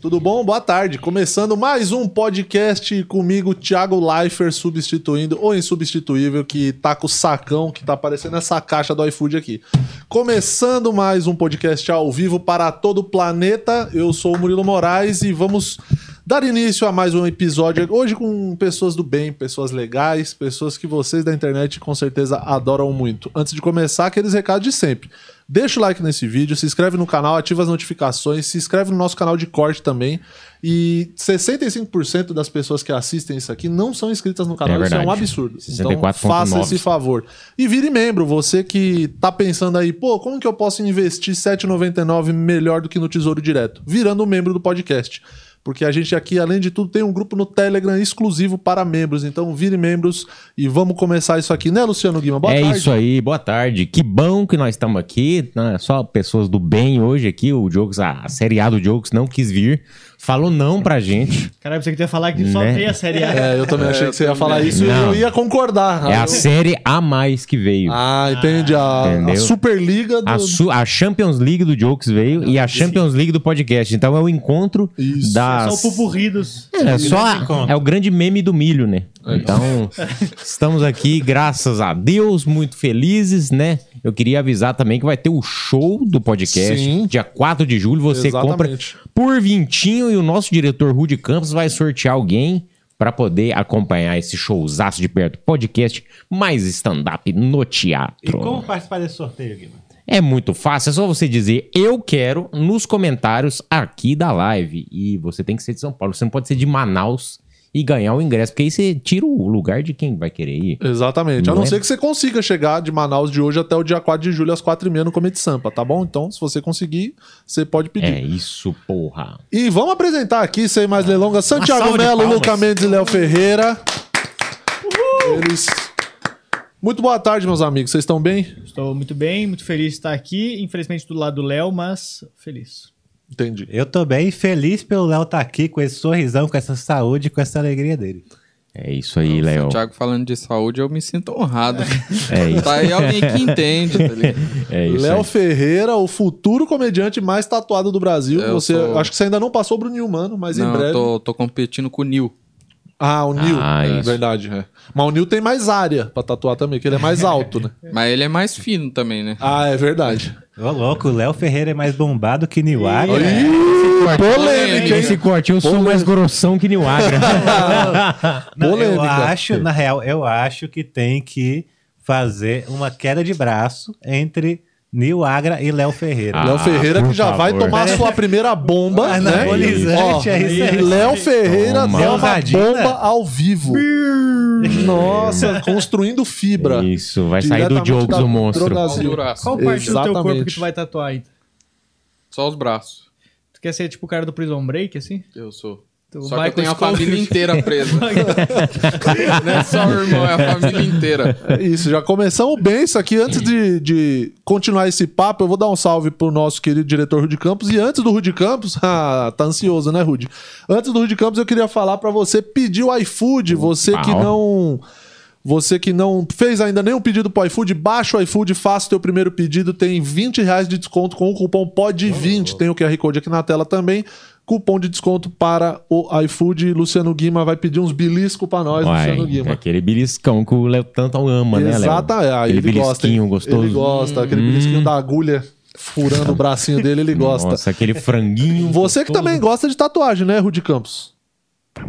Tudo bom? Boa tarde. Começando mais um podcast comigo, Thiago Leifert, substituindo o insubstituível que tá com o sacão que tá parecendo essa caixa do iFood aqui. Começando mais um podcast ao vivo para todo o planeta. Eu sou o Murilo Moraes e vamos dar início a mais um episódio hoje com pessoas do bem, pessoas legais, pessoas que vocês da internet com certeza adoram muito. Antes de começar, aqueles recados de sempre. Deixa o like nesse vídeo, se inscreve no canal, ativa as notificações, se inscreve no nosso canal de corte também. E 65% das pessoas que assistem isso aqui não são inscritas no canal, É isso é um verdade. absurdo. Então 64,9. faça esse favor. E vire membro, você que tá pensando aí, pô, como que eu posso investir 7,99 melhor do que no Tesouro Direto? Virando um membro do podcast. Porque a gente aqui, além de tudo, tem um grupo no Telegram exclusivo para membros. Então vire membros e vamos começar isso aqui, né, Luciano Guima? Boa é tarde. isso aí, boa tarde. Que bom que nós estamos aqui, né? só pessoas do bem hoje aqui. O Jokes, a série A do Jokes não quis vir, falou não pra gente. Caralho, você que ia falar que só Né? tem a série A. É, eu também achei que você ia falar isso Não. e eu ia concordar. É Ah, a eu- série A mais que veio. Ah, entendi. A, a Entendeu? Superliga do. A, su- a Champions League do Jokes veio e a Champions League do podcast. Então é o encontro Isso. É Só das. o pupurridos. É só a- é o grande meme do milho, né? Então, estamos aqui, graças a Deus, muito felizes, né? Eu queria avisar também que vai ter o show do podcast, Sim. dia 4 de julho, você compra Exatamente. por vintinho e o nosso diretor Rude Campos vai sortear alguém para poder acompanhar esse showzaço de perto, podcast mais stand-up no E teatro. como participar desse sorteio, Guilherme? É muito fácil, é só você dizer eu quero nos comentários aqui da live. E você tem que ser de São Paulo, você não pode ser de Manaus e ganhar o ingresso, porque aí você tira o lugar de quem vai querer ir. Exatamente. A Não não é? ser que você consiga chegar de Manaus de hoje até o dia 4 de julho, às 4h30, no Comedy Sampa, tá bom? Então, se você conseguir, você pode pedir. É isso, porra. E vamos apresentar aqui, sem mais delongas, Santiago salva de Melo, palmas. Luca Mendes e Léo Ferreira. Eles. Muito boa tarde, meus amigos. Vocês estão bem? Estou muito bem, muito feliz de estar aqui. Infelizmente do lado do Léo, mas feliz. Entendi. Eu tô bem feliz pelo Léo estar aqui com esse sorrisão, com essa saúde, com essa alegria dele. É isso aí, O Léo. Thiago falando de saúde, eu me sinto honrado. É isso. Tá aí alguém que entende, tá ligado? É isso. Léo aí. Ferreira, o futuro comediante mais tatuado do Brasil. Eu Você, sou- Acho que você ainda não passou pro Nil, mano, mas em Não, breve. eu tô, tô competindo com o Nil. Ah, o Nil. Ah, é, isso. verdade. É. Mas o Nil tem mais área pra tatuar também, que ele é mais alto, né? Mas ele é mais fino também, né? Ah, é verdade. Ô, louco, o Léo Ferreira é mais bombado que Niwaga. Ih, polêmica, Esse hein? corte, eu sou mais grossão que Niagra. Não, eu polêmica. acho, na real, eu acho que tem que fazer uma queda de braço entre Niwaga e Léo Ferreira. Ah, Léo Ferreira que por já vai favor. tomar a sua primeira bomba, Ah, né? anabolizante, é isso aí. Léo Ferreira Toma. deu uma Ousadinha. bomba ao vivo. Nossa, construindo fibra. É Isso, vai sair do Diretamente Jokes da o monstro. Drogas- Só o braço. Qual parte do teu corpo que Exatamente. tu vai tatuar aí? Só os braços. Tu quer ser tipo o cara do Prison Break, assim? Eu sou. Tu- Só Michael que eu tenho a Scofield. família inteira presa. Não é só o irmão, é a família inteira. É Isso, já começamos bem isso aqui. Antes de, de continuar esse papo, eu vou dar um salve pro nosso querido diretor Rude Campos. E antes do Rude Campos, ah, tá ansioso, né, Rude? Antes do Rude Campos, eu queria falar pra você pedir o iFood. Você que Uau. não. Você que não fez ainda nenhum pedido pro iFood, baixa o iFood, faça o teu primeiro pedido, tem 20 reais de desconto com o cupom POD20, tem o QR Code aqui na tela também, cupom de desconto para o iFood, Luciano Guima vai pedir uns belisco pra nós, Uai, Luciano Guima. aquele beliscão que o Léo tanto ama, né, Léo? Exata, é, aí Aquele ele gosta. belisquinho hein? gostoso. Hum. Ele gosta, aquele belisquinho da agulha furando o bracinho dele, ele gosta. Nossa, aquele franguinho. Você que também gosta de tatuagem, né, Rudy Campos?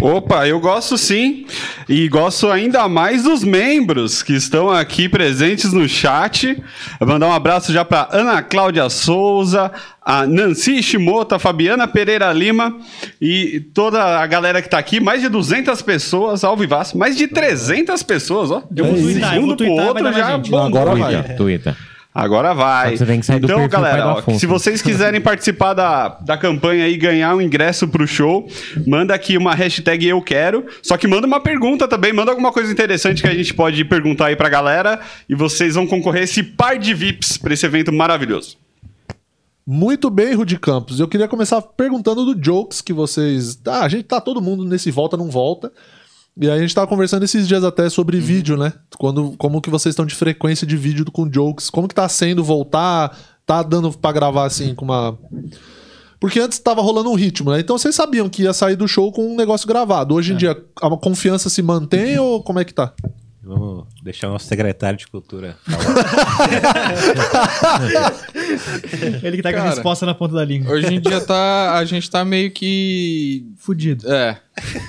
Opa, eu gosto sim. E gosto ainda mais dos membros que estão aqui presentes no chat. Vou mandar um abraço já para Ana Cláudia Souza, a Nancy Shimota, a Fabiana Pereira Lima e toda a galera que tá aqui, mais de 200 pessoas ao vivaço, mais de 300 pessoas, ó. De Eu vou um tuitar, eu É vou segundo pro tuitar, vai outro dar mais já gente. bombou. Agora vai. Tuita, tuita. Agora Só vai. que você tem que sair do então, perfil Pai do galera, ó, Afonso. se vocês quiserem participar da, da campanha e ganhar um ingresso pro show, manda aqui uma hashtag eu quero. Só que manda uma pergunta também, manda alguma coisa interessante que a gente pode perguntar aí pra galera e vocês vão concorrer a esse par de VIPs pra esse evento maravilhoso. Muito bem, Rudy Campos. Eu queria começar perguntando do Jokes que vocês. Ah, a gente tá todo mundo nesse volta, não volta. E aí a gente tava conversando esses dias até Uhum. sobre vídeo, né? Quando, como que vocês estão de frequência de vídeo com Jokes? Como que tá sendo voltar? Tá dando pra gravar assim com uma. Porque antes estava rolando um ritmo, né? Então vocês sabiam que ia sair do show com um negócio gravado. Hoje em É. dia, a confiança se mantém Uhum. ou como é que tá? Vamos deixar o nosso secretário de cultura Ele que tá com a Cara. resposta na ponta da língua. Hoje em dia tá, a gente tá meio que Fudido. É.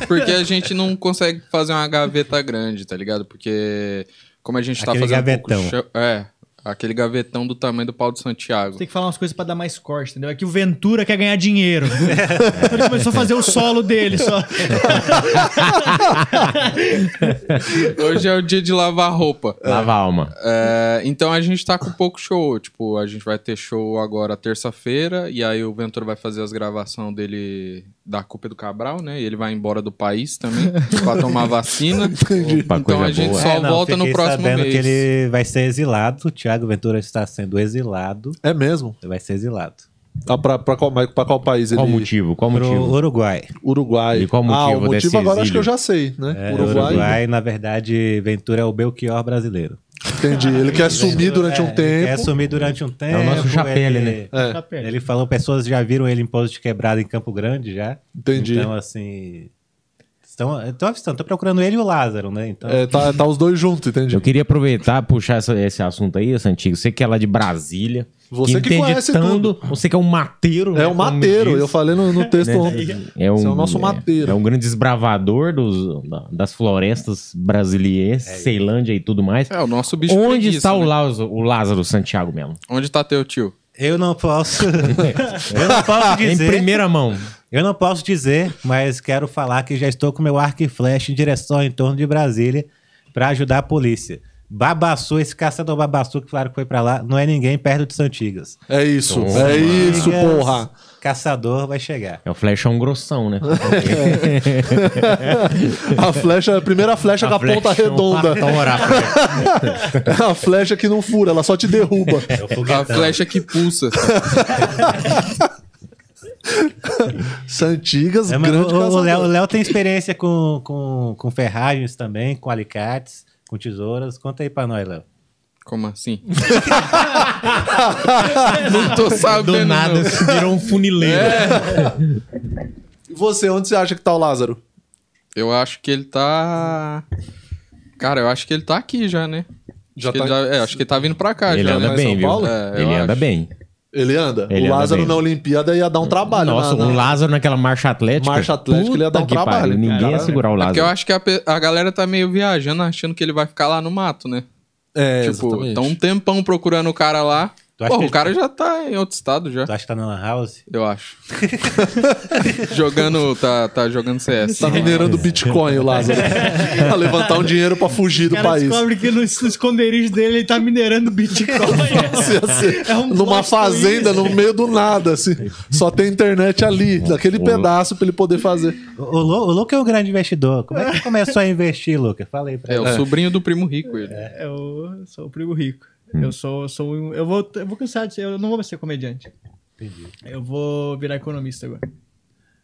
Porque a gente não consegue fazer uma gaveta grande, tá ligado? Porque como a gente tá Aquele fazendo. gavetão. pouco show- é. Aquele gavetão do tamanho do pau de Santiago. Tem que falar umas coisas pra dar mais corte, entendeu? É que o Ventura quer ganhar dinheiro. Então ele começou a fazer o solo dele só. Hoje é o dia de lavar roupa. Lava a alma. É, então a gente tá com pouco show. Tipo, a gente vai ter show agora terça-feira. E aí o Ventura vai fazer as gravações dele da Copa do Cabral, né? E ele vai embora do país também pra tomar vacina. Opa, Então coisa a gente boa. só volta no É, fiquei próximo sabendo mês. que ele vai ser exilado. O Thiago Ventura está sendo exilado. É mesmo? Ele vai ser exilado. Ah, pra, pra qual, pra qual país ele... Qual motivo? Qual Pro motivo? Uruguai. Uruguai. E qual o ah, o motivo desse motivo agora acho que eu já exílio? sei, né? É, Uruguai. na verdade, Ventura é o Belchior brasileiro. Entendi. Ele quer sumir durante um É, quer tempo. sumir durante um tempo. nosso né? Chapelle, ele- É, Tá perto. Ele falou, pessoas já viram ele em Pouso de Quebrada em Campo Grande já. entendi. Então, assim... Estão, estão, estão procurando ele e o Lázaro, né? Então, É, tá, tá os dois juntos, entendi. Eu queria aproveitar, puxar essa- esse assunto aí, Santiago. Você que é lá de Brasília. Você que conhece Você que é um mateiro. É né, um como mateiro, diz. eu falei no, no texto Né? ontem. É um, Você é o nosso mateiro. É, um grande desbravador dos, da- das florestas brasileiras, Ceilândia e tudo mais. É, o nosso bicho Onde preguiça, está o, né? Lázaro, o Lázaro Santiago mesmo? Onde tá teu tio? eu não posso... eu não Ah, posso Em dizer... primeira mão. Eu não posso dizer, mas quero falar que já estou com meu arco e flecha em direção ao entorno de Brasília para ajudar a polícia. Babaçu, esse caçador babaçu que falaram que foi para lá, não é ninguém perto de Santigas. É isso, Toma. é isso, Santigas, porra. Caçador vai chegar. É o flechão grossão, né? É. A flecha, a primeira flecha com a ponta flechão redonda. patora, a flecha. A flecha que não fura, ela só te derruba. É o A foguetão. flecha que pulsa. Santigas, É, mas grande o- o, o, caçador. Léo, o Léo tem experiência com, com, com ferragens também, com alicates, com tesouras. Conta aí para nós, Léo. Como assim? não tô sabendo. Do nada não. se virou um funileiro. É, E você, onde você acha que tá o Lázaro? Eu acho que ele tá. Cara, eu acho que ele tá aqui já, né? Já acho que ele tá- é, acho que ele tá vindo pra cá Ele já. anda né? São bem, viu? Paulo? É, eu Ele acho. anda bem. Ele anda? Ele o anda Lázaro bem. na Olimpíada ia dar um trabalho. Nossa, na, na- o Lázaro naquela marcha atlética. Marcha atlética, Puta ele ia dar um que trabalho, pariu, Ninguém ia caralho. segurar o É porque eu Lázaro. acho que a, pe- a galera tá meio viajando, achando que ele vai ficar lá no mato, né? É, tipo, exatamente. tão um tempão procurando o cara lá. Tu acha Pô, que o ele- cara já tá em outro estado já, Tu acha que tá na Lan House? eu acho. jogando. Tá, tá jogando CS. Tá minerando Bitcoin, o Lázaro. pra levantar um dinheiro pra fugir O do cara país. descobre que no no esconderijo dele ele tá minerando Bitcoin. Assim, assim, É um numa plot fazenda, twist. no meio do nada, assim. Só tem internet ali, daquele pedaço pra ele poder fazer. O, o, Lu- o Luca é um grande investidor. Como é que tu começou a investir, Luca? Fala aí pra É, o sobrinho do primo rico ele. É. eu sou É o primo rico. Hum. Eu sou, sou um- eu vou, eu vou cansar de ser, eu não vou mais ser comediante. Eu vou virar economista agora.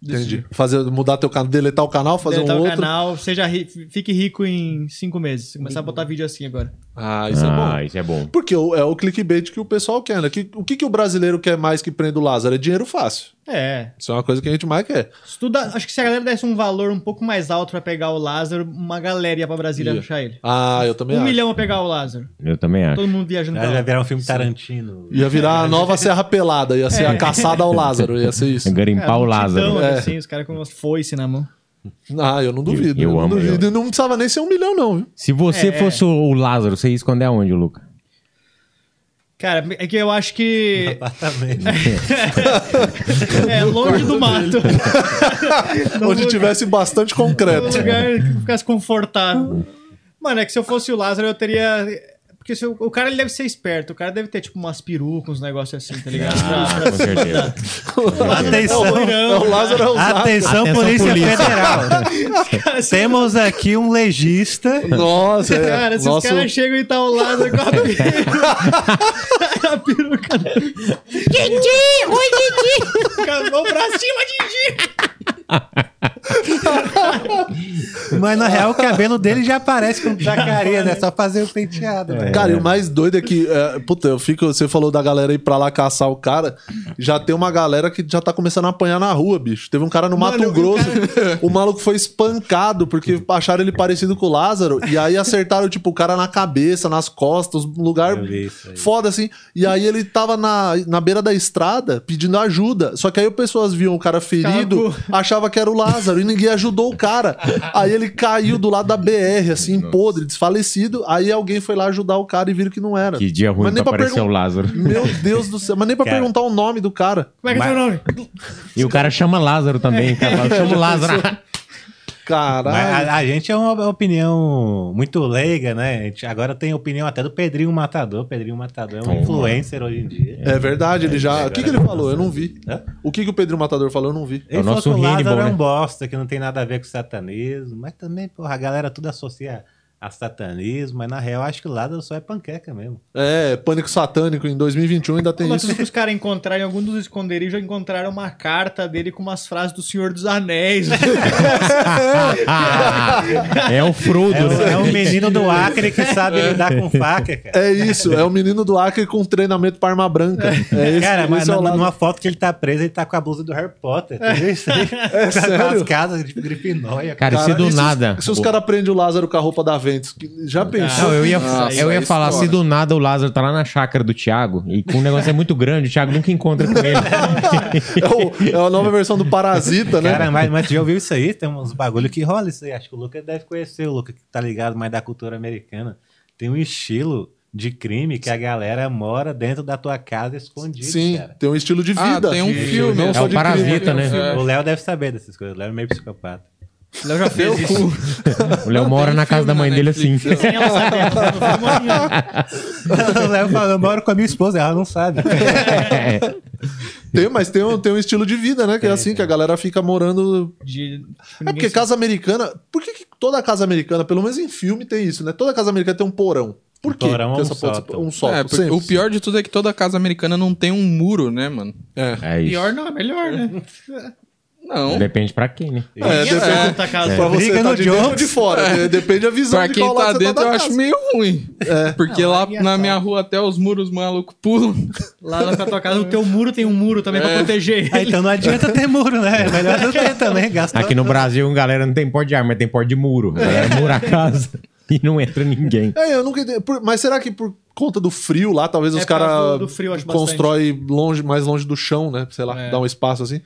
Entendi. Fazer, mudar teu canal, deletar o canal, fazer Deletar um o outro. canal, seja ri- fique rico em cinco meses. Começar a botar vídeo assim agora. Ah, isso é bom. Ah, isso é bom. Porque o- é o clickbait que o pessoal quer, né? Que- o que, que o brasileiro quer mais que prenda o Lázaro? É dinheiro fácil. É. Isso é uma coisa que a gente mais quer. Estuda, acho que se a galera desse um valor um pouco mais alto pra pegar o Lázaro, uma galera ia pra Brasília Ia. achar ele. Ah, eu também um acho. milhão pra pegar o Lázaro. Eu também acho. Todo mundo viajando Ela vai pra lá. virar um filme Tarantino. Ia virar a nova Serra Pelada, ia É. ser a caçada ao Lázaro, ia ser isso. É Garimpar Cara, o É, multidão, Lázaro. né? É. olha assim, os caras com umas foice na mão. Ah, eu não duvido. Eu- eu não amo, duvido. E Não precisava nem ser um milhão, não, viu? Se você É. fosse o Lázaro, você ia esconder aonde, Luca? Cara, é que eu acho que Apartamento. é longe do mato. Num Onde lugar- tivesse bastante num concreto. lugar que ficasse confortável. Mano, é que se eu fosse o Lázaro, eu teria. Porque se eu- o cara ele deve ser esperto, o cara deve ter tipo umas perucas, uns negócios assim, tá ligado? Ah, Pra- Ah, com certeza. Atenção. É o- é o Lázaro é o Zago. Atenção, Atenção, Polícia, polícia. Federal. pra- assim, Temos aqui um legista. Nossa, é. Cara, se Nosso- os caras chegam e tá ao lado com a peruca. a peruca. Didi! Oi, Didi! Acabou pra cima, Didi! Mas na real, o cabelo dele já aparece com jacaré, né? Só fazer o penteado, né? velho. Cara, e o mais doido é que, é, puta, eu fico. Você falou da galera ir pra lá caçar o cara. Já tem uma galera que já tá começando a apanhar na rua, bicho. Teve um cara no Mano, Mato o Grosso. O maluco foi espancado porque acharam ele parecido com o Lázaro. E aí acertaram, tipo, o cara na cabeça, nas costas, um lugar Eu vi isso aí. foda assim. E aí ele tava na, na beira da estrada pedindo ajuda. Só que aí pessoas viam o cara ferido, achava que era o Lázaro e ninguém ajudou o cara. Aí ele caiu do lado da BR, assim, podre, desfalecido. Aí alguém foi lá ajudar o cara e viram que não era. Que dia ruim Mas pra nem pra aparecer o pergun- Lázaro. Meu Deus do céu. Mas nem pra Cara. perguntar o nome do cara. Como é que é Mas- teu nome? E o cara chama Lázaro também, cara. Fala, Chama o Lázaro. Caralho. Mas a, a gente é uma opinião muito leiga, né? A gente agora tem opinião até do Pedrinho Matador. Pedrinho Matador é um Toma. influencer hoje em dia. É verdade, ele já. O que, que ele falou? Eu não vi. Hã? O que, que o Pedro Matador falou? Eu não vi. Ele o falou nosso que o Lázaro Hannibal, é né? um bosta, que não tem nada a ver com satanismo. Mas também, porra, a galera tudo associa a satanismo. Mas na real, acho que o Lázaro só é panqueca mesmo. É, Pânico Satânico em 2021 ainda tem Mas isso. tudo que os caras encontraram em algum dos esconderijos, encontraram uma carta dele com umas frases do Senhor dos Anéis. é o Frodo, É, o- né? é um menino do Acre que sabe lidar com faca, cara. É isso, é o menino do Acre com treinamento para arma branca. É isso, Cara, mas isso é o na- lado- numa foto que ele tá preso, ele tá com a blusa do Harry Potter. tá vendo isso aí? Tá com sério? as casas de gripinóia. Cara, Cara, é se do e se- nada. Se os caras prendem o Lázaro com a roupa da Ventus, que- já pensou? Não, eu ia, Nossa, eu ia isso falar, fora. se do nada o Lázaro tá lá na chácara do Thiago, e com um negócio é muito grande, o Thiago nunca encontra com ele. É, o- é a nova versão do Parasita, né? Cara, é mas, mas tu já ouviu isso aí? Tem uns bagulho que rola isso aí. Acho que o Lucas deve conhecer, o Lucas que tá ligado mais da cultura americana. Tem um estilo de crime que a galera mora dentro da tua casa escondido, Sim, cara. tem um estilo de Ah, vida. tem um filme. Não eu É só sou o de Parasita, né? É. O Léo deve saber dessas coisas. O Léo é meio psicopata. Eu já fiz um isso. O Léo mora na casa da mãe é. dele assim. Sem ela saber, ela tá no filme ainda. o Léo fala, eu moro com a minha esposa. Ela não sabe. É. Tem, mas tem um, tem um estilo de vida, né? Que é assim, que a galera fica morando. De- É porque casa americana. Por que, que toda casa americana, pelo menos em filme, tem isso, né? Toda casa americana tem um porão. Por Um quê? porão Porque ou um essa porra- sótão? um sótão. É, porque sempre. o pior de tudo é que toda casa americana não tem um muro, né, mano? É isso. Pior não, é melhor, né? Não. Depende pra quem, né? É, Ninguém depende- volta a casa. Pra você Briga tá no de dentro ou de Jones. fora. né? Depende da visão Pra de quem qual tá lado você dentro, da eu casa. acho meio ruim. Porque Ah, lá aí é na só. minha rua até os muros malucos pulam. Lá na tua casa, o teu muro tem um muro também É. pra proteger Ah, ele. então não adianta ter muro, né? É Melhor não ter também. Gastar Aqui no Brasil, a galera não tem porte de arma, mas tem porte de muro. A galera mura a casa e não entra ninguém. É, eu nunca entendi. Por- mas será que por conta do frio lá, talvez É os por causa caras do- do frio, acho constrói longe, mais longe do chão, né? Sei lá, É. dá um espaço assim.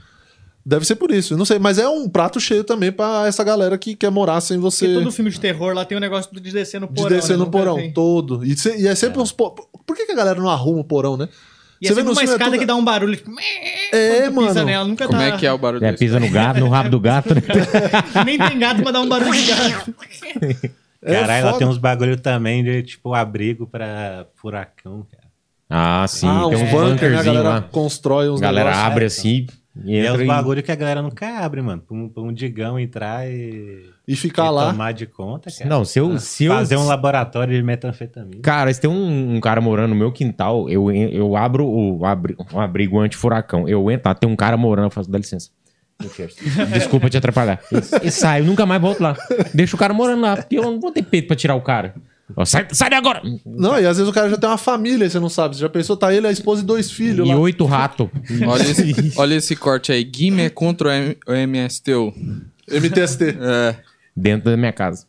Deve ser por isso, eu não sei. Mas é um prato cheio também pra essa galera que quer morar sem Porque você todo filme de terror lá tem o negócio do de descer no de porão. descer né? no Nunca porão tem. todo. E, se- e é sempre uns. po- Por que, que a galera não arruma o porão, né? E é sempre nos uma filmes, escada tudo- que dá um barulho. Tipo, É, quando tu Pisa mano. nela, nunca Como tá... é que é o barulho É, desse? pisa no gato, no rabo do gato, né? Nem tem gato, mas dá um barulho de gato. É Caralho, ela foda. um tem uns bagulho também de tipo abrigo pra furacão, cara. Ah, sim. ah, tem uns um bunker, né? A bunkerzinho galera lá. constrói uns A galera negócios. abre assim e E é entra os e- bagulho que a galera nunca abre, mano. Pra um, pra um digão entrar e, E ficar e lá. tomar de conta, cara. Não, se eu... Se eu... Fazer um laboratório de metanfetamina. Cara, se tem um, um cara morando no meu quintal, eu, en- eu abro o abri, um abrigo anti-furacão. Eu entro, ah, tem um cara morando, eu faço, dá licença. Eu fecho. Desculpa te atrapalhar. E, e saio, nunca mais volto lá. Deixa o cara morando lá, porque eu não vou ter peito pra tirar o cara. Ó, sai, sai daí agora! Não, e às vezes o cara já tem uma família, e você não sabe. Você já pensou, tá ele, a esposa e dois filhos E um- lá. oito ratos. Olha esse, olha esse corte aí. Guime é contra o M- o MSTU. MTST. É. dentro da minha casa.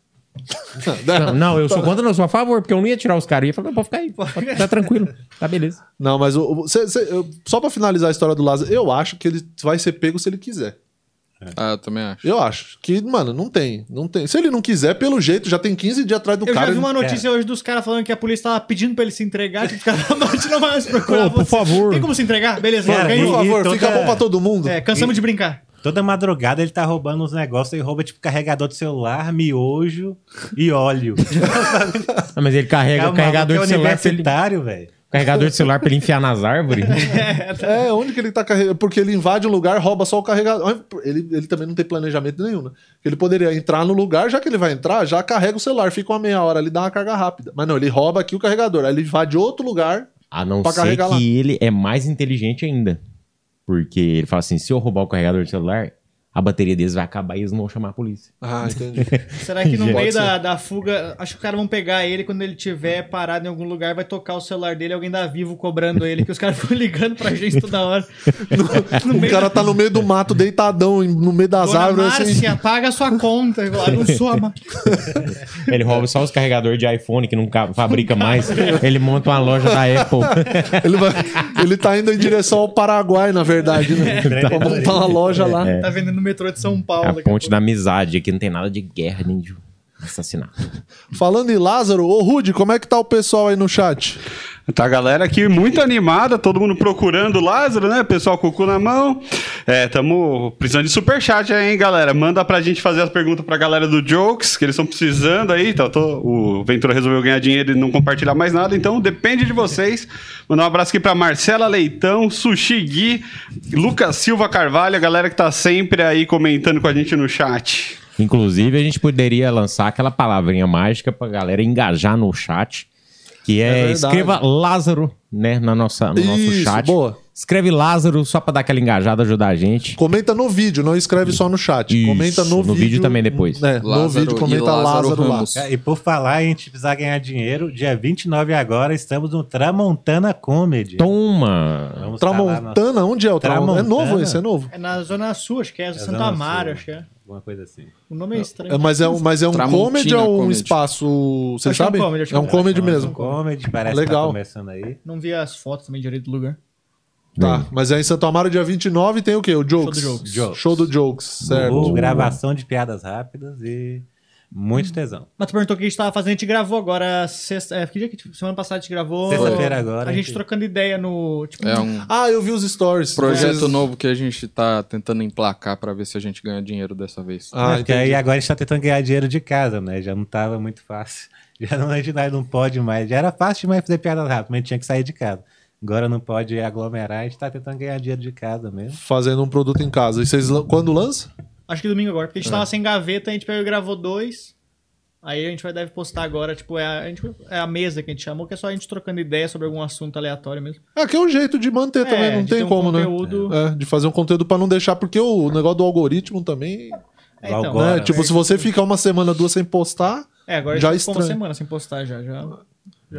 Não, não, eu sou contra, não, eu sou a favor, porque eu não ia tirar os caras. Eu ia falar, não, pode ficar aí, pode- tá tranquilo, tá beleza. Não, mas o- o- cê- cê- eu- só pra finalizar a história do Lázaro, eu acho que ele vai ser pego se ele quiser. Ah, eu também acho. Eu acho que, mano, não tem, não tem. Se ele não quiser, pelo jeito, já tem 15 dias atrás do Eu cara. é. já vi ele- uma notícia hoje dos caras falando que a polícia tava pedindo pra ele se entregar, que os caras falavam, "A gente não vai mais procurar Pô, por você." favor. Tem como se entregar? Beleza, Cara, Por ganhou. e- favor, e toda- fica bom pra todo mundo. então É, cansamos de brincar. Toda madrugada ele tá roubando uns negócios e rouba tipo carregador de celular, miojo e óleo. Ah, mas ele carrega Cara, o o maluco carregador é de celular, pra ele, universitário, velho. carregador de celular pra ele enfiar nas árvores. É, onde que ele tá carregando? Porque ele invade um lugar, rouba só o carregador. Ele, ele também não tem planejamento nenhum, né? Ele poderia entrar no lugar, já que ele vai entrar, já carrega o celular, fica uma meia hora ali, dá uma carga rápida. Mas não, ele rouba aqui o carregador, aí ele invade outro lugar. A não Pra ser que carregar lá. ele é mais inteligente ainda. Porque ele fala assim: se eu roubar o carregador de celular, a bateria deles vai acabar e eles não vão chamar a polícia. Ah, entendi. Será que Pode no meio da, da fuga, acho que os caras vão pegar ele quando ele tiver parado em algum lugar, vai tocar o celular dele, alguém dá vivo cobrando ele, que os caras ficam ligando pra gente toda hora. o cara tá no meio do mato, deitadão, em- no meio das Dona árvores, assim. Márcia, paga a sua conta. Eu falo, "Ah, não sou a Ma-" Ele rouba só os carregadores de iPhone que não ca- fabrica mais. Ele monta uma loja da Apple. Ele, vai, ele tá indo em direção ao Paraguai, na verdade, né? pra montar uma loja lá. Tá vendendo no metrô de São É Paulo. a daqui a ponte pouco. da amizade, aqui não tem nada de guerra nem de assassinato. Falando em Lázaro, ô Rude, como é que tá o pessoal aí no chat? Tá a galera aqui muito animada, todo mundo procurando o Lázaro, né? Pessoal com o cu na mão. É, tamo precisando de superchat aí, hein, galera? Manda pra gente fazer as perguntas pra galera do Jokes, que eles estão precisando aí. Então, tô- o Ventura resolveu ganhar dinheiro e não compartilhar mais nada, então depende de vocês. Mandar um abraço aqui pra Marcela Leitão, Sushi Gui, Lucas Silva Carvalho, a galera que tá sempre aí comentando com a gente no chat. Inclusive, a gente poderia lançar aquela palavrinha mágica pra galera engajar no chat, que É é, verdade. escreva Lázaro, né, na nossa, no nosso Isso, chat. boa. Escreve Lázaro só pra dar aquela engajada, ajudar a gente. Comenta no vídeo, não escreve só no chat. Isso, comenta no, no vídeo também depois. É, no Lázaro vídeo e comenta Lázaro, Lázaro lá. Ramos. É, E por falar em a gente precisar ganhar dinheiro, dia 29 agora estamos no Tramontana Comedy. Toma! Vamos falar, nossa, Tramontana, onde é o Tramontana? É novo tá Tramontana? esse, é novo. É na Zona Sul, acho que é, Santa Zona Amaro, Sul. acho que é. assim, Alguma coisa assim. O nome é É, estranho. mas é um, mas é um Tramontina comedy ou um comedy. espaço. Você Acho que é um sabe? comedy, acho que é um é. comedy Então, mesmo. Comedy, parece que Legal. tá começando aí. Não vi as fotos também direito do lugar. Tá, mas é em Santo Amaro, dia 29, tem o quê? O Jokes. Show do Jokes. Show do Jokes, certo. Ou gravação de piadas rápidas e muito tesão. Mas tu perguntou o que a gente tava fazendo, a gente gravou agora sexta. É, que dia que semana passada a gente gravou? Sexta-feira agora, A gente hein? trocando ideia no. Tipo, É um Ah, eu vi os stories. projeto Vocês- novo que a gente tá tentando emplacar pra ver se a gente ganha dinheiro dessa vez. Ah, É, porque entendi. aí agora a gente tá tentando ganhar dinheiro de casa, né? Já não tava muito fácil. Já não, a gente não pode mais. Já era fácil demais fazer piada rápida, mas a gente tinha que sair de casa. Agora não pode aglomerar, a gente tá tentando ganhar dinheiro de casa mesmo. Fazendo um produto em casa. E vocês lan- quando lança? Acho que domingo agora, porque a É. gente tava sem gaveta, a gente pegou e gravou dois. Aí a gente vai deve postar agora, tipo, é a, a gente- é a mesa que a gente chamou, que é só a gente trocando ideia sobre algum assunto aleatório mesmo. É que é um jeito de manter também, É, não de tem ter um como, conteúdo- né? É, de fazer um conteúdo pra não deixar, porque o negócio do algoritmo também. É, Lá então, agora, né? Tipo, se você ficar uma semana, duas sem postar, é, agora já já ficou uma estranho. semana sem postar já. já.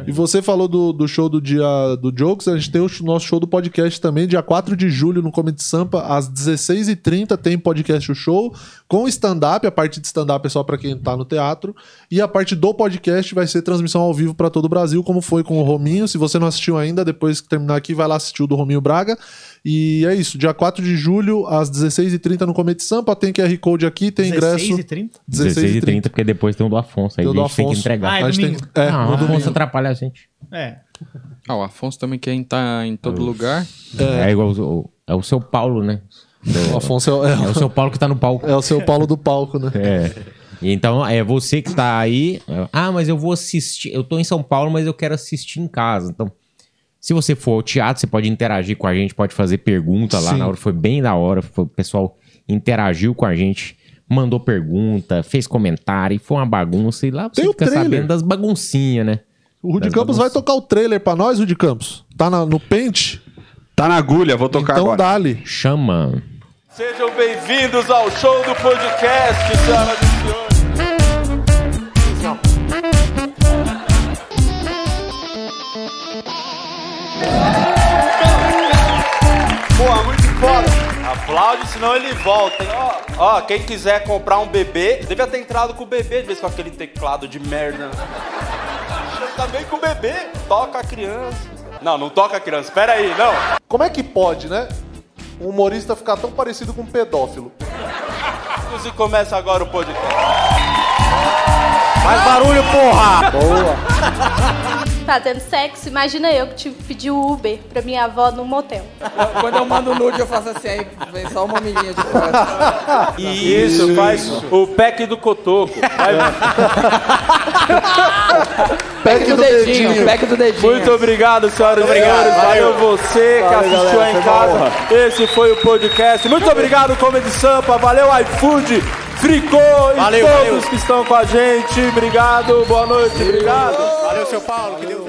E você falou do, do show do dia do Jokes, a gente tem o sh- nosso show do podcast também, dia 4 de julho no Comedy Sampa, às 16h30 tem podcast o show, com stand-up, a parte de stand-up é só pra quem tá no teatro, e a parte do podcast vai ser transmissão ao vivo pra todo o Brasil, como foi com o Rominho, se você não assistiu ainda, depois que terminar aqui, vai lá assistir o do Rominho Braga, e é isso, dia 4 de julho, às 16h30 no Comedy Sampa, tem QR Code aqui, tem ingresso, 16h30? 16h30. 16h30 porque depois tem o do Afonso. Aí Tem a o do gente tem que Afonso. entregar. Ah, é A gente tem- domingo. é, não, no o domingo. Afonso atrapalha a gente. É. Ah, o Afonso também quer estar em todo lugar. É, igual o, é o seu Paulo, né? O Afonso é, o- É o seu Paulo que tá no palco. é o seu Paulo do palco, né? É. Então, é você que tá aí. Ah, mas eu vou assistir. Eu tô em São Paulo, mas eu quero assistir em casa. Então, se você for ao teatro, você pode interagir com a gente, pode fazer pergunta lá Sim. na hora. Foi bem da hora. foi- o pessoal interagiu com a gente, mandou pergunta, fez comentário, e foi uma bagunça. E lá você Tem o fica trailer. sabendo das baguncinhas, né? O Rudy Das Campos vai bagunças. tocar o trailer pra nós, Rudy Campos? Tá na- no pente? Tá na agulha, vou tocar então agora. dá-lhe. Chama. Sejam bem-vindos ao show do podcast, senhoras e senhores. Porra, muito foda. Aplaude, senão ele volta, hein? Ó, ó, quem quiser comprar um bebê, devia ter entrado com o bebê, de vez com aquele teclado de merda. Também com o bebê, toca a criança. Não, não toca a criança, Pera aí, não. Como é que pode, né? Um humorista ficar tão parecido com um pedófilo. E começa agora o podcast. Faz barulho, porra! fazendo sexo, imagina eu que tive que pedir o Uber pra minha avó num motel. Quando eu mando nude, eu faço assim, aí vem só uma homilinha de fora. Isso, faz o pack do cotoco. Pegue do dedinho, pack do dedinho. Muito obrigado, senhoras e senhores. Valeu você que assistiu aí em casa. Esse foi o podcast. Muito obrigado, Comedy Sampa. Valeu, iFood, Fricô e todos que estão com a gente. Obrigado, boa noite, obrigado. Valeu, seu Paulo. Que Deus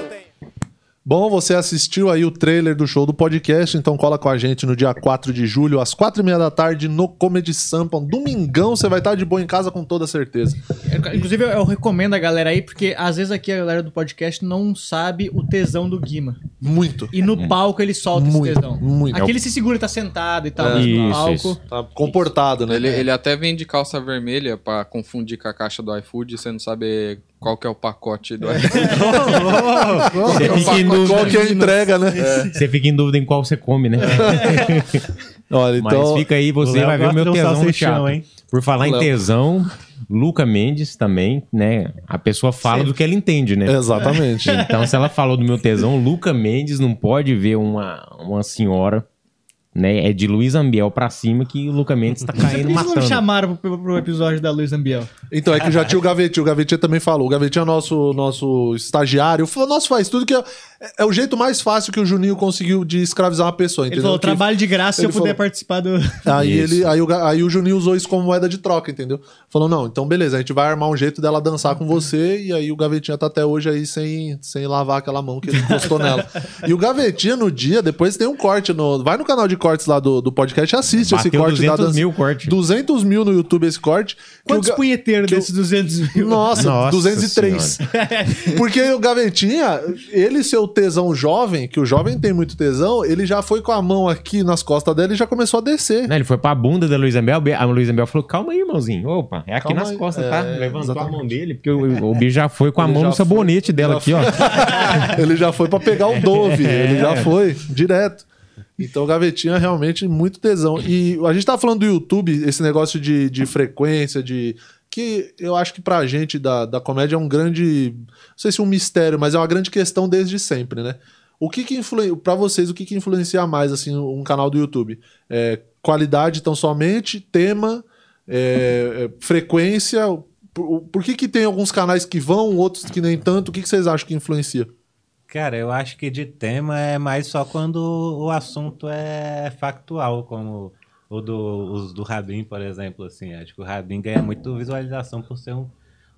Bom, você assistiu aí o trailer do show do podcast, então cola com a gente no dia 4 de julho, às 4 e meia da tarde, no Comedy Sampa. Um Domingão você vai estar de boa em casa com toda certeza. Eu- Inclusive, eu, eu recomendo a galera aí, porque às vezes aqui a galera do podcast não sabe o tesão do Guima. Muito. E no palco ele solta É. Muito, esse tesão. muito. É. Aqui ele se segura, tá sentado e tal, mas Isso, no palco. isso. Tá comportado, É. né? Ele, ele até vende calça vermelha pra confundir com a caixa do iFood, você não sabe qual que é o pacote do iFood. Oh, Você fica em Qual que é dúvida. a entrega, né? Você fica em dúvida em qual você come, né? Olha, então. Mas fica aí, O você Léo vai ver o meu gosta de um tesão no salsichão, chato. hein? Por falar em Léo. tesão, Luca Mendes também, né? A pessoa fala do que ela entende, né? Exatamente. Então, se ela falou do meu tesão, Luca Mendes não pode ver uma, uma senhora, né? É de Luiz Ambiel pra cima que o Luca Mendes tá Por caindo que eles não matando. chamaram pro, pro episódio da Luiz Ambiel? Então, é que já tinha o Gavetinho. O Gavetinho também falou. O Gavetinho é nosso, nosso estagiário. Falou, nosso faz tudo que é, é o jeito mais fácil que o Juninho conseguiu de escravizar uma pessoa, Ele entendeu? falou, Que- trabalho de graça se eu ele puder falou- participar do... Aí, Isso. ele, aí, o, ga- aí o Juninho usou isso como moeda de troca, entendeu? Falou, não, então beleza, a gente vai armar um jeito dela dançar com você, e aí o Gavetinha tá até hoje aí sem, sem lavar aquela mão que ele encostou nela. E o Gavetinha no dia, depois tem um corte no... Vai no canal de cortes lá do, do podcast e assiste esse Bateu corte da 200 dança. mil corte. 200 mil no YouTube esse corte. que Quantos o ga- punheteiros que o- desses 200 mil? Nossa, Nossa 203. Porque o Gavetinha, ele seu tesão jovem, que o jovem tem muito tesão, ele já foi com a mão aqui nas costas dela e já começou a descer. Né, ele foi pra bunda da Luiz Ambiel, a Luiz Ambiel falou, calma aí, irmãozinho. Opa, é aqui Calma nas aí. costas, É, tá? Levantou exatamente. a mão dele, porque o, o bicho já foi com a Ele mão já no foi. sabonete dela aqui, ó. ele já foi pra pegar o Dove, ele já foi direto. Então, Gavetinha realmente muito tesão. E a gente tá falando do YouTube, esse negócio de, de frequência, de que eu acho que pra gente da, da comédia é um grande, não sei se um mistério, mas é uma grande questão desde sempre, né? O que que influencia, para vocês, o que que influencia mais assim um canal do YouTube? É, qualidade tão somente, tema, é, é, frequência, por, por que que tem alguns canais que vão, outros que nem tanto? O que que vocês acham que influencia? Cara, eu acho que de tema é mais só quando o assunto é factual, como o do, os do Rabin, por exemplo, assim. Acho que o Rabin ganha muito visualização por ser um,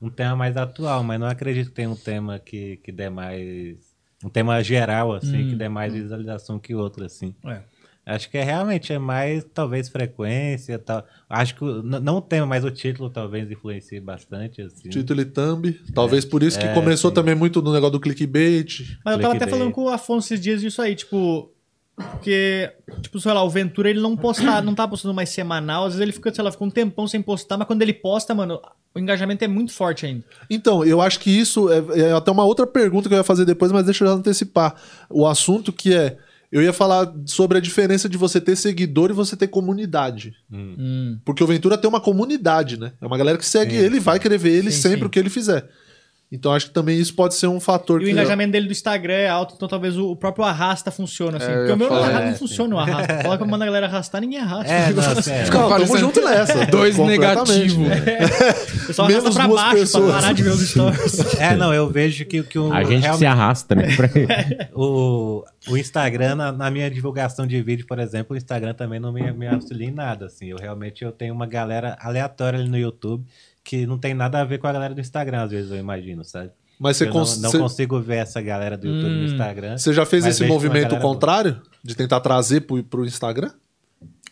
um tema mais atual, mas não acredito que tenha um tema que, que dê mais... Um tema geral, assim, que dê mais visualização que outro, assim. É. Acho que é realmente é mais, talvez, frequência, tal. Acho que o- n- não o tema, mas o título talvez influencie bastante, assim. Título e thumb. É, Talvez por isso que começou também muito no negócio do clickbait. Mas eu tava até Clickbait. falando com o Afonso esses dias disso aí, tipo. Porque, tipo, sei lá, o Ventura ele não posta, não tá postando mais semanal, às vezes ele fica, sei lá, fica um tempão sem postar, mas quando ele posta, mano, o engajamento é muito forte ainda. Então, eu acho que isso é, é até uma outra pergunta que eu ia fazer depois, mas deixa eu já antecipar. O assunto que é. Eu ia falar sobre a diferença de você ter seguidor e você ter comunidade. Hum. Hum. Porque o Ventura tem uma comunidade, né? É uma galera que segue ele e vai querer ver ele Sim, sempre sim. o que ele fizer. Então acho que também isso pode ser um fator E o que. engajamento dele do Instagram é alto, então talvez o o próprio arrasta funciona, assim. É, eu porque ia o meu falar, arra- é, não funciona o arrasta. Fala que eu mando a galera arrastar, ninguém arrasta. É, o não, assim, é. Não, tamo tá Parecendo- junto nessa. Dois completamente. negativo. pessoal arrasta menos pra duas baixo pessoas. pra parar de ver os stories. É, não, eu vejo que, que o A gente que se arrasta, né? pra- o, o Instagram, na, na minha divulgação de vídeo, por exemplo, o Instagram também não me, me auxilia em nada, assim. Eu realmente eu tenho uma galera aleatória ali no YouTube que não tem nada a ver com a galera do Instagram, às vezes eu imagino, sabe? Mas você, eu cons- não, não você- consigo ver essa galera do YouTube no Instagram. você já fez mas esse vejo que uma movimento galera boa. contrário? De tentar trazer pro, pro Instagram?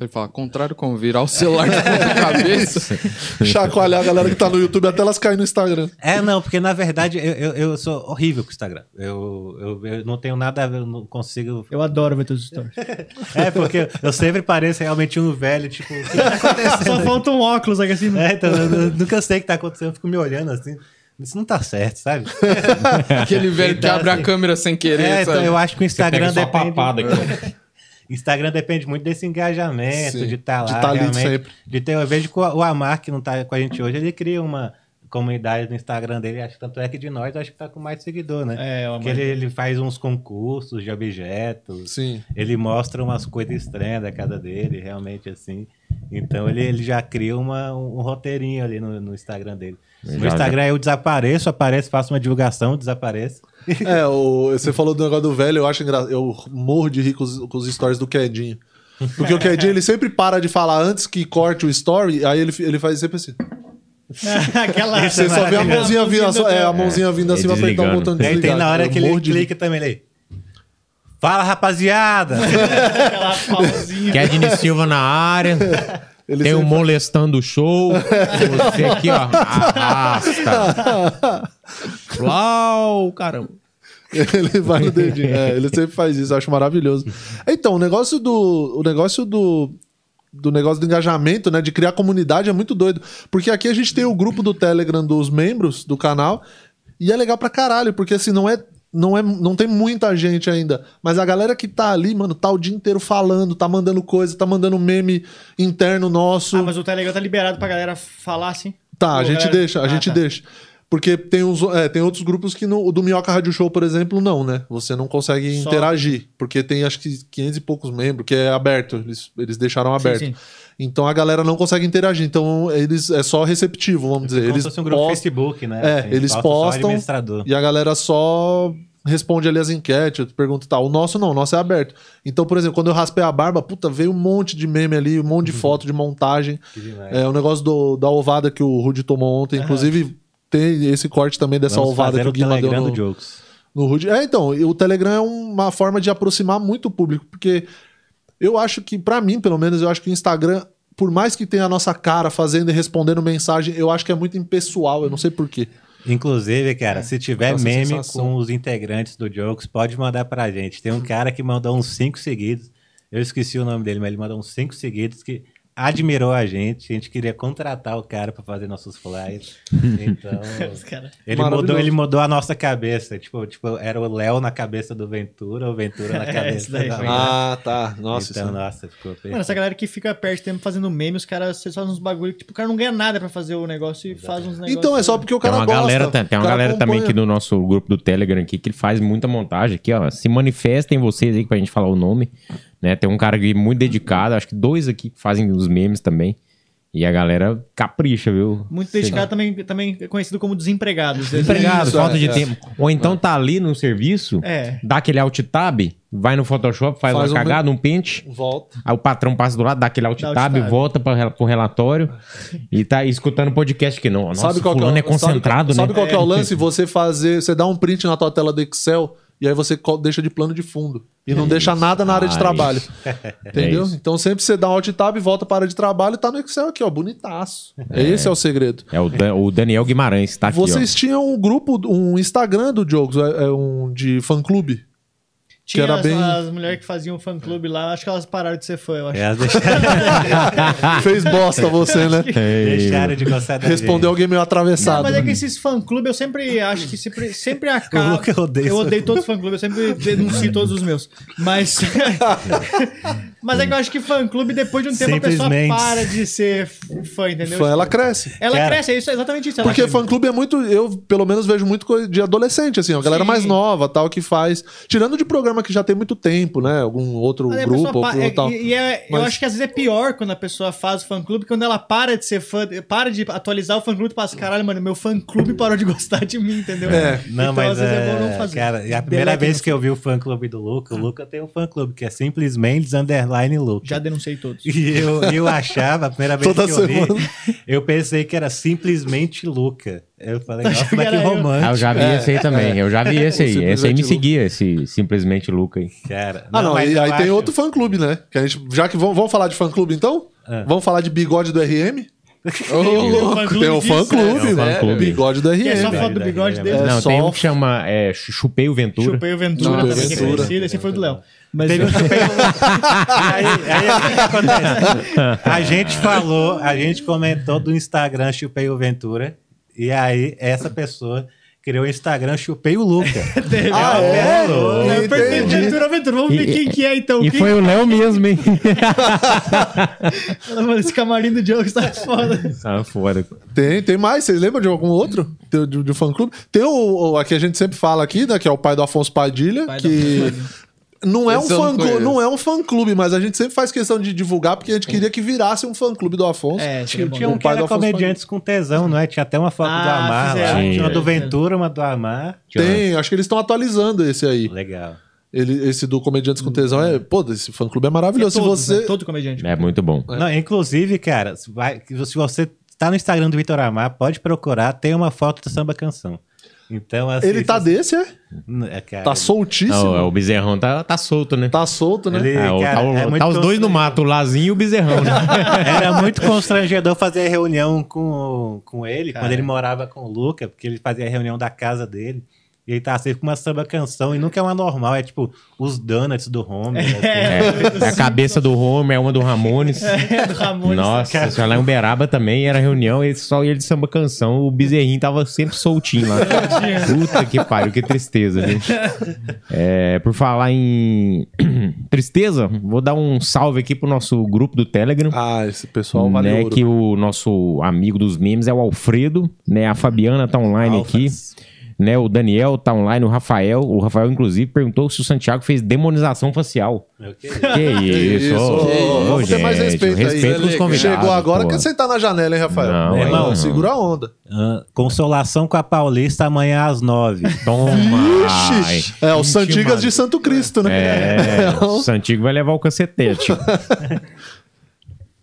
Ele fala, contrário com virar o celular de ponta cabeça. chacoalhar a galera que tá no YouTube até elas caírem no Instagram. É, não, porque na verdade eu, eu, eu sou horrível com o Instagram. Eu, eu, eu não tenho nada a ver, eu não consigo Eu adoro ver teus stories. É, porque eu sempre pareço realmente um velho, tipo, o que tá É, acontecendo? Só falta um óculos aqui assim. É, então, eu, eu nunca sei o que tá acontecendo, eu fico me olhando assim. Isso não tá certo, sabe? Aquele velho que Então, abre a assim, câmera sem querer, É, então sabe? eu acho que o Pega Instagram só a depende. papada aqui. Instagram depende muito desse engajamento, Sim, de estar de lá. tá ali realmente, sempre. De ter, eu vejo que o o Amar, que não tá com a gente hoje, ele cria uma comunidade no Instagram dele. Acho que tanto é que de nós, acho que tá com mais seguidor, né? É, o Amar. Porque ele, ele faz uns concursos de objetos. Sim. Ele mostra umas coisas estranhas da casa dele, realmente assim. Então ele, ele já cria uma, um roteirinho ali no, no Instagram dele. No Já- Instagram é eu desapareço, apareço, faço uma divulgação, desapareço. É, o- você falou do negócio do velho, eu acho engraçado. Eu morro de rir com os, com os stories do Quedinho. Porque o Quedinho, ele sempre para de falar antes que corte o story, aí ele, fi- ele faz sempre assim. Aquela. Você só vê a mãozinha vindo, a, é, a mãozinha vindo assim, É, vai apertar o desligando. botão de E aí tem desligar. na hora Eu que morro ele de rir. clica também ele aí. Fala, rapaziada! Aquela pauzinha. Kedney Silva na área. Ele tem o sempre- Molestando o Show. Você aqui, ó. Arrasta. Flau, caramba. Ele vai no dedinho. É, ele sempre faz isso, eu acho maravilhoso. Então, o negócio do. O negócio do. Do negócio do engajamento, né? De criar comunidade é muito doido. Porque aqui a gente tem o grupo do Telegram dos membros do canal. E é legal pra caralho, porque assim, não é. Não, é, não tem muita gente ainda. Mas a galera que tá ali, mano, tá o dia inteiro falando, tá mandando coisa, tá mandando meme interno nosso. Ah, mas o Telegram tá liberado pra galera falar assim. Tá, a Pô, gente galera- deixa, a Ah, gente tá. deixa. Porque tem, uns, é, tem outros grupos que não, o do Minhoca Rádio Show, por exemplo, não, né? Você não consegue Só- interagir, porque tem acho que 500 e poucos membros, que é aberto, eles, eles deixaram aberto. sim. Então a galera não consegue interagir, então eles é só receptivo, vamos dizer. Como Eles se fosse um grupo postam- Facebook, né? é, Assim, eles posta só o postam administrador. e a galera só responde ali as enquetes, pergunta e tal. O nosso não, o nosso é aberto. Então, por exemplo, quando eu raspei a barba, puta, veio um monte de meme ali, um Uhum. monte de foto, de montagem. É, o negócio do- da ovada que o Rudy tomou ontem, inclusive tem esse corte também dessa É. Vamos ovada fazer que o o Guima deu Telegram no, do Jokes. no Rude. É, então, e o Telegram é uma forma de aproximar muito o público, porque eu acho que, pra mim, pelo menos, eu acho que o Instagram, por mais que tenha a nossa cara fazendo e respondendo mensagem, eu acho que é muito impessoal, eu não sei porquê. Inclusive, cara, É, se tiver Nossa, meme sensação. com os integrantes do Jokes, pode mandar pra gente. Tem um cara que mandou uns cinco seguidos. Eu esqueci o nome dele, mas ele mandou uns cinco seguidos que admirou a gente. A gente queria contratar o cara pra fazer nossos flyers. Então, Os cara- ele mudou, Maravilhoso. ele mudou a nossa cabeça. Tipo, tipo era o Léo na cabeça do Ventura, o Ventura É, na isso cabeça daí da foi. né? Ah, Léo. tá. então, nossa, ficou perfeito. Mano, essa galera que fica perto tempo fazendo meme, os caras vocês fazem uns bagulho que tipo, o cara não ganha nada pra fazer o negócio e faz uns negócios. Então, é só porque o Tem cara uma gosta. galera, ta- tem o uma cara né? galera também aqui acompanha. do nosso grupo do Telegram aqui que faz muita montagem aqui, ó. Se manifestem vocês aí pra gente falar o nome, né? Tem um cara aqui muito dedicado, acho que dois aqui que fazem os memes também. E a galera capricha, viu? é- Muito Sei dedicado lá. também, também é conhecido como desempregados. Desempregado, Isso, falta é, de é. tempo. Ou então tá ali no serviço, É. dá aquele alt tab, vai no Photoshop, faz, Faz uma um- cagada, um pente. Volta. Aí o patrão passa do lado, dá aquele alt Dá alt tab, tab. volta pra, rel- pro relatório e tá escutando podcast que não. Nossa, fulano é concentrado, sabe, né? qual que é o lance? Você fazer, você dá um print na tua tela do Excel e aí você co- deixa de plano de fundo. E não deixa nada na área de É Ah, trabalho. Entendeu? É isso. então sempre você dá um alt tab, volta para a área de trabalho e tá no Excel aqui, ó, bonitaço. Esse é o segredo. É o, Dan- o Daniel Guimarães, tá aqui, ó. Vocês tinham um grupo, um Instagram do Jogos, é, é um de fã clube. Tinha era as, bem- as mulheres que faziam fã clube lá, acho que elas pararam de ser fã, eu acho. Elas deixaram, Fez bosta você, né? deixaram de é, gostar né? da Respondeu alguém meio Não, atravessado. mas é que esses fã-clube eu sempre acho que sempre, sempre acaba. O Luca odeia Eu fã-clube. odeio todos os fã-clube, eu sempre denuncio todos os meus. Mas. mas é que eu acho que fã-clube, depois de um tempo, a pessoa Simplesmente. para de ser fã, entendeu? Fã, ela cresce. Ela Cara, cresce, é isso, é exatamente isso. ela Porque cresce. fã clube é muito, eu pelo menos vejo muito coisa de adolescente, assim, ó, galera Sim. mais nova, tal, que faz. Tirando de programa que já tem muito tempo, né? Algum outro Mas aí a grupo, pessoa ou pa- é- tal. E, e é- eu Mas- acho que às vezes é pior quando a pessoa faz o fã-clube, quando ela para de ser fã, para de atualizar o fã-clube e passa, caralho, mano, meu fã-clube parou de gostar de mim, entendeu? É. Não, Então, mas às vezes, é, é bom não fazer. cara, é a primeira Deletem vez no que eu vi o fã clube do Luca, o Luca tem um fã clube que é simplesmente underline Luca. Já denunciei todos. E eu, eu achava, a primeira vez Toda que eu semana. vi, eu pensei que era simplesmente Luca. Eu falei, nossa, que mas que era eu. Ah, eu romântico, já vi É. esse aí também. Eu já vi esse aí. Esse aí Simplesmente me Luca. seguia, esse simplesmente Luca aí. cara. Ah, não, mas e eu aí tem acho- outro fã clube, né? Que a gente, já que vamos, vamos falar de fã clube então? É. Vamos falar de bigode do RM? um Ô, tem o fã É, é clube, o né? fã-clube. Bigode do RM. Que é só Verdade, foto do verdade, bigode verdade. dele. É, não, só- tem um que chama é, Chu- Chupei o Ventura. Chupei o Ventura, Chupei o também, que é Ventura. conhecido, esse foi do Léo. Mas Teve um chupei aí, aí, o é, que acontece? A gente falou, a gente comentou do Instagram Chupei o Ventura. E aí, essa pessoa criou o Instagram Chupei o Luca. Ah, é? eu perdi Entendi. Ventura, Ventura. Vamos ver E- quem que é então. E quem... foi o Léo mesmo, hein? Mano, esse camarim do Diogo está foda. ah, foda. Tem, tem mais. Vocês lembram de algum outro? Tem, de, de fã clube? Tem o, o a que a gente sempre fala aqui, né? Que é o pai do Afonso Padilha, do que. Não é, um Esse eu não fã clube, conheço. não é um fã clube, mas a gente sempre faz questão de divulgar porque a gente queria que virasse um fã clube do Afonso. É, seria bom. Tinha um O que pai era do Afonso comediantes com tesão, não é? Tinha até uma foto do Ah, Amar lá. fizeram. Tinha uma do Sim. Ventura, uma do Amar. é. Tem, acho que eles estão atualizando esse aí. Legal. Ele, esse do Comediantes com Tesão é. Pô, esse fã clube é maravilhoso. Todos, Se você. né? Todo comediante. É muito bom. Não, inclusive, cara, se, vai- se você tá no Instagram do Vitor Amar, pode procurar, tem uma foto do Samba Canção. Então, assim, Ele tá desse, é? É, cara, Tá soltíssimo. Não, é, o bezerrão tá, tá solto, né? Tá solto, né? Ele- Ah, o- cara, tá o- é muito tá os dois constrangedor. no mato, o Lazinho e o bezerrão, né? Era muito constrangedor fazer reunião com, com ele, quando ele morava com o Luca, porque ele fazia a reunião da casa dele. E ele tava sempre com uma samba canção, e nunca é uma normal, é tipo os donuts do Homer. assim. É, é a cabeça do Homer, é uma do Ramones. É, do Ramones. Nossa, senhora, lá em Uberaba também era reunião, ele só ia de samba canção, o bezerrinho tava sempre soltinho lá. Puta que pariu, que tristeza, gente. É, por falar em tristeza, vou dar um salve aqui pro nosso grupo do Telegram. Ah, esse pessoal vale né, ouro. que o nosso amigo dos memes é o Alfredo, né? A Fabiana tá online Alphas. aqui. Né, o Daniel tá online, o Rafael. O Rafael, inclusive, perguntou se o Santiago fez demonização facial. Meu querido. Que isso, isso, ô, ô, ô, vamos ter mais gente, respeito aí. né, respeito os convidados. Chegou agora, pô. quer sentar na janela, hein, Rafael? Não, Meu irmão, não. segura a onda. Ah, Consolação com a Paulista amanhã às nove. Toma! Ai. Ixi, é, o Santigas de Santo Cristo, né? É, Não. o Santiago vai levar o cacetete.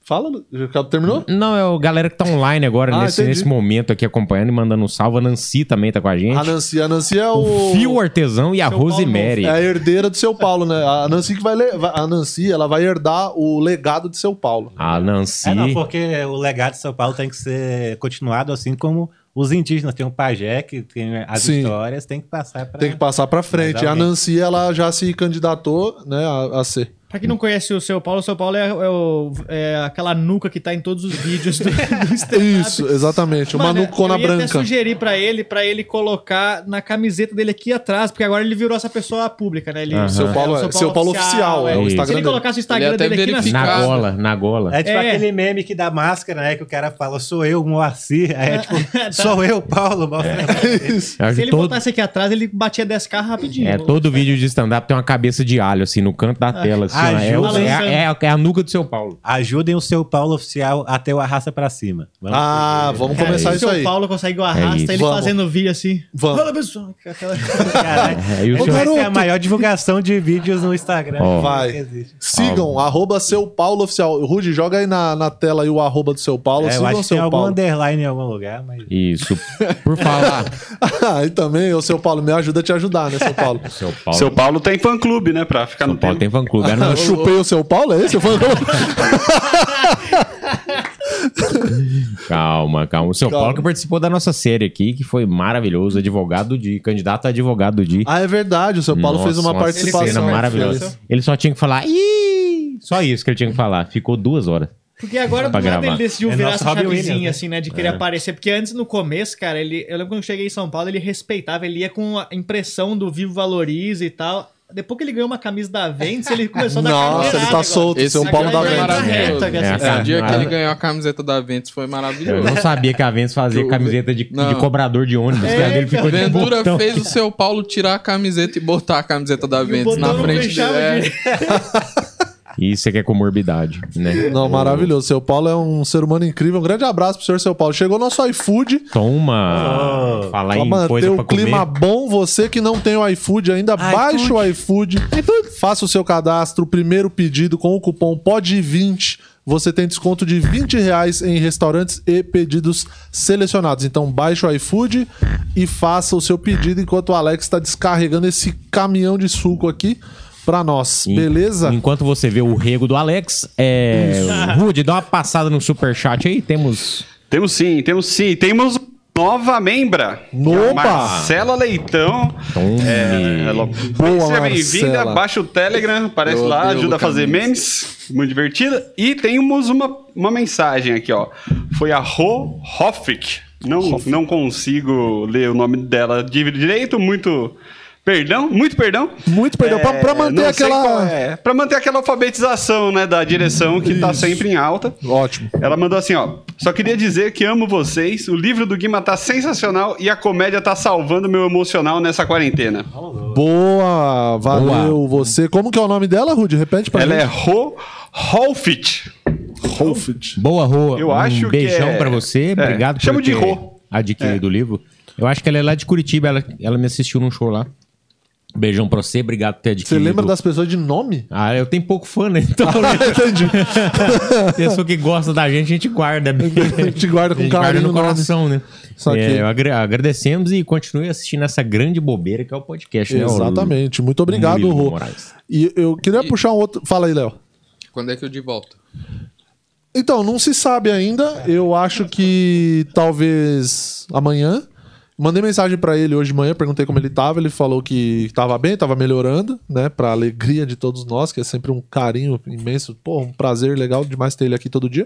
Fala, Lu- já terminou? Não, é o galera que tá online agora, Ah, nesse, entendi. nesse momento aqui, acompanhando e mandando um salve. A Nancy também tá com a gente. A Nancy, a Nancy é o... o Fio Artesão e a Seu Paulo Rosemary. É a herdeira de São Paulo, né? A Nancy, que vai le- vai- a Nancy ela vai herdar o legado de São Paulo. A Nancy. É, não, porque o legado de São Paulo tem que ser continuado assim como os indígenas. Tem o pajé, que tem as Sim. histórias, tem que passar pra... Tem que passar pra frente. Mas E a alguém- Nancy, ela já se candidatou, né, a, a ser. Pra quem não conhece o São Paulo, o São Paulo é, é o- é aquela nuca que tá em todos os vídeos do, do stand-up. Isso, exatamente. Uma Mano, nucona eu ia até branca. sugerir pra ele, pra ele colocar na camiseta dele aqui atrás, porque agora ele virou essa pessoa pública, né? Ele, Aham. Seu Paulo é- Seu Paulo oficial, é, o Instagram Se ele dele. colocasse o Instagram Ele até dele aqui na verifica. Na Cara. gola, na gola. É tipo É. aquele meme que dá máscara, né? Que o cara fala, sou eu, Moacir. Aí é tipo, sou eu, Paulo. mostra pra mim. Eu acho Se que ele todo, botasse aqui atrás, ele batia 10 carros assim, rapidinho. é, todo vídeo de stand-up tem uma cabeça de alho, assim, no canto Ah, da tela. Assim, ó, é, o- tá ajuda. é, a- é a- é a nuca do seu Paulo. Ajudem o seu Paulo oficial a ter o arrasta pra cima. Vamos Ah, vamos É, Cara, começar É, se isso o aí. Paulo consegue o arrasta, isso. ele Vamos. fazendo vídeo assim. Vamos. Fala, pessoal. Aquela- Cara, É, e o né? Essa seu- vai ser a maior divulgação de vídeos no Instagram. Ó. Vai. Que existe. Sigam, arroba seu Paulo oficial. Rude, joga aí na, na tela aí o arroba do seu Paulo. É, eu Sigam acho o que tem seu algum Paulo. underline em algum lugar, mas... Isso. Por falar. Ah, e também, o seu Paulo, me ajuda a te ajudar, né, seu Paulo? Seu Paulo, Seu Paulo tem fã-clube, né? Pra ficar São no Paulo tempo. tem fã clube. É Era Eu uma chupei o seu Paulo, é esse? Eu falo- Calma, calma. O seu Calma. Paulo que participou da nossa série aqui, que foi maravilhoso, advogado de. candidato a advogado de. Ah, é verdade, o seu Paulo Nossa, é fez uma Ele participação. cena maravilhosa. Ele só tinha que falar. Ih! Só isso que ele tinha que falar. Ficou duas horas. Porque agora do Pra nada gravar. É. ele decidiu É virar nosso essa Robin Williams, chavezinha, né? assim, né? De querer aparecer. Porque antes, no começo, cara, ele. Eu lembro quando eu cheguei em São Paulo, ele respeitava, ele ia com a impressão do Vivo Valoriza e tal. Depois que ele ganhou uma camisa da Ventes, ele começou a dar Nossa, ele tá solto, o Esse seu Paulo Paulo da foi Ventes. Venda. maravilhoso. É, é, Esse cara, dia que cara. ele ganhou a camiseta da Ventus foi Eu maravilhoso. não sabia que a Vence fazia Eu- camiseta de, de Não. cobrador de ônibus. cara. Ele ficou de Ventura botão. fez o seu Paulo tirar a camiseta e botar a camiseta da Ventus botão na não frente fechava dele. Isso é que é comorbidade, né? Não, maravilhoso. Seu Paulo é um ser humano incrível. Um grande abraço pro senhor, seu Paulo. Chegou nosso iFood. Toma! Ah. falar Pra em manter coisa pra o um clima comer. bom, você que não tem o iFood ainda, baixa o iFood, faça o seu cadastro, primeiro pedido com o cupom POD20. Você tem desconto de 20 reais em restaurantes e pedidos selecionados. Então baixa o iFood e faça o seu pedido enquanto o Alex está descarregando esse caminhão de suco aqui pra nós. Em- Beleza? Enquanto você vê o rego do Alex, é... Rude, dá uma passada no superchat aí. Temos Temos sim, temos sim. Temos nova membra. Opa! Marcela Leitão. Tome. É, ela- Boa, Seja bem-vinda. Marcela. Baixa o Telegram, aparece Eu lá, odeio ajuda a Luca fazer memes. Muito divertida. E temos uma, uma mensagem aqui, ó. Foi a Ro Hoffick. Não, não consigo ler o nome dela de direito, muito. Perdão, muito perdão. Muito perdão. Pra- pra manter não sei aquela- qual É, pra manter aquela alfabetização, né, da direção que tá sempre em alta. Ótimo. Ela mandou assim, ó. Só queria dizer que amo vocês. O livro do Guima tá sensacional e a comédia tá salvando meu emocional nessa quarentena. Boa, valeu você. Como que é o nome dela, Rude? Repete pra Ela é mim. Ro Holfit. é Rolfit. Boa, Rô. Eu um acho que beijão é- pra você. é, Obrigado chamo por de ter Rô. é adquirido o livro. Eu acho que ela é lá de Curitiba. Ela, ela me assistiu num show lá. Beijão pra você, obrigado por ter Você adquirido. lembra das pessoas de nome? Ah, eu tenho pouco fã, né? Então, né? Ah, Entendi. pessoa que gosta da gente, a gente guarda. bem. A gente guarda com A gente guarda carinho no o nome. coração, né? Só que- É, eu agra- agradecemos e continue assistindo essa grande bobeira que é o podcast, né? Exatamente. Muito obrigado, Murilo Rô. Moraes. E eu queria puxar um outro. Fala aí, Léo. Quando é que eu de volta? Então, não se sabe ainda. Eu acho que talvez amanhã. Mandei mensagem pra ele hoje de manhã, perguntei como ele tava. Ele falou que tava bem, tava melhorando, né? Pra alegria de todos nós, que é sempre um carinho imenso. Pô, um prazer legal demais ter ele aqui todo dia.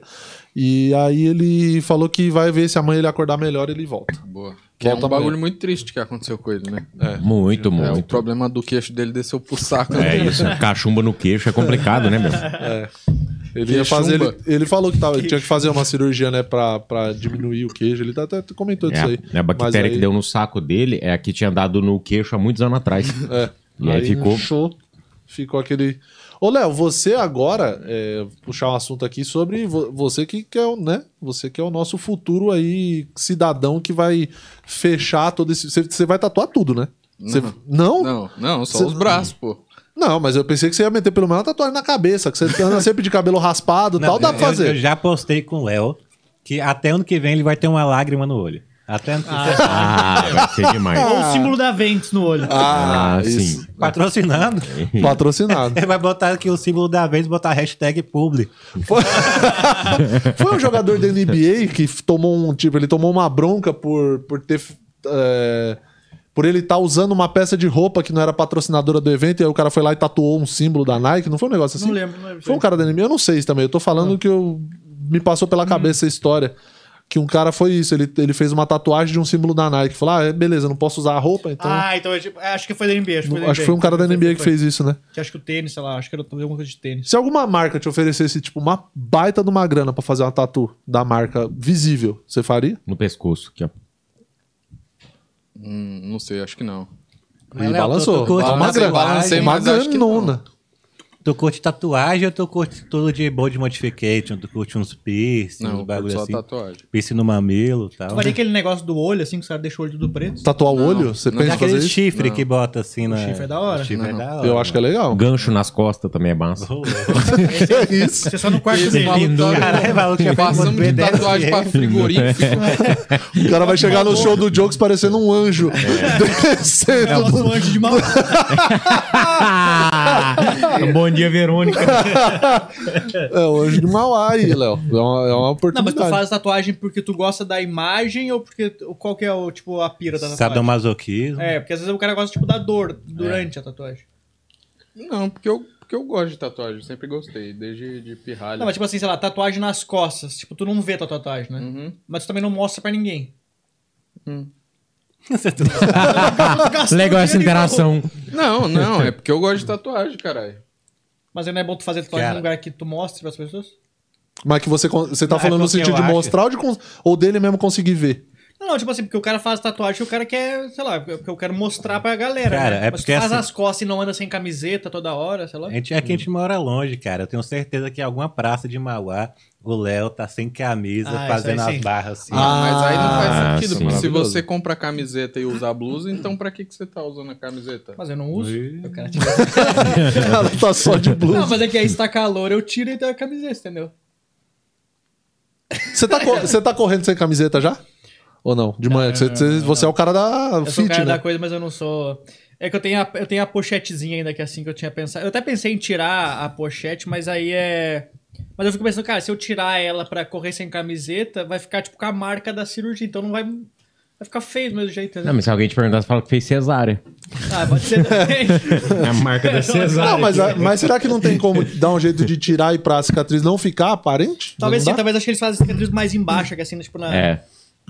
E aí ele falou que vai ver se amanhã ele acordar melhor ele volta. Boa. Que é um Volta bagulho amanhã. muito triste que aconteceu com ele, né? Ó, Muito, É, o muito. problema do queixo dele desceu pro saco. É isso, cachumba no queixo é complicado, né, meu? Ele ia Que fazer. Ele, chumba. ele falou que tava, tinha que fazer uma cirurgia, né? Pra, pra diminuir o queijo. Ele tá até comentou É, disso aí. a- é a bactéria Mas que aí- deu no saco dele é a que tinha dado no queixo há muitos anos atrás. É. E aí ficou- inchou, ficou aquele. Ô, Léo, você agora, é, puxar um assunto aqui sobre vo- você que, que é o, né? Você que é o nosso futuro aí, cidadão que vai fechar todo esse. Você, você vai tatuar tudo, né? Você- não? não? Não, não, só Cê- os braços, pô. mas eu pensei que você ia meter pelo menos uma tatuagem na cabeça, que você anda sempre de cabelo raspado e Não, tal, Então dá pra eu- fazer. Eu já postei com o Léo que até ano que vem ele vai ter uma lágrima no olho. Até ano que vem. Ah, vai ser demais. Ou o símbolo da Ventes no olho. Ah, isso. sim. Patrocinando. Patrocinado. Ele vai botar aqui o símbolo da vez, botar a hashtag publi. Foi... Foi um jogador da NBA que f- tomou um tipo, ele tomou uma bronca por, por ter. f- é, por ele estar usando uma peça de roupa que não era patrocinadora do evento, e aí o cara foi lá e tatuou um símbolo da Nike, não foi um negócio assim? Não lembro, não lembro. Foi um cara da NBA, eu não sei isso também. Eu tô falando que eu, me passou pela cabeça a história. Que um cara foi isso, ele, ele fez uma tatuagem de um símbolo da Nike. Falou: ah, é, beleza, não posso usar a roupa, então. Ah, então é tipo- acho que foi da NBA. Acho, não- da acho que foi um cara da NBA que fez isso, né? Que acho que o tênis, sei lá, acho que era alguma coisa de tênis. Se alguma marca te oferecesse, tipo, uma baita de uma grana pra fazer uma tatu da marca visível, você faria? No pescoço. Aqui, ó. Hum, não sei, acho que não. Mas, Ele Léo, balançou. tu- tu curte uma Balancei, grana. balancei, uma mas acho que granona. Tu curte tatuagem ou tu curte tudo de body modification? Tu curte uns piercing, Não, uns bagulho só assim? tatuagem. Piercing no mamilo e tal. né? Faria né? aquele negócio do olho, assim, que o cara deixa o olho tudo preto. Tatuar o olho? Você não. pensa em fazer Aquele isso? chifre que bota assim na... chifre é da hora. O chifre é da hora. Eu acho que é legal. Gancho nas costas também é massa. É isso. Você só no quarto dele. Pendura. é Caralho, maluco, já fez umas tá- Passamos de né? BDSM. tatuagem pra frigorífico. O cara vai chegar no show do Jokes parecendo um anjo. É Descendo. o anjo de mal. Bom dia, Verônica. É o anjo de Mauá aí, Léo. É uma, é uma Não, mas oportunidade. tu faz tatuagem porque tu gosta da imagem ou porque. tu- Qual que é o, tipo, a pira da tatuagem? Sadomasoquismo. É, porque às vezes o cara gosta, tipo, da dor É. durante a tatuagem. Não, porque eu, porque eu gosto de tatuagem, sempre gostei, desde de pirralha. Não, mas tipo assim, sei lá, tatuagem nas costas. Tipo, tu não vê tua tatuagem, né? Uhum. Mas tu também não mostra pra ninguém. Legal essa interação. Não, não, é porque eu gosto de tatuagem, caralho. Mas aí não é bom tu fazer tatuagem Cara. num lugar que tu mostre pras pessoas? Mas que você, con- você tá Não, é falando no porque sentido eu de acho. mostrar ou, de cons- ou dele mesmo conseguir ver? Não, não, tipo assim, porque o cara faz tatuagem e o cara quer, sei lá, porque eu quero mostrar pra galera. Cara, né? é Mas tu porque faz assim- as costas e não anda sem camiseta toda hora, sei lá. A gente, é que a gente mora longe, cara. Eu tenho certeza que em alguma praça de Mauá, o Léo tá sem camisa, Ah, isso fazendo aí as sim. barras assim. Ah, mas aí não Ah, faz sentido, sim. porque se Maravilhoso. você compra a camiseta e usa a blusa, então pra que, que você tá usando a camiseta? Mas eu não uso. Eu quero te- Ela tá só de Não, blusa. mas é que aí está calor, eu tiro e tenho a camiseta, entendeu? Você tá, co- você tá correndo sem camiseta já? Ou não? De manhã? que você, você- você é o cara da Eu sou o fit, cara né? da coisa, mas eu não sou. É que eu tenho, a, eu tenho a pochetezinha ainda que é assim que eu tinha pensado. Eu até pensei em tirar a pochete, mas aí é. Mas eu fico pensando, cara, se eu tirar ela pra correr sem camiseta, vai ficar tipo com a marca da cirurgia, então não vai. Vai ficar feio do mesmo jeito, né? Não, mas se alguém te perguntar, você fala que fez cesárea. Ah, pode ser também. É a marca da cesárea. Não, mas, mas será que não tem como dar um jeito de tirar e pra cicatriz não ficar aparente? talvez Não sim, dá? talvez acho que eles fazem cicatriz mais embaixo, que assim, né, tipo na.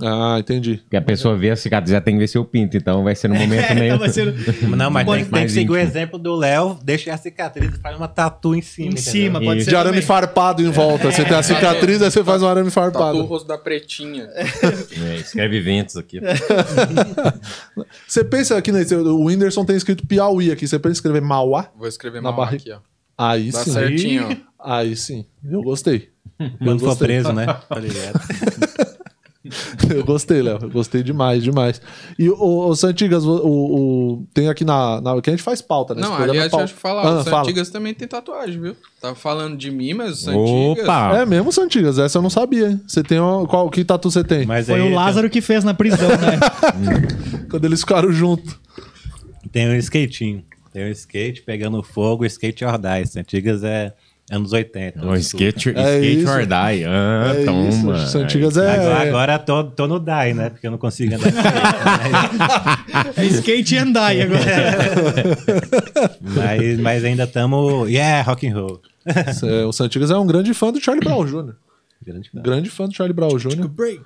É, Ah, entendi. porque a pessoa vê a cicatriz, já tem que ver seu pinto, então vai ser no momento É, meio... então vai ser Não, Pode- né? mas tem, que- tem que mais seguir o íntimo. exemplo do Léo, deixa a cicatriz e faz uma tatu em cima. em entendeu? cima, pode E- ser. De arame também. farpado em volta. Você É. tem a cicatriz, aí você faz um arame Tatu o farpado. rosto da pretinha. É, escreve ventos aqui. Você pensa aqui, né? O Whindersson tem escrito Piauí aqui. Você pensa em escrever Mauá? Vou escrever Na mal barriga. aqui, ó. Aí Dá sim. Tá certinho, ó. Aí sim. Eu gostei. Quando for gostei. preso, né? Tá ligado? Eu gostei, Léo. Eu gostei demais, demais. E o, o Santigas, o, o- o- tem aqui na, na. Que a gente faz pauta, né? Esse Não, programa é aliás, pauta. deixa eu falar, Ah, o fala. Santigas também tem tatuagem, viu? Tava falando de mim, mas o Santigas... Opa! É mesmo, Santigas? Essa eu não sabia. hein? Você tem uma, qual que tatu você tem? Mas é Foi aí o Lázaro que fez na prisão, né? Quando eles ficaram juntos. Tem, tem um skatinho. Tem um skate pegando fogo, skate or die. Antigas é anos 80. O um skate, É skate isso. or die. Ah, é toma. isso. Santigas é. Agora, agora tô, tô no die, né? Porque eu não consigo andar de skate. É skate and die agora. mas, mas ainda tamo... Yeah, rock and roll. é, o Santigas é um grande fã do Charlie Brown Jr. Grande Grande fã do Charlie Tipo, Brown Jr. Break.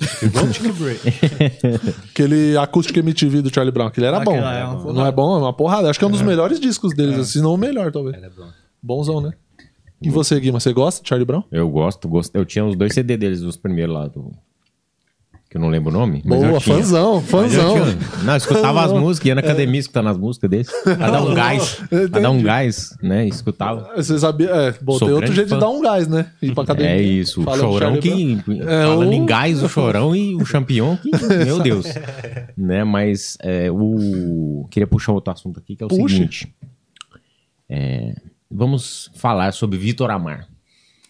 Aquele acústico MTV do Charlie Brown, aquele era Aquele bom. lá é uma não é bom, é uma porrada. Acho que é um dos melhores discos É. deles, assim, se não o melhor, talvez. Bonzão, né? E você, Guima, você gosta de Charlie Brown? Eu gosto, gosto. Eu tinha os dois CD deles, os primeiros lá do. Que eu não lembro o nome. mas eu Boa, tinha. fãzão, Mas eu fãzão. tinha- Não, eu escutava as músicas, ia na academia escutando as músicas deles. Pra dar um gás. Pra dar um gás, né? Escutava. Você sabia. É, bom, Sou tem outro grande jeito fã. de dar um gás, né? Ir pra academia. É isso, o Fala do chorão Charlie que. Brown. É, falando o- em gás, o chorão e o champion, que, meu Deus. né, mas é, o. Queria puxar outro assunto aqui, que é o Puxa. seguinte. É, vamos falar sobre Vitor Amar.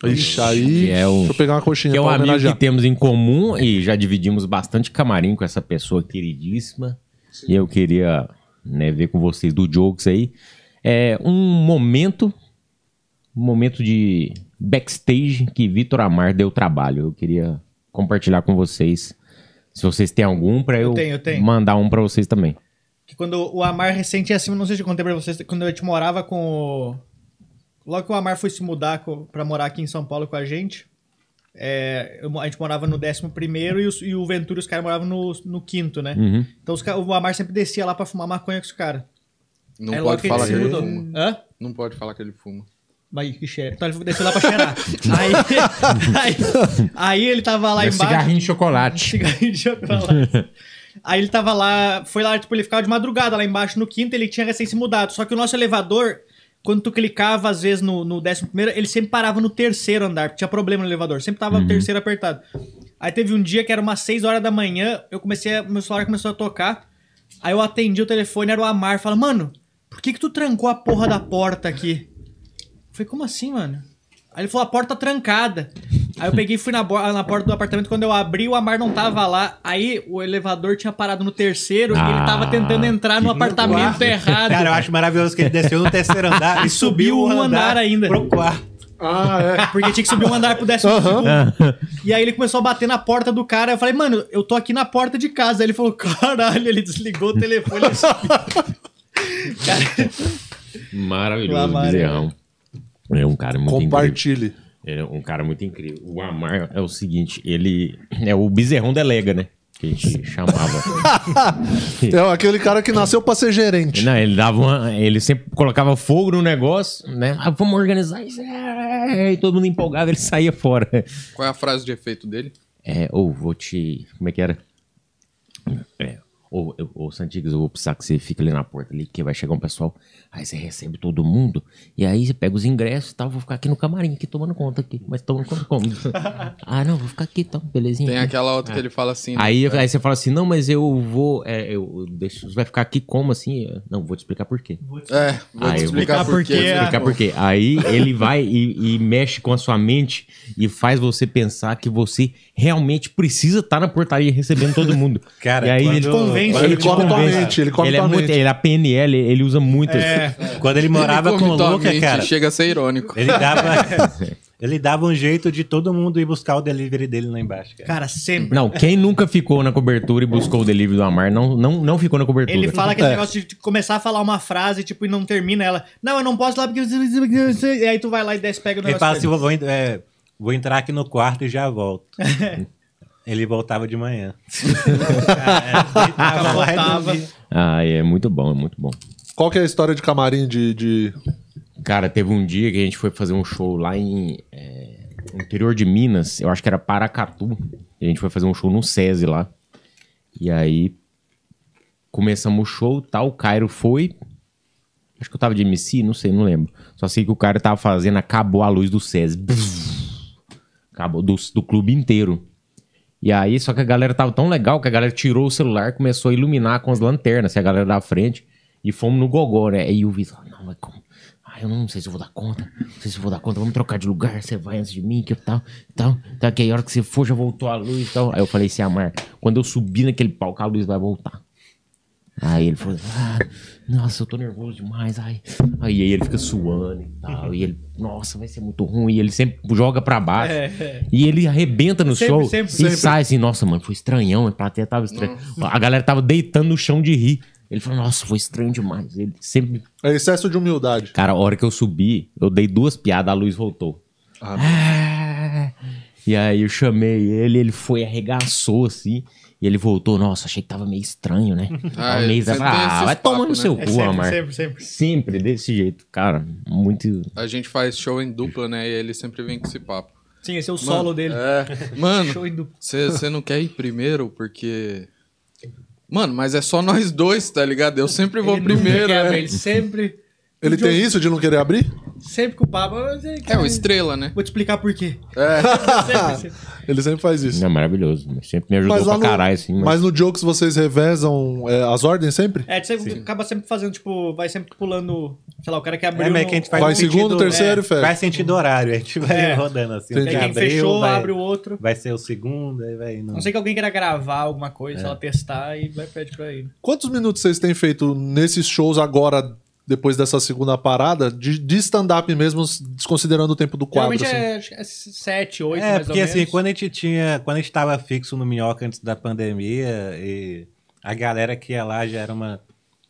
Ixi, aí. Que é o- Deixa eu pegar uma coxinha Que é um pra amigo que homenagear. temos em comum e já dividimos bastante camarim com essa pessoa queridíssima. E eu queria né, ver com vocês do Jokes aí. É um momento, um momento de backstage que Vitor Amar deu trabalho. Eu queria compartilhar com vocês. Se vocês têm algum, pra eu, tenho, eu tenho. mandar um pra vocês também. Que quando o Amar recente acima, não sei se eu contei pra vocês, quando a gente morava com o. Logo que o Amar foi se mudar co- pra morar aqui em São Paulo com a gente, é, eu mo- a gente morava no 11 primeiro e, os- e o Ventura e os caras moravam no, no quinto, né? Então os ca- o Amar sempre descia lá pra fumar maconha com os caras. Não Aí É logo pode que ele falar se que ele mudou. fuma. Hã? Não pode falar que ele fuma. Mas que cheiro. Então ele desceu lá pra cheirar. aí, aí, aí ele tava lá É embaixo. É cigarrinho de chocolate. Cigarrinho de chocolate. Aí ele tava lá, foi lá, tipo, ele ficava de madrugada lá embaixo no quinto, ele tinha recém se mudado. Só que o nosso elevador, quando tu clicava, às vezes, no, no décimo primeiro, ele sempre parava no terceiro andar, porque tinha problema no elevador. Sempre Uhum. tava no terceiro apertado. Aí teve um dia que era umas 6 horas da manhã, eu comecei, a- meu celular começou a tocar. Aí eu atendi o telefone, era o Amar, fala, mano, por que que tu trancou a porra da porta aqui? Eu falei, como assim, mano? Aí ele falou, a porta tá trancada. Aí eu peguei e fui na, bo- na porta do apartamento. Quando eu abri, o Amar não tava lá. Aí o elevador tinha parado no terceiro e ele tava Ah, tentando entrar no apartamento errado. Cara, eu acho maravilhoso que ele desceu no terceiro andar E subiu um andar ainda. pro quarto. Ah, é. Porque tinha que subir um andar pro décimo segundo. E aí ele começou a bater na porta do cara. Eu falei, mano, eu tô aqui na porta de casa. Aí ele falou, caralho, ele desligou o telefone. assim. ele subiu. Cara, O Maravilhoso, Amar é- Bezerrão. É um cara é. muito incrível. Compartilhe. Ele é um cara muito incrível. O Amar é o seguinte, ele é o bezerrão delega, né? Que a gente chamava. É aquele cara que nasceu pra ser gerente. Não, ele dava uma- ele sempre colocava fogo no negócio, né? Ah, vamos organizar isso. É, E todo mundo empolgado, ele saía fora. Qual é a frase de efeito dele? É, ou vou te, como é que era? É, ou eu- ou Santigas, eu vou precisar que você fique ali na porta ali, que vai chegar um pessoal. Aí você recebe todo mundo e aí você pega os ingressos e tal, vou ficar aqui no camarim aqui tomando conta aqui, mas tomando conta como? ah, não, vou ficar aqui então, belezinha. Tem aquela É. outra que ele fala assim... né? Aí, aí você fala assim, não, mas eu vou. é, eu deixo, você vai ficar aqui como assim? Não, vou te explicar por quê. Vou É, vou Ah, eu te vou explicar por porque- quê. né? explicar por quê. Aí ele vai e, e mexe com a sua mente e faz você pensar que você realmente precisa estar na portaria recebendo todo mundo. Cara, e aí quando- ele convence, ele ele te come tua convence. mente, ele come ele é tua muito, mente. ele, A PNL, ele usa muito. Quando ele morava Ele com o come tua Luca, mente, cara, Chega a ser irônico. ele dava, ele dava um jeito de todo mundo ir buscar o delivery dele lá embaixo, cara. cara sempre. Não, quem nunca ficou na cobertura e buscou o delivery do Amar, não, não, não ficou na cobertura. Ele fala aquele negócio de começar a falar uma frase, tipo, e não termina ela. Não, eu não posso lá porque... E aí tu vai lá e desce, pega o Ele negócio. fala assim, dele. vou, vou en- é, vou entrar aqui no quarto e já volto. ele voltava de manhã. Cara, deitava lá e Voltava. dormia. Ah, é muito bom, é muito bom. Qual que é a história de camarim de. de... Cara, teve um dia que a gente foi fazer um show lá em é, interior de Minas, eu acho que era Paracatu. A gente foi fazer um show no SESI lá. E aí começamos o show, tal, o Cairo foi. Acho que eu tava de MC, não sei, não lembro. Só sei que o cara tava fazendo, acabou a luz do SESI. Acabou do, do clube inteiro. E aí, só que a galera tava tão legal que a galera tirou o celular e começou a iluminar com as lanternas, assim, a galera da frente. E fomos no gogó, né? E o Vitor, não, mas como? Ah, eu não sei se eu vou dar conta. Não sei se eu vou dar conta. Vamos trocar de lugar. Você vai antes de mim, que eu tal, tal. Tá que aí a hora que você for, já voltou a luz e tal. Aí eu falei assim, Amar, quando eu subir naquele palco, a luz vai voltar. Aí ele falou, ah, nossa, eu tô nervoso demais, ai. Aí ele fica suando e tal, e ele, nossa, vai ser muito ruim, e ele sempre joga pra baixo. E ele arrebenta no É. Sempre, show sempre, e sempre. sai assim, nossa, mano, foi estranhão, a plateia tava estranha. A galera tava deitando no chão de rir. Ele falou, nossa, foi estranho demais. Ele sempre... É excesso de humildade. Cara, a hora que eu subi, eu dei duas piadas, a luz voltou. Ah. E aí eu chamei ele, ele foi, arregaçou assim. E ele voltou, nossa, achei que tava meio estranho, né? Ah, Tava meio sempre estranho. tem Ah, esses vai tomar papos, no né? seu É cu, sempre, Amar. sempre, sempre. Sempre desse jeito, cara. Muito. A gente faz show em dupla, né? E ele sempre vem com esse papo. Sim, esse é o solo dele. É. Mano, Show em dupla. você não quer ir primeiro porque. Mano, mas é só nós dois, tá ligado? Eu sempre vou Ele nunca primeiro. quebra, é. Ele sempre, um Ele tem isso de não querer abrir? sempre com o papo. mas É o estrela, né? Vou te explicar por quê. Sempre, sempre. Ele sempre faz isso. É maravilhoso. Sempre me ajudou pra no, caralho, assim. Mas... mas no Jokes vocês revezam é, as ordens sempre? É, você acaba sempre fazendo, tipo, vai sempre pulando, sei lá, o cara que abriu. um É, mas no- que a gente faz Vai no sentido- segundo, terceiro, é, fecha. Vai sentido horário, a gente vai É. rodando assim. Entendi. Aí quem abriu, fechou, vai, abre o outro. vai ser o segundo, aí vai... Não sei que alguém queira gravar alguma É. coisa, ela testar e vai pede pra ele. Quantos minutos vocês têm feito nesses shows agora, depois dessa segunda parada, de, de stand-up mesmo, desconsiderando o tempo do quadro? Geralmente assim? é, acho que é 7, 8, É, mais porque ou menos. assim, quando a gente tinha. Quando a gente tava fixo no minhoca antes da pandemia, e a galera que ia lá já era uma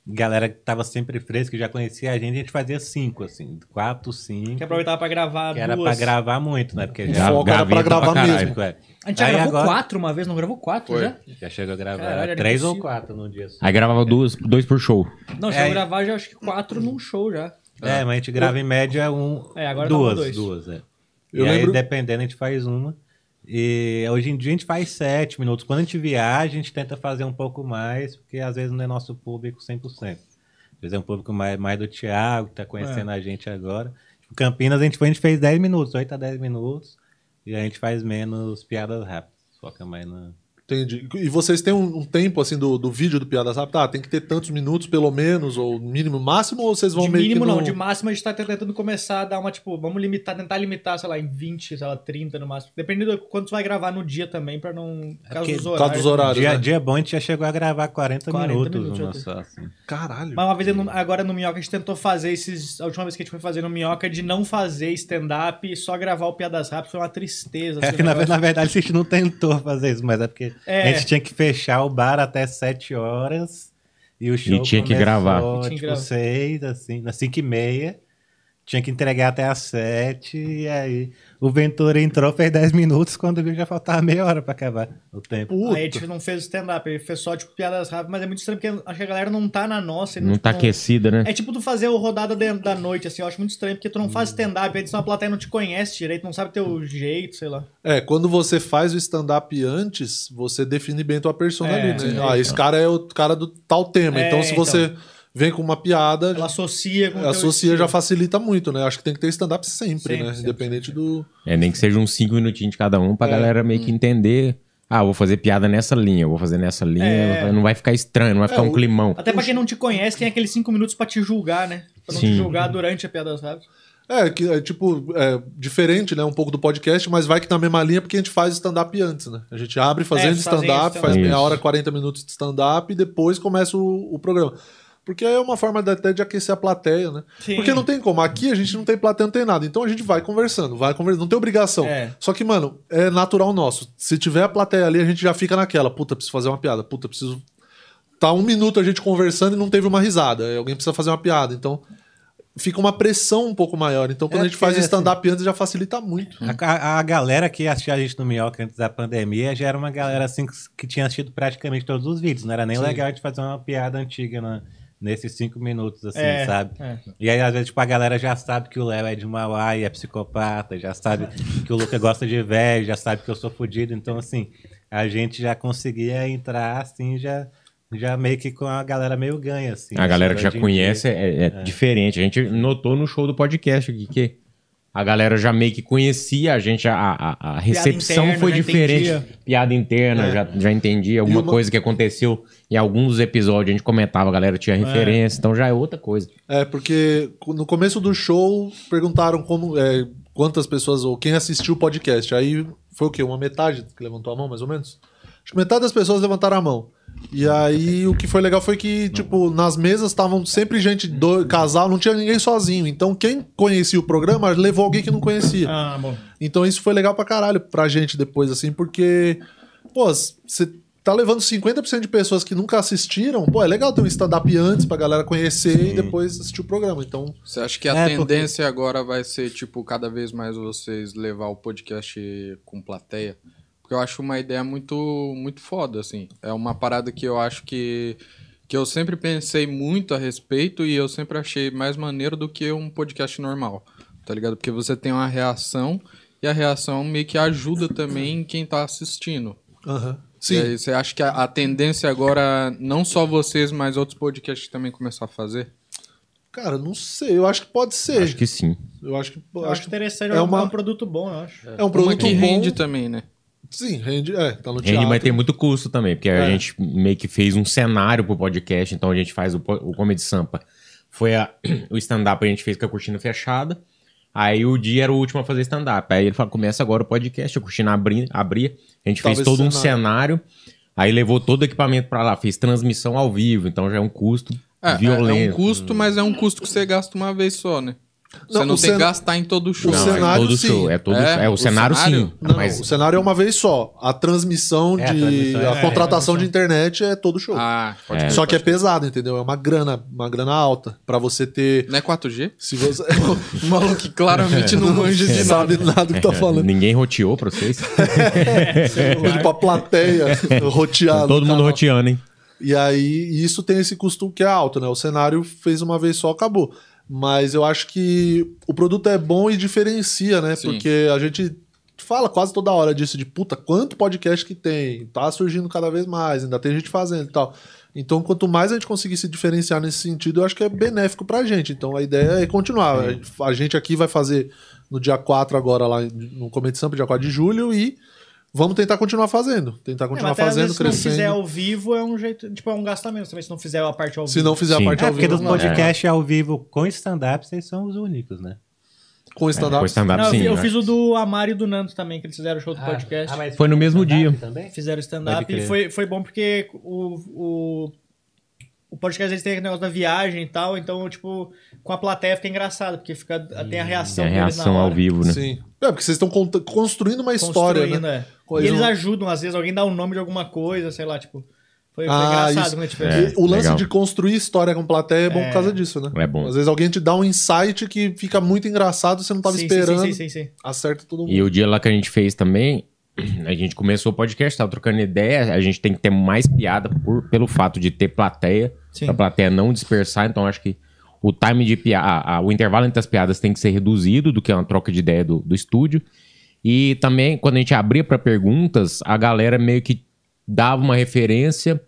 galera que tava sempre fresca, que já conhecia a gente, a gente fazia cinco, assim, quatro, cinco. Que aproveitava pra gravar que era duas. pra gravar muito, né? Porque já. Gra- Um foco era pra gravei gravar caralho. mesmo. é. A gente já Aí gravou agora- quatro uma vez, não gravou quatro Foi. já? Já chegou a gravar Caralho, era três ou impossível. quatro num dia só. Aí gravava duas, dois por show. Não, chegou a É. gravar já acho que quatro num show já. É, mas a gente grava em média um, Ah. É, agora dá um, duas, dois. duas, é. Eu e lembro- aí, dependendo, a gente faz uma. E hoje em dia a gente faz sete minutos. Quando a gente viaja, a gente tenta fazer um pouco mais, porque às vezes não é nosso público 100%. Às vezes é um público mais, mais do Thiago, que tá conhecendo É. a gente agora. Tipo, Campinas, a gente, foi, a gente fez 10 minutos, 8 a 10 minutos. E a gente faz menos piadas rápidas. Foca mais na... Entendi. E vocês têm um, um tempo, assim, do, do vídeo do Piadas Rápidas? Ah, tem que ter tantos minutos, pelo menos, ou mínimo, máximo, ou vocês vão de meio mínimo que no... não, de máximo a gente tá tentando começar a dar uma, tipo, vamos limitar, tentar limitar, sei lá, em 20, sei lá, 30 no máximo. Dependendo do quanto tu vai gravar no dia também, pra não... Por causa porque- dos É Por causa horários. dos horários, Dia, né? dia bom, a gente já chegou a gravar 40, 40 minutos, minutos, uma já só, assim. Caralho. Mas uma vez, eu não- agora no Minhoca, a gente tentou fazer esses... A última vez que a gente foi fazer no Minhoca, é de não fazer stand-up e só gravar o Piadas Rápidas, foi uma tristeza. É assim, que o na, negócio. na verdade a gente não tentou fazer isso, mas é porque É. a gente tinha que fechar o bar até 7 horas e o show tinha que começou, gravar. E tinha que Tipo, gravar. 6, assim, às 5 e meia. Tinha que entregar até às 7 e aí o Ventura entrou, fez 10 minutos, quando viu já faltava meia hora pra acabar o tempo. Puta. Aí a gente não fez stand-up, ele fez só, tipo, Piadas Rápidas, mas é muito estranho, porque acho que a galera não tá na nossa. e Não tá tipo, aquecida, né? É tipo tu fazer o rodada de- da noite, assim, eu acho muito estranho, porque tu não Hum. faz stand-up, aí tu uma plateia não te conhece direito, não sabe teu jeito, sei lá. É, quando você faz o stand-up antes, você define bem tua persona É, ali, né? ah, esse cara é o cara do tal tema. É, então, se então. você vem com uma piada, Ela associa com o teu associa já estilo. facilita muito, né? Acho que tem que ter stand-up sempre, Sempre, né? sempre, Independente do. É, nem que seja uns cinco minutinhos de cada um pra galera meio que Hum. entender. Ah, vou fazer piada nessa linha, vou fazer nessa linha. É. Não vai ficar estranho, não vai ficar o- um climão. Até pra quem não te conhece, tem aqueles cinco minutos pra te julgar, né? Pra não te Sim. julgar durante a piada, sabe? É, que é tipo, é, diferente, né? Um pouco do podcast, mas vai que na mesma linha porque a gente faz stand-up antes, né? A gente abre fazendo É, fazendo stand-up, faz stand-up. meia Isso. hora, 40 minutos de stand-up e depois começa o, o programa. Porque é uma forma de- até de aquecer a plateia, né? Sim. Porque não tem como. Aqui a gente não tem plateia, não tem nada. Então a gente vai conversando, vai conversando. Não tem obrigação. É. Só que, mano, é natural nosso. Se tiver a plateia ali, a gente já fica naquela. Puta, preciso fazer uma piada. Puta, preciso. Tá um minuto a gente conversando e não teve uma risada. É, Alguém precisa fazer uma piada. Então fica uma pressão um pouco maior. Então quando É a gente faz porque, stand-up antes já facilita muito. A, a- a galera que assistia a gente no Minhoca antes da pandemia já era uma galera assim que, que tinha assistido praticamente todos os vídeos. Não era nem legal a gente fazer uma piada antiga na- nesses cinco minutos, assim, É, sabe? é. E aí, às vezes, tipo, a galera já sabe que o Léo é de Mauá e é psicopata, já sabe que o Luca gosta de velho, já sabe que eu sou fodido. Então, assim, a gente já conseguia entrar, assim, já, já meio que com a galera meio ganha, assim. né, A galera que já Hoje em dia. É. conhece é, é diferente. A gente notou no show do podcast aqui que A galera já meio que conhecia a gente, a, a, a recepção interna, foi já diferente. entendia. É. Piada interna, já, já entendi. Alguma uma- coisa que aconteceu em alguns episódios, a gente comentava, a galera tinha referência, então já é outra coisa. É, porque no começo do show perguntaram como, é, quantas pessoas ou quem assistiu o podcast. Aí foi o quê? Uma metade que levantou a mão, mais ou menos? Acho que metade das pessoas levantaram a mão. E aí o que foi legal foi que, tipo, nas mesas estavam sempre gente do casal, não tinha ninguém sozinho. Então quem conhecia o programa levou alguém que não conhecia. Ah, bom. Então isso foi legal pra caralho pra gente depois, assim, porque, pô, você tá levando 50% de pessoas que nunca assistiram, pô, é legal ter um stand-up antes pra galera conhecer e depois assistir o programa. Então, Você acha que a É, porque- tendência agora vai ser, tipo, cada vez mais vocês levar o podcast com plateia? Porque eu acho uma ideia muito, muito foda, assim. É uma parada que eu acho que, que eu sempre pensei muito a respeito e eu sempre achei mais maneiro do que um podcast normal, tá ligado? Porque você tem uma reação e a reação meio que ajuda também quem tá assistindo. sim. E aí, você acha que a, a tendência agora, não só vocês, mas outros podcasts também começar a fazer? Cara, não sei, eu acho que pode ser. Acho que sim. Eu acho que Eu acho acho interessante, é é, um- uma- é um produto bom, eu acho. que é um Uma produto que bom. rende também, né? Sim, rende, é, tá no Rende, teatro. mas tem muito custo também, porque É. a gente meio que fez um cenário pro podcast, então a gente faz o, po- o Comedy Sampa. Foi a- o stand-up a gente fez com a cortina fechada, aí o dia era o último a fazer stand-up. Aí ele falou, começa agora o podcast, a cortina abri, abria, a gente Tava fez esse todo um cenário, aí levou todo o equipamento pra lá, fez transmissão ao vivo, então já é um custo É, É, é um violento. custo, mas é um custo que você gasta uma vez só, né? Você Não, não, o tem cen- que gastar em todo o show. o Não, cenário, é todo sim. show, é, todo, É, é, o, o cenário, cenário? sim. Não, mas o cenário é uma vez só. A transmissão de. É, A, a transmissão é- é, a contratação de internet é todo show. Ah, pode É. crer, Só que é pode pesado, entendeu? É uma grana, uma grana alta. Pra você ter. crer. Não é 4G? Se você. O maluco É. claramente não manja de nada. sabe nada que tá falando. Ninguém roteou pra vocês? Tipo, a plateia roteada. É. todo mundo roteando, hein? E aí, isso tem esse custo que é alto, né? O cenário fez uma vez só, acabou. Mas eu acho que o produto é bom e diferencia, né? Sim. Porque a gente fala quase toda hora disso, de puta, quanto podcast que tem, tá surgindo cada vez mais, ainda tem gente fazendo e tal. Então, quanto mais a gente conseguir se diferenciar nesse sentido, eu acho que é benéfico pra gente. Então, a ideia é continuar. A gente aqui vai fazer no dia 4 agora, lá no Comedy Sampa, dia 4 de julho, e vamos tentar continuar fazendo. Tentar É, mas continuar até às fazendo, vezes, Se não crescendo. fizer ao vivo, é um jeito. Tipo, é um gasto a menos também, se não fizer a parte ao vivo. Se não fizer Sim. a Tá parte É, ao porque vivo, dos não. podcasts ao vivo com stand-up, vocês são os únicos, né? com É, stand-up. com stand-up, Não, eu sim. fi- eu né? fiz o do Amário e do Nando também, que eles fizeram o show do Ah, Ah, podcast. Foi no mesmo dia. Fizeram Pode stand-up crer. e foi, foi bom porque o, o, o podcast eles têm aquele negócio da viagem e tal, então, tipo, com a plateia fica engraçado, porque fica, tem a reação Tem É, a deles na reação hora. ao vivo, né? Sim. É, porque vocês estão cont- construindo uma história, Construindo, né? é. Coisa- E eles ajudam, às vezes, alguém dá o nome de alguma coisa, sei lá, tipo. Foi, foi Ah, engraçado né? Tipo, isso. assim. quando a É, gente fez. E o lance legal. de construir história com plateia é bom por causa disso, né? É bom. Às vezes alguém te dá um insight que fica muito engraçado, você não tava Sim, sim, esperando, Sim, sim, sim, sim. acerta todo mundo. E o dia lá que a gente fez também, a gente começou o podcast, tava trocando ideia, a gente tem que ter mais piada por- pelo fato de ter plateia, Sim. pra plateia não dispersar, então acho que o time de piada, o intervalo entre as piadas tem que ser reduzido do que uma troca de ideia do, do estúdio. E também, quando a gente abria pra perguntas, a galera meio que dava uma referência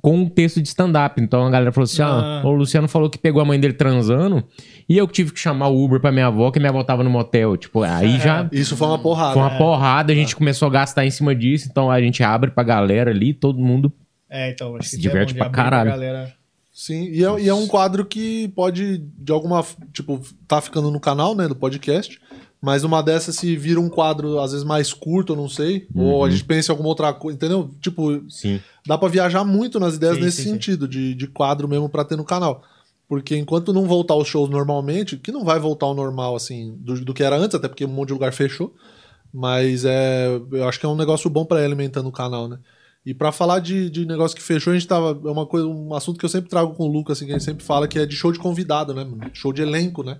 com um texto de stand-up. Então a galera falou assim: ah, Ah. o Luciano falou que pegou a mãe dele transando e eu que tive que chamar o Uber pra minha avó, que minha avó tava no motel. Tipo, aí É. já Isso foi Hum. uma porrada. foi uma porrada, a gente começou a gastar em cima disso, então a gente abre pra galera ali, todo mundo. É, então, Se acho que isso diverte é bom de pra abrir pra caralho. galera. Sim, e é, e é um quadro que pode, de alguma. f- Tipo, tá ficando no canal, né? Do podcast. Mas uma dessas se vira um quadro, às vezes, mais curto, eu não sei. Ou Uhum. a gente pensa em alguma outra coisa, entendeu? Tipo, Sim. dá pra viajar muito nas ideias Sim, nesse sim, sim. sentido, De, de quadro mesmo pra ter no canal. Porque enquanto não voltar os shows normalmente, que não vai voltar ao normal, assim, do, do que era antes, até porque um monte de lugar fechou. Mas é, eu acho que é um negócio bom pra ir alimentando o canal, né? E pra falar de, de negócio que fechou, a gente tava. É uma coisa, um assunto que eu sempre trago com o Lucas, assim, que a gente sempre fala, que é de show de convidado, né? mano? Show de elenco, né?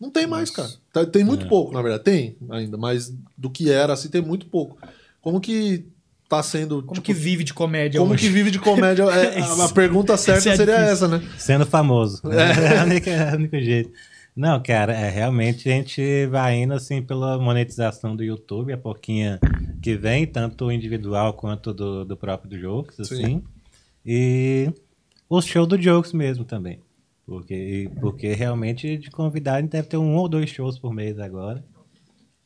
Não tem mais, cara. Tá- Tem muito pouco, na verdade. Tem ainda, mas do que era, assim, tem muito pouco. Como que tá sendo. Como tipo, que vive de comédia como hoje? que vive de comédia? É, a, a pergunta certa Isso é seria difícil. essa, né? Sendo famoso. É. o único, é o único jeito. Não, cara, é, realmente a gente vai indo assim pela monetização do YouTube, a pouquinha que vem, tanto individual quanto do, do próprio do Jokes, Sim. assim. E o show do Jokes mesmo também. Porque, porque realmente de convidado deve ter um ou dois shows por mês agora.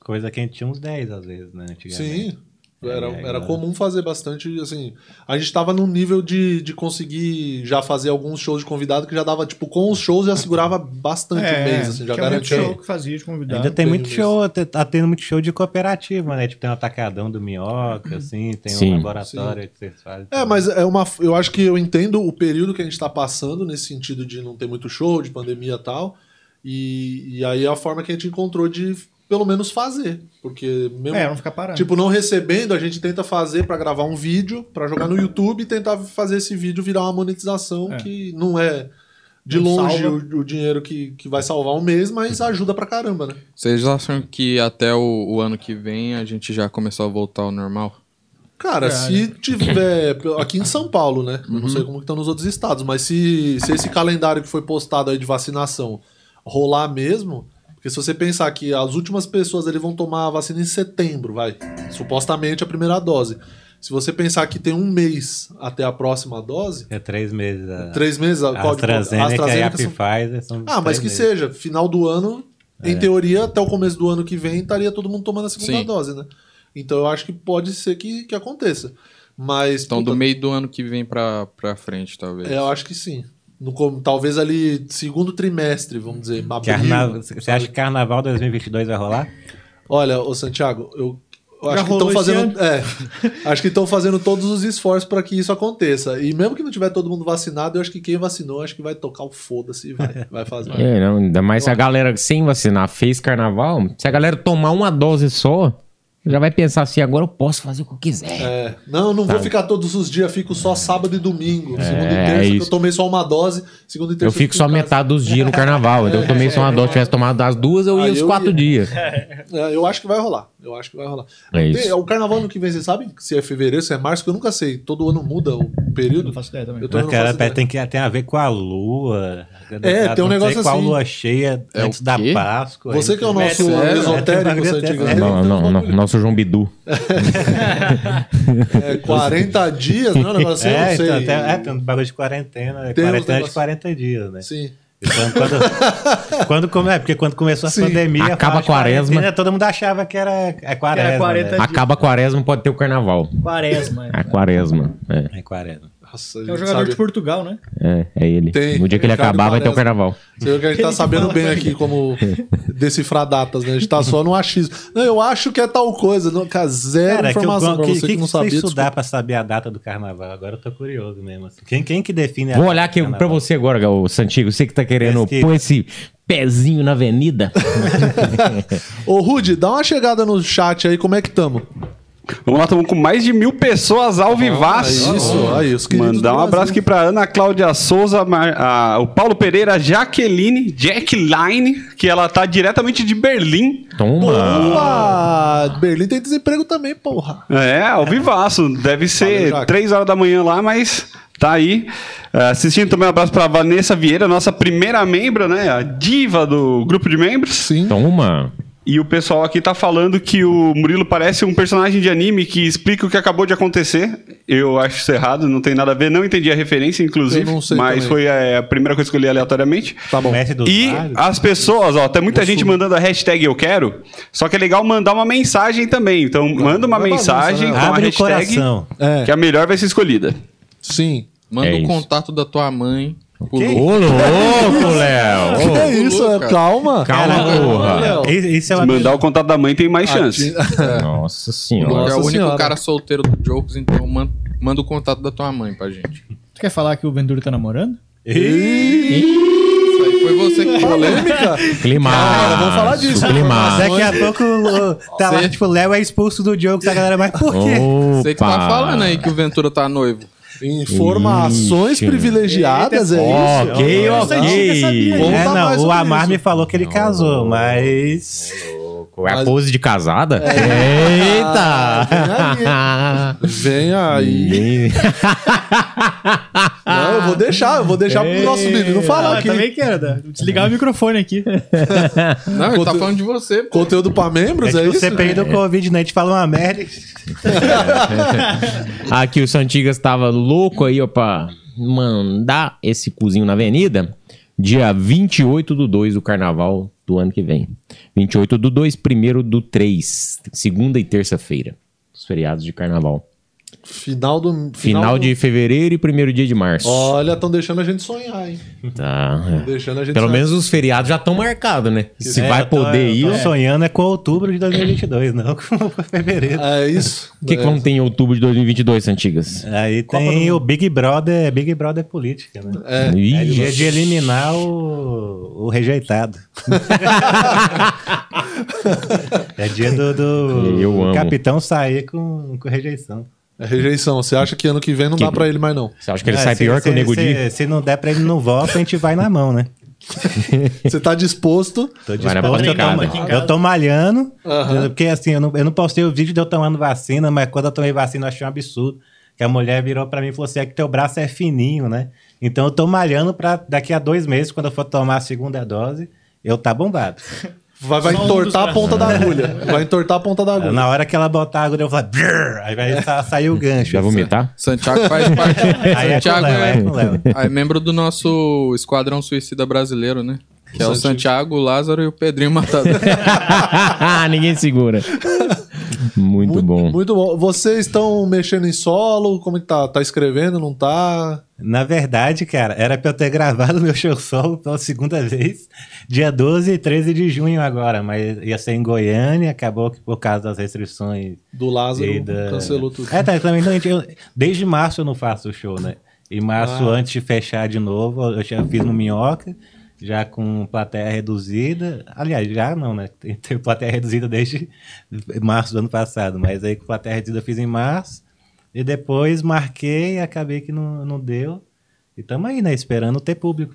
Coisa que a gente tinha uns 10 às vezes, né? antigamente. Sim. Era, É, era é, galera. comum fazer bastante, assim. A gente tava num nível de, de conseguir já fazer alguns shows de convidado que já dava, tipo, com os shows já segurava bastante É, o mês, assim, já tinha muito garantia. show que fazia de convidado. Ainda tem Entendi muito isso. show, te- tá tendo muito show de cooperativa, né? Tipo, tem o Atacadão do Minhoca, assim, tem Sim. um laboratório que vocês fazem. Uhum. É, mas é uma. Eu acho que eu entendo o período que a gente tá passando nesse sentido de não ter muito show, de pandemia e tal. E, e aí é a forma que a gente encontrou de pelo menos fazer. Porque mesmo. É, não ficar parado. Tipo, não recebendo, a gente tenta fazer pra gravar um vídeo, pra jogar no YouTube e tentar fazer esse vídeo virar uma monetização É. que não é de Não longe salva. Uhum. o, o dinheiro que, que vai salvar um mês, mas ajuda pra caramba, né? Vocês acham que até o, o ano que vem a gente já começou a voltar ao normal? Cara, se tiver. Aqui em São Paulo, né? Eu Uhum. não sei como que estão nos outros estados, mas se, se esse calendário que foi postado aí de vacinação rolar mesmo. Porque se você pensar que as últimas pessoas ali vão tomar a vacina em setembro, vai. Supostamente a primeira dose. Se você pensar que tem um mês até a próxima dose, É três meses. A, três meses. a AstraZeneca e a são- Pfizer são Ah, mas três que meses. seja, final do ano, em teoria, até o começo do ano que vem, estaria todo mundo tomando a segunda É. Sim. dose, né? Então eu acho que pode ser que, que aconteça. Mas. Então, puta, do meio do ano que vem pra, pra frente, talvez. é, eu acho que sim. No, com- talvez ali, segundo trimestre, vamos dizer. abril. Carna- Você acha que Carnaval 2022 vai rolar? Olha, ô Santiago, eu. eu Já acho que rolou estão esse fazendo, é, acho que estão fazendo todos os esforços para que isso aconteça. E mesmo que não tiver todo mundo vacinado, eu acho que quem vacinou, acho que vai tocar o foda-se e vai, vai fazer. É, não, ainda mais se a galera sem vacinar fez carnaval, se a galera tomar uma dose só, já vai pensar assim, agora eu posso fazer o que eu quiser. É, não, não vou ficar todos os dias, fico só sábado e domingo. segunda e é terça, que eu isso. tomei só uma dose. Segunda e terça Eu fico em só casa. metade dos dias no carnaval. Então eu tomei só uma dose. Se tivesse tomado as duas, eu Ah, ia os eu quatro ia. dias. É, eu acho que vai rolar. Eu acho que vai rolar. É Tem- isso. o carnaval ano que vem, vocês sabem se é fevereiro, se é março, que eu nunca sei. Todo ano muda o Não período. faço ideia também. Então Eu também Mas, não cara, faço ideia. tem, É que, tem a ver com a lua. É, tem um Não sei negócio com a assim. lua cheia É antes o da quê? Páscoa. Você que é o nosso Sério? esotérico, É, Santiago. é, ele Não, tem não, um não, bagulho. nosso João Bidu. É, 40 dias, não é um negócio assim? Eu É, não sei. então, até, é, tem um bagulho de Tem quarentena. uns quarentena de negócios. 40 dias, né? Sim. Quando, quando, quando come- é, porque quando começou a Sim. pandemia, Acaba fala de quarentena, quaresma. todo mundo achava que era é quaresma. Era 40 né? dias. Acaba a quaresma, pode ter o carnaval. Quaresma. É A quaresma. É, É quaresma. Nossa, a É um gente jogador sabe. de Portugal, né? é, é ele. Tem. No dia que ele Ricardo acabar, vai ter o Quaresma. carnaval. Você vê que a gente tá sabendo bem aqui como decifrar datas, né? A gente tá só no achismo. Não, eu acho que é tal coisa. Não, cara, zero Cara, é que, eu, informação pra que, você que, que, que não você sabia. estudar pra saber a data do carnaval? Agora eu tô curioso mesmo. assim. Quem, quem que É, define a Vou data olhar do aqui carnaval? pra você agora, Gal, Santiago. Você que tá querendo Esse que- pôr esse pezinho na avenida. desculpa. Ô, Rude, dá uma chegada no chat aí, como é que tamo? Vamos lá, estamos com mais de mil pessoas ao vivaço. isso, aí, os queridos Mandar do um Brasil. abraço aqui para Ana Cláudia Souza, Mar- a- o Paulo Pereira, a Jaqueline, Jackline, que ela tá diretamente de Berlim. Toma! Opa! Berlim tem desemprego também, porra. É, ao vivaço. Deve Valeu, ser Jaque. três horas da manhã lá, mas tá aí. Ah, assistindo também um abraço para Vanessa Vieira, nossa primeira membro, né? A diva do grupo de membros. Sim. Toma! E o pessoal aqui tá falando que o Murilo parece um personagem de anime que explica o que acabou de acontecer. Eu acho isso errado, não tem nada a ver, não entendi a referência, inclusive. Eu não sei mas também. foi é, a, a primeira coisa que eu li aleatoriamente. Tá bom. Mestre dos E Magos? as pessoas, ó, tem muita gente mandando a hashtag eu quero, só que é legal mandar uma mensagem também. Então manda uma Não é bagunça, mensagem né? com a Abre o hashtag coração. É, que a melhor vai ser escolhida. sim. Manda É o isso. contato da tua mãe. pro Ô, Lu. louco, Léo! que Ô, é isso? louco, é- cara. Calma. Calma, porra. Léo. Isso isso é Se uma mandar o contato da mãe tem mais chance. Nossa Lu senhora. é Nossa o único senhora. cara solteiro do Jokes, então man- manda o contato da tua mãe pra gente. Tu quer falar que o Vendura tá namorando? Isso aí foi você que falou. Polêmica. Clima. Cara, vamos falar disso. né? Clima. Daqui a pouco o- tá lá, Você- tipo, o Léo é expulso do jogo, tá, galera? Mas por é quê? Oh. Você que tá falando aí que o Ventura tá noivo. Informações Ixi. privilegiadas, é isso? Ok, ok. Conta É, mais não, o sobre Amar isso. me falou que ele casou, mas. É a Mas- pose de casada? É. Eita! Ah, Vem aí. Não, eu vou deixar, eu vou deixar pro nosso menino falar Ah, aqui. também quero. né? Vou Desligar o microfone aqui. Não, ele tá falando de você, pô. Conteúdo pra membros, é, É tipo o isso? CPI do Covid, né? A gente fala uma merda. Aqui o Santigas tava louco aí, ó, pra mandar esse cozinho na avenida. Dia 28 do 2 do carnaval. do ano que vem. 28 do 2, 1 do 3, segunda e terça-feira. Os feriados de carnaval. Final do. Final, Final, do- de fevereiro e primeiro dia de março. Olha, estão deixando a gente sonhar, hein? Tá. Tão Deixando a gente Pelo sonhar. menos os feriados já estão marcados, né? Se É, vai eu tô- poder eu ir. tô O sonhando é com outubro de 2022, não com fevereiro. É isso. que, que É. vamos ter em outubro de 2022, Antigas? Aí tem o Big Brother, Big Brother política, né? É. Ih, É dia de eliminar o, o rejeitado. é dia do, do Eu amo. capitão sair com, com rejeição. É rejeição. Você acha que ano que vem não dá pra ele mais, não? Você acha que ele Ah, sai se- pior que o se- Nego Di? se, se não der pra ele não voto, a gente vai na mão, né? Você tá disposto. Tô Vai na disposto, eu, pancada. tô, Aqui em eu tô malhando, porque assim, eu não, eu não postei o vídeo de eu tomando vacina, mas quando eu tomei vacina eu achei um absurdo. Que a mulher virou pra mim e falou assim: é que teu braço é fininho, né? Então eu tô malhando pra daqui a dois meses, quando eu for tomar a segunda dose, eu tá bombado. Vai, vai Só um entortar dos a ponta da agulha. Vai entortar a ponta da agulha. Na hora que ela botar a agulha, eu vou falar, "Brrr", aí vai sa- sair o gancho. assim, Já vomitar? Santiago faz parte. Aí é com Santiago Léo, é é, com Léo. é membro do nosso Esquadrão Suicida Brasileiro, né? Que é o Santiago, o Lázaro e o Pedrinho Matador. Ninguém segura. Muito, bom. Muito bom. Vocês estão mexendo em solo? Como que tá? Tá escrevendo? Não tá? Na verdade, cara, era pra eu ter gravado meu show solo pela segunda vez, dia 12 e 13 de junho agora, mas ia ser em Goiânia, acabou que por causa das restrições. Do Lázaro e da- cancelou tudo. É, tá, eu também, não, gente, eu- desde março eu não faço show, né? Em março, Ah. antes de fechar de novo, eu já fiz no Minhoca, já com plateia reduzida. Aliás, já não, né? Tem, tem plateia reduzida desde março do ano passado, mas aí com plateia reduzida eu fiz em março. E depois marquei e acabei que não, não deu. E tamo aí, né? Esperando ter público.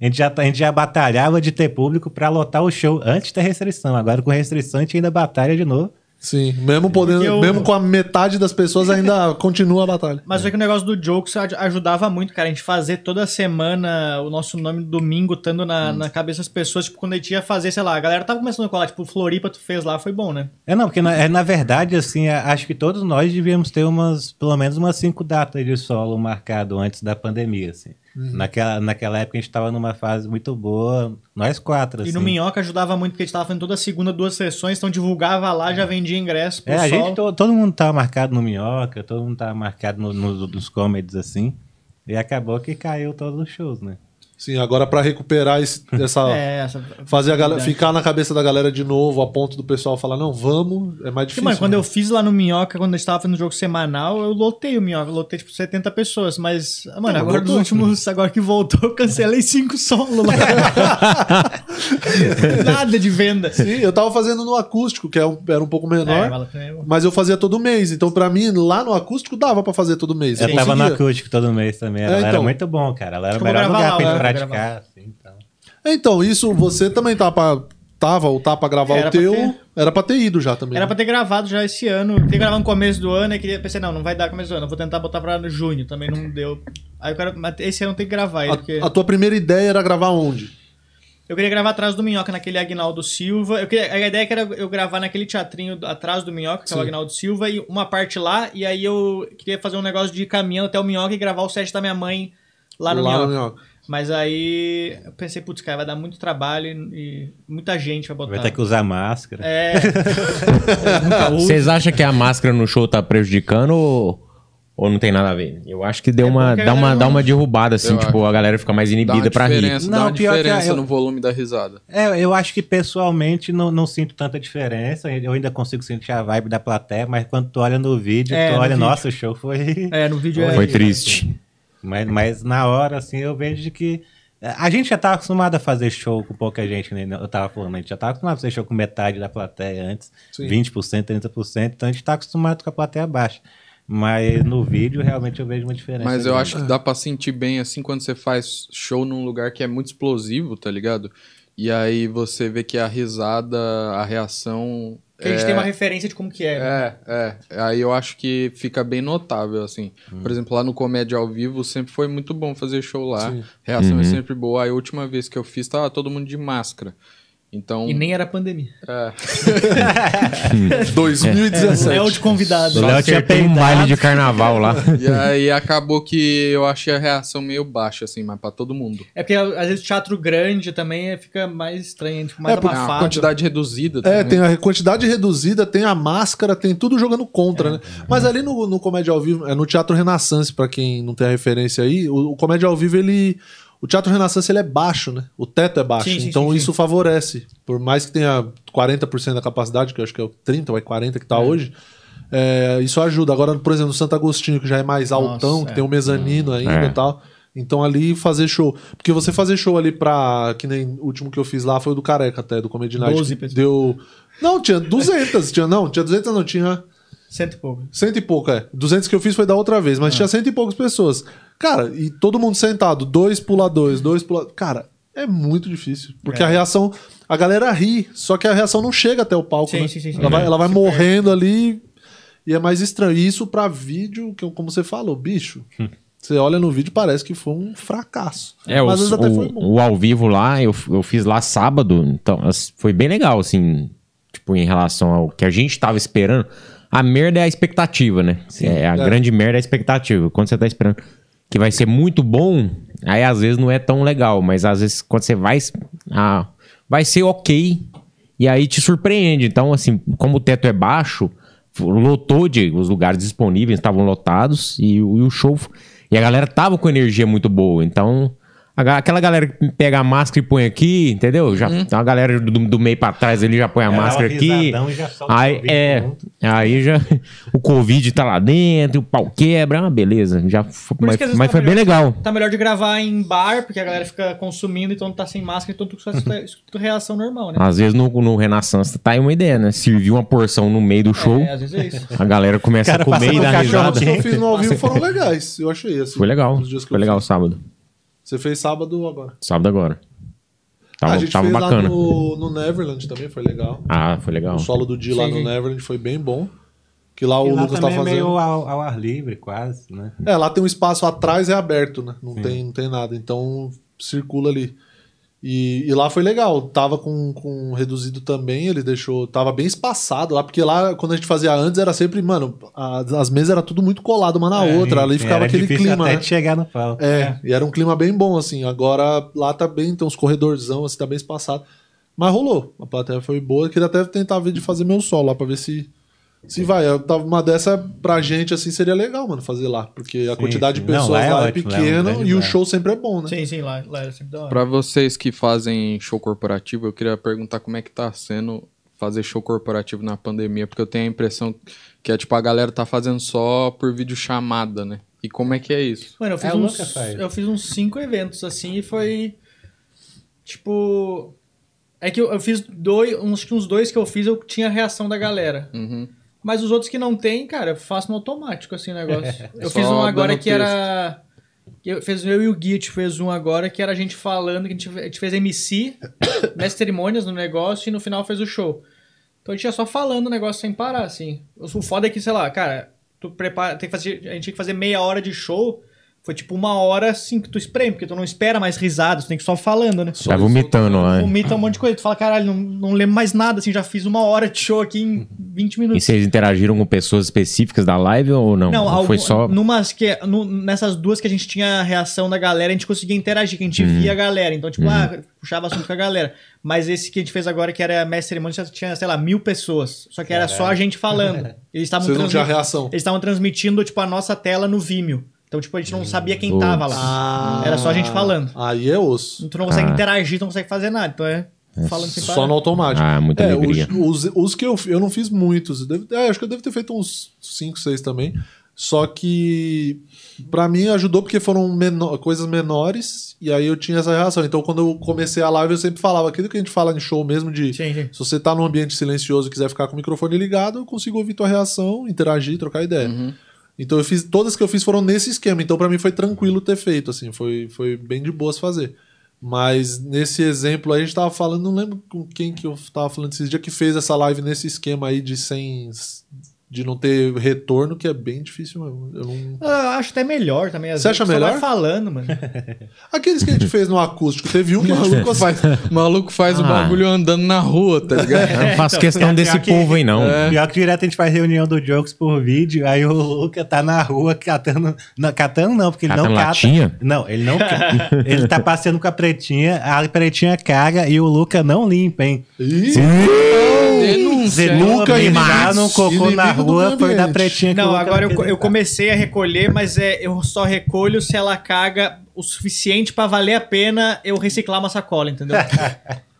A gente, já, tá- a gente já batalhava de ter público pra lotar o show antes da restrição. Agora com restrição a gente ainda batalha de novo. Sim. Mesmo, podendo, Porque eu- mesmo com a metade das pessoas ainda continua a batalha. Mas foi que o negócio do Jokes aj- ajudava muito, cara. A gente fazer toda semana o nosso nome do domingo estando na, na cabeça das pessoas. Tipo, quando a gente ia fazer, sei lá, a galera tava começando a colar. Tipo, Floripa tu fez lá, foi bom, né? É, não, porque na, é, na verdade, assim, a- acho que todos nós devíamos ter umas, pelo menos umas cinco datas de solo marcado antes da pandemia, assim. Uhum. Naquela, naquela época a gente estava numa fase muito boa, nós quatro, assim. E no Minhoca ajudava muito, porque a gente tava fazendo toda segunda duas sessões. Então divulgava lá, já vendia ingresso pro É, a sol. gente, to- todo mundo tava marcado no Minhoca, todo mundo tava marcado no- nos, nos comedies, assim. E acabou que caiu todos os shows, né? Sim, agora pra recuperar esse- essa. É, essa... Fazer a galera Verdade. ficar na cabeça da galera de novo, a ponto do pessoal falar, não, vamos, é mais Porque, difícil. mano, quando né? eu fiz lá no Minhoca, quando a gente tava fazendo o jogo semanal, eu lotei o Minhoca, eu lotei tipo 70 pessoas, mas, mano, agora dos tipo. últimos, agora que voltou, eu cancelei cinco solo lá. Nada de venda. Sim, eu tava fazendo no acústico, que é um- era um pouco menor, É, vale a pena, eu- mas eu fazia todo mês. Então, pra mim, lá no acústico dava pra fazer todo mês. Eu É, tava no conseguia. acústico todo mês também, ela É, era então. muito bom, cara. Ela era Acho o que eu vou melhor gravar lugar lá, pra gente né? Eu vou praticar, assim, então. Então, isso você também tá pra, tava ou tá pra gravar Era o teu. pra ter. Era pra ter ido já também. né? Era pra ter gravado já esse ano, ter gravado no começo do ano, e queria, pensei, não, não vai dar no começo do ano, eu vou tentar botar pra no junho, também não deu. Aí o cara, mas esse ano tem que gravar, aí, a, porque... a tua primeira ideia era gravar onde? Eu queria gravar atrás do Minhoca, naquele Agnaldo Silva. Eu queria- a ideia é que era eu gravar naquele teatrinho do- atrás do Minhoca, que é o Sim. Agnaldo Silva, e uma parte lá. E aí eu queria fazer um negócio de ir caminhando até o Minhoca e gravar o set da minha mãe lá no Minhoca. Mas aí eu pensei, putz, cara, vai dar muito trabalho e muita gente vai botar. Vai ter que usar máscara. É, Vocês acham que a máscara no show tá prejudicando ou, ou não tem nada a ver? Eu acho que deu É uma, porque a dá, uma, galera dá não- uma derrubada, assim, Eu tipo, a galera fica mais Dá uma inibida pra rir. diferença, Não, dá uma pior que a- diferença eu- no volume da risada. É, eu acho que pessoalmente não, não sinto tanta diferença. Eu ainda consigo sentir a vibe da plateia, mas quando tu olha no vídeo, É, tu no olha, vídeo. nossa, o show foi. é, no vídeo é. Foi triste. Mas, mas na hora, assim, eu vejo de que. A gente já tá acostumado a fazer show com pouca gente, né? Eu tava falando, a gente já tava acostumado a fazer show com metade da plateia antes, Sim. 20%, 30%, então a gente tá acostumado com a plateia baixa. Mas no vídeo, realmente, eu vejo uma diferença. Mas eu grande. acho que dá pra sentir bem assim quando você faz show num lugar que é muito explosivo, tá ligado? E aí você vê que a risada, a reação. Que a gente é- tem uma referência de como que é. É, é. Aí eu acho que fica bem notável, assim. Por exemplo, lá no Comédia ao Vivo sempre foi muito bom fazer show lá. Reação é sempre boa. Aí a última vez que eu fiz, tava todo mundo de máscara. Então. E nem era pandemia. é. É. 2017. Léo É de convidado. O Léo é tinha um baile de carnaval lá. E aí acabou que eu achei a reação meio baixa, assim, mas pra todo mundo. É porque às vezes teatro grande também é, fica mais estranho, fica mais É, porque É uma abafado. quantidade reduzida É, também. tem a quantidade reduzida, tem a máscara, tem tudo jogando É. contra, né? Mas ali no, no Comédia ao Vivo, é no Teatro Renaissance, pra quem não tem a referência aí, o, o Comédia ao Vivo, ele... O Teatro Renaissance, ele é baixo, né? O teto é baixo, Sim, sim, então sim, sim. isso favorece. Por mais que tenha 40% da capacidade, que eu acho que é o 30 ou é 40 que tá hoje... é, isso ajuda. Agora, por exemplo, no Santo Agostinho, que já é mais altão, que tem um mezanino Hum. ainda É. e tal. Então ali fazer show. Porque você fazer show ali pra. Que nem o último que eu fiz lá foi o do Careca até, do Comedy Night. 12 que pessoas. Deu. Não, tinha 200. tinha, não, tinha 200, não. Tinha Cento e pouco. cento e pouco, é. 200 que eu fiz foi da outra vez, Ah. mas tinha cento e poucas pessoas. Cara, e todo mundo sentado. Dois pula dois, dois pula. Cara, é muito difícil. Porque É. a reação. A galera ri, só que a reação não chega até o palco, Sim, né? sim, sim, sim. ela vai, ela vai É. Se morrendo ali. E é mais estranho. E isso pra vídeo, que, eu- como você falou, bicho. Você olha no vídeo parece que foi um fracasso. Hum. É, Mas o, às vezes até foi bom. o, o ao vivo lá, eu, eu fiz lá sábado, então as- foi bem legal, assim, tipo, em relação ao que a gente tava esperando. A merda é a expectativa, né? é, a é. grande merda é a expectativa. Quando você tá esperando que vai ser muito bom, aí às vezes não é tão legal, mas às vezes quando você vai, ah, vai ser ok, e aí te surpreende. Então, assim, como o teto é baixo, lotou de. Os lugares disponíveis estavam lotados e, o e o show. E a galera tava com energia muito boa. Então, a ga- aquela galera que pega a máscara e põe aqui, entendeu? Já, Uhum. Então a galera do, do meio pra trás ali já põe a É, dá uma máscara aqui. risadão e já solta o Aí, Covid é, junto. aí já. O Covid tá lá dentro, o pau quebra, é uma beleza. Já, foi- Por mas isso que às vezes mas tá foi bem melhor- legal. Tá melhor de gravar em bar, porque a galera fica consumindo, então tá sem máscara, então tu só escuta, escuta reação normal, né? Às vezes no, no Renaissance tá aí uma ideia, né? Serviu uma porção no meio do show, É, às vezes é isso. a galera começa a cara comer passando e um dar cachorro risada. Os que eu fiz no ao vivo foram legais, eu achei. Assim, Foi legal. os dias que Foi eu legal o sábado. fiz. Você fez sábado agora. Sábado agora. a Tava, gente tava fez bacana. lá no, no Neverland também, foi legal. Ah, foi legal. O solo do Di lá Sim, no sim. Neverland foi bem bom. Que lá E o lá Lucas tá também é fazendo. meio ao, ao ar livre, quase, né? É, lá tem um espaço atrás, é aberto, né? Não, tem, não tem nada. Então circula ali. E, e lá foi legal, tava com, com um reduzido também, ele deixou. Tava bem espaçado lá, porque lá, quando a gente fazia antes, era sempre, mano, as, as mesas era tudo muito colado uma na outra, ali Enfim, ficava É, era aquele difícil clima. até né? de chegar no palco. É, e era um clima bem bom, assim. Agora lá tá bem, tem uns corredorzão, assim, tá bem espaçado. Mas rolou. A plateia foi boa. Eu queria até tentar ver de fazer meu solo lá pra ver se. Se vai. Eu tava- Uma dessa pra gente, assim, seria legal, mano, fazer lá. Porque a Sim, quantidade sim. de pessoas Não, lá é lá é, ótimo, lá é um pequena grande e o lugar. show sempre é bom, né? Sim, sim, lá, lá era sempre da hora. Pra vocês que fazem show corporativo, eu queria perguntar como é que tá sendo fazer show corporativo na pandemia, porque eu tenho a impressão que é tipo a galera tá fazendo só por videochamada, né? E como é que é isso? Mano, eu fiz, É, eu nunca uns, saio. eu fiz uns cinco eventos assim e foi. Tipo. É que eu, eu fiz dois, uns, acho que uns dois que eu fiz, eu tinha a reação da galera. Uhum. Mas os outros que não tem, cara, eu faço no automático assim o negócio. eu É Só fiz um agora dando que era. que Eu, fez eu e o Gui, a gente fez um agora que era a gente falando, que a gente, a gente fez MC, nas cerimônias no negócio e no final fez o show. Então a gente ia só falando o negócio sem parar, assim. O foda é que, sei lá, cara, tu prepara. Tem que fazer, a gente tinha que fazer meia hora de show. Foi tipo uma hora assim que tu espreme, porque tu não espera mais risadas, tu tem que ir só falando, né? Tá vomitando lá. hein? Vomita um monte de coisa. Tu fala, caralho, não, não lembro mais nada, assim, já fiz uma hora de show aqui em 20 E minutos. vocês interagiram com pessoas específicas da live ou não? Ou algum- foi só. numas que, nu- nessas duas que a gente tinha a reação da galera, a gente conseguia interagir, que a gente Uhum. via a galera. Então, tipo, ah, puxava assunto com a galera. Mas esse que a gente fez agora, que era mestre cerimônia, já tinha, sei lá, mil pessoas. Só que era só a gente falando. Eles estavam Vocês não tinham transmi- reação. eles estavam transmitindo, tipo, a nossa tela no Vimeo. Então, tipo, a gente não sabia quem Hum, Putz. tava lá. Era só a gente falando. Ah, Aí é osso. Então, Tu não consegue Ah. interagir, tu não consegue fazer nada. Então é falando sem Só parar. no automático. Ah, muita É, alegria. Os, os- os que eu, eu não fiz muitos. eu devo- é, acho que eu devo ter feito uns 5, 6 também. Só que pra mim ajudou porque foram menor- coisas menores e aí eu tinha essa reação. Então quando eu comecei a live eu sempre falava aquilo que a gente fala em show mesmo de Sim, sim. se você tá num ambiente silencioso e quiser ficar com o microfone ligado, eu consigo ouvir tua reação, interagir, trocar ideia. Então eu fiz todas que eu fiz foram nesse esquema. Então pra mim foi tranquilo ter feito assim, foi foi bem de boas fazer. Mas nesse exemplo aí a gente tava falando, não lembro com quem que eu tava falando esses dias que fez essa live nesse esquema aí de sem de não ter retorno, que é bem difícil mesmo. Eu Ah, não- Eu acho até melhor também. às Você vezes acha só melhor? Vai falando, mano. Aqueles que a gente fez no acústico, teve um que o maluco faz. O maluco faz o Ah. bagulho andando na rua, tá ligado? Eu não faço questão desse pior que- povo aí, não. É. É. Pior que direto a gente faz reunião do Jokes por vídeo, aí o Luca tá na rua catando. Não, catando não, porque ele não Catando cata. latinha? Não, ele não cata. ele tá passeando com a pretinha, a pretinha caga e o Luca não limpa, hein? Ih, Denúncia. Nunca Luca e mijar Max, no cocô na inimigo do rua meio foi da ambiente. pretinha que o Não, Luca agora eu, queria eu limpar. comecei a recolher, mas é, eu só recolho se ela caga o suficiente pra valer a pena eu reciclar uma sacola, entendeu?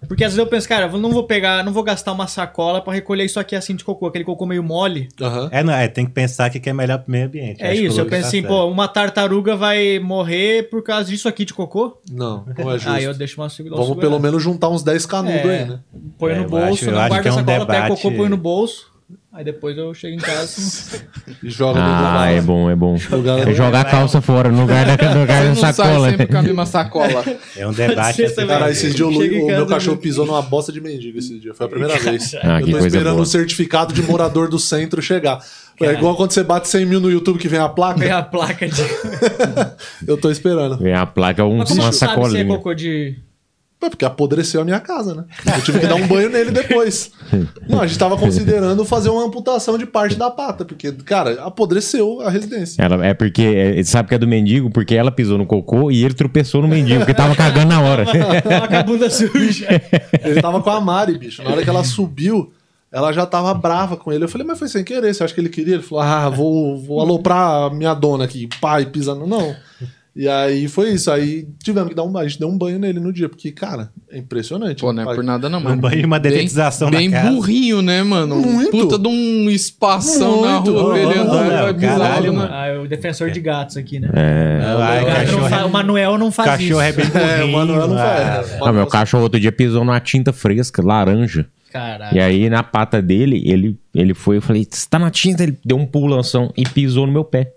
Porque às vezes eu penso, cara, eu não vou pegar, não vou gastar uma sacola pra recolher isso aqui assim de cocô, aquele cocô meio mole. Aham. É, não, é, tem que pensar que é melhor pro meio ambiente. É Acho que o isso, eu Luca penso tá assim, certo. pô, uma tartaruga vai morrer por causa disso aqui de cocô? Não, não é justo. Aí Ah, eu deixo uma segunda Vamos pelo menos juntar uns 10 canudos É. aí, né? Põe É, no eu bolso, acho- eu não acho guarda que é um a sacola, pega o debate- cocô, põe no bolso. Aí depois eu chego em casa. E joga Ah, é bom, é bom. Jogar- É jogar a calça fora no lugar da, no lugar da Você não sacola. né? sai sempre com a mesma sacola. É um debate. ser assim, também. Cara, esses dias o, Chega em o meu casa, cachorro né? pisou numa bosta de mendigo esse dia. Foi a primeira vez. Ah, que eu tô coisa esperando boa. o certificado de morador do centro chegar. É igual quando você bate 100 mil no YouTube que vem a Vem placa. a placa de. eu tô esperando. Vem a placa, um, Mas como uma você sabe se é sacolinha. cocô de. Pô, Porque apodreceu a minha casa, né? Eu tive que dar um banho nele depois. Não, a gente tava considerando fazer uma amputação de parte da pata, porque, cara, apodreceu a residência. Ela, é porque, é, sabe que é do mendigo? Porque ela pisou no cocô e ele tropeçou no mendigo, porque tava cagando na hora. Tava com a bunda suja. Ele tava com a Mari, bicho. Na hora que ela subiu, ela já tava brava com ele. Eu falei, mas foi sem querer, você acha que ele queria? Ele falou, ah, vou, vou aloprar a minha dona aqui, pai, pisando. Não. E aí foi isso. Aí tivemos que dar um banho. A gente deu um banho nele no dia, porque, cara, é impressionante. Pô, não é Pai, por nada não, Um mano. banho e uma deletização bem, na bem casa. burrinho, né, mano? Muito. Puta de um espação na Muito. rua pra ele Ô, ô, andar, Léo, vai bizarro, caralho, né? mano. Ah, é o defensor de gatos aqui, né? É. Ah, ai, O, gato não cachorro, fa- o Manuel não faz cachorro é isso. bem burrinho. É, o Manuel não ah. faz. Ah, meu cachorro outro dia pisou numa tinta fresca, laranja. Ah. Caralho. E aí, na pata dele, ele, ele foi, eu falei, você tá na tinta? Ele deu um pulanção e pisou no meu pé.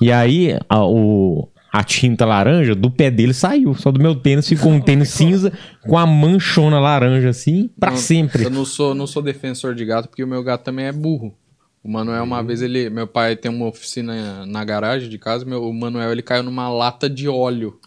e aí, a, o, a tinta laranja do pé dele saiu. Só do meu tênis ficou um tênis cinza com a manchona laranja assim, pra Não, sempre. Eu não sou, não sou defensor de gato, porque o meu gato também é burro. O Manuel, uma vez, ele. Meu pai tem uma oficina na garagem de casa. Meu, o Manuel, ele caiu numa lata de óleo.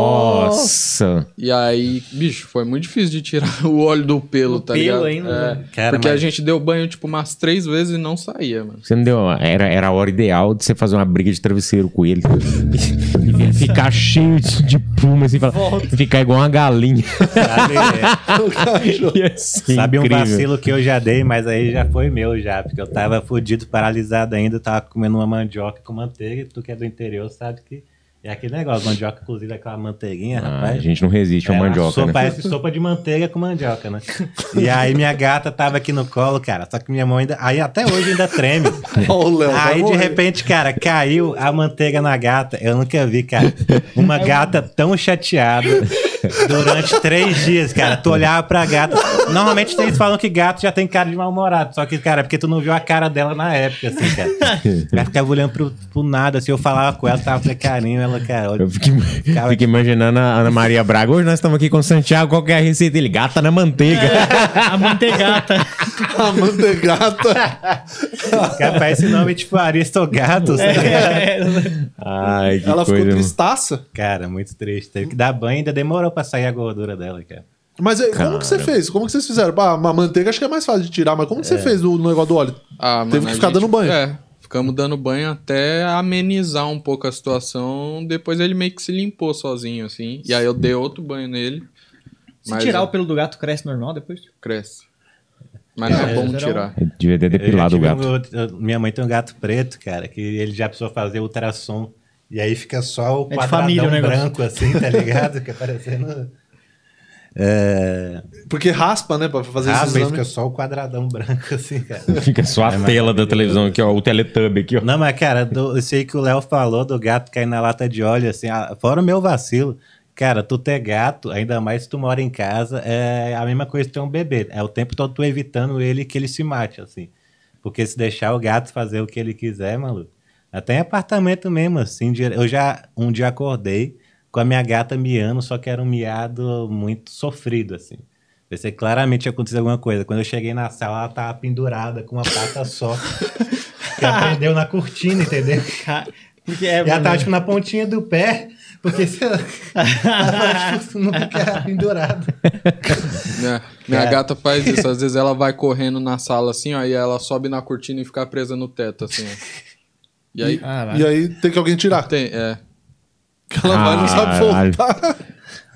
Nossa! E aí, bicho, foi muito difícil de tirar o óleo do pelo, Do tá pelo ligado? ainda, É, né? Cara, porque a mas- gente deu banho, tipo, umas três vezes e não saía, mano. Você não deu. Era, era a hora ideal de você fazer uma briga de travesseiro com ele. e ele ficar cheio de, de pluma, assim, falar, ficar igual uma galinha. Sabe, é. Ia ser sabe um incrível. vacilo que eu já dei, mas aí já foi meu já, porque eu tava fudido, paralisado ainda, eu tava comendo uma mandioca com manteiga, e tu que é do interior sabe que é aquele negócio, mandioca cozida com aquela manteiguinha, Ah, a rapaz. gente não resiste a É, mandioca. sopa, né? Parece sopa de manteiga com mandioca, né? E aí minha gata tava aqui no colo, cara, só que minha mão ainda, aí até hoje ainda treme. Ó, o Léo, vai Aí, de morrer. repente, cara, caiu a manteiga na gata. Eu nunca vi, cara, uma gata tão chateada durante três dias, cara. Tu olhava pra gata. Normalmente eles falam que gato já tem cara de mal-humorado. Só que, cara, é porque tu não viu a cara dela na época, assim, cara. Ela ficava olhando pro, pro nada, assim. Eu falava com ela, tava falando carinho. Ela, cara, olha. Eu fiquei, Cara, fiquei imaginando a Ana Maria Braga. Hoje nós estamos aqui com o Santiago. Qual que é a receita dele? Gata na manteiga. É. A mantegata. A é mantegata. Cara, parece nome tipo Aristogato, sabe? É. É. Ai, que Ela ficou coisa. mano. tristaça. Cara, muito triste. Teve que dar banho, ainda demorou pra sair a gordura dela, cara. Mas aí, como que você fez? Como que vocês fizeram? Ah, uma manteiga acho que é mais fácil de tirar, mas como que você fez do negócio do óleo? Ah, Teve que a ficar dando banho. É, ficamos dando banho até amenizar um pouco a situação. Depois ele meio que se limpou sozinho, assim. E aí eu dei outro banho nele. Se Mas tirar eu- o pelo do gato, cresce normal depois? Cresce. Mas não é, bom tirar. Eu devia ter Eu já depilado o tive gato. um- eu- minha mãe tem um gato preto, cara, que ele já precisou fazer ultrassom. E aí fica só o É de quadradão família o negócio. branco, assim, tá ligado? Fica parecendo... É... Porque raspa, né? Pra fazer Ah, esse mas exame. fica só o quadradão branco, assim, cara. Fica só a tela da televisão aqui, ó. O Teletubby aqui, ó. Não, mas, cara, do, eu sei que o Léo falou do gato cair na lata de óleo, assim, ah, fora o meu vacilo. Cara, tu ter gato, ainda mais se tu mora em casa, é a mesma coisa que ter um bebê. É o tempo todo tu evitando ele que ele se mate, assim. Porque se deixar o gato fazer o que ele quiser, maluco. Até em apartamento mesmo, assim. dire- Eu já um dia acordei com a minha gata miando, só que era um miado muito sofrido, assim. Pensei que claramente ia acontecer alguma coisa. Quando eu cheguei na sala, ela tava pendurada com uma pata só. que ela prendeu na cortina, entendeu? Porque é, E tá ela tava, mano, tipo, na pontinha do pé, porque se ela, ela tava, tipo, não fica pendurada. Minha, minha Cara. gata faz isso. Às vezes ela vai correndo na sala assim, ó, e ela sobe na cortina e fica presa no teto, assim, ó. E aí E aí tem que alguém tirar. tem. É, Que ela vai e não sabe Caralho. voltar.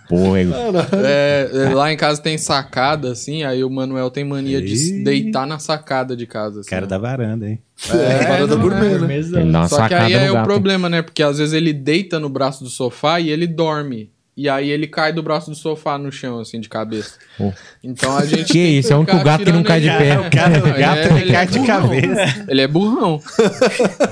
Porra, eu- É, é, lá em casa tem sacada, assim, aí o Manuel tem mania de se deitar na sacada de casa. Assim, Cara ó. da varanda, hein? É, parada gourmet, né? um ele dá uma Só que Tá sacada aí no é o gato. problema, né? Porque às vezes ele deita no braço do sofá e ele dorme. E aí ele cai do braço do sofá no chão, assim, de cabeça. Oh. Então a gente. Que isso, é o único ficar gato que não tirando cai de ele. pé. É, O cara- o ele gato, ele é cai de burrão. cabeça. Ele é burrão.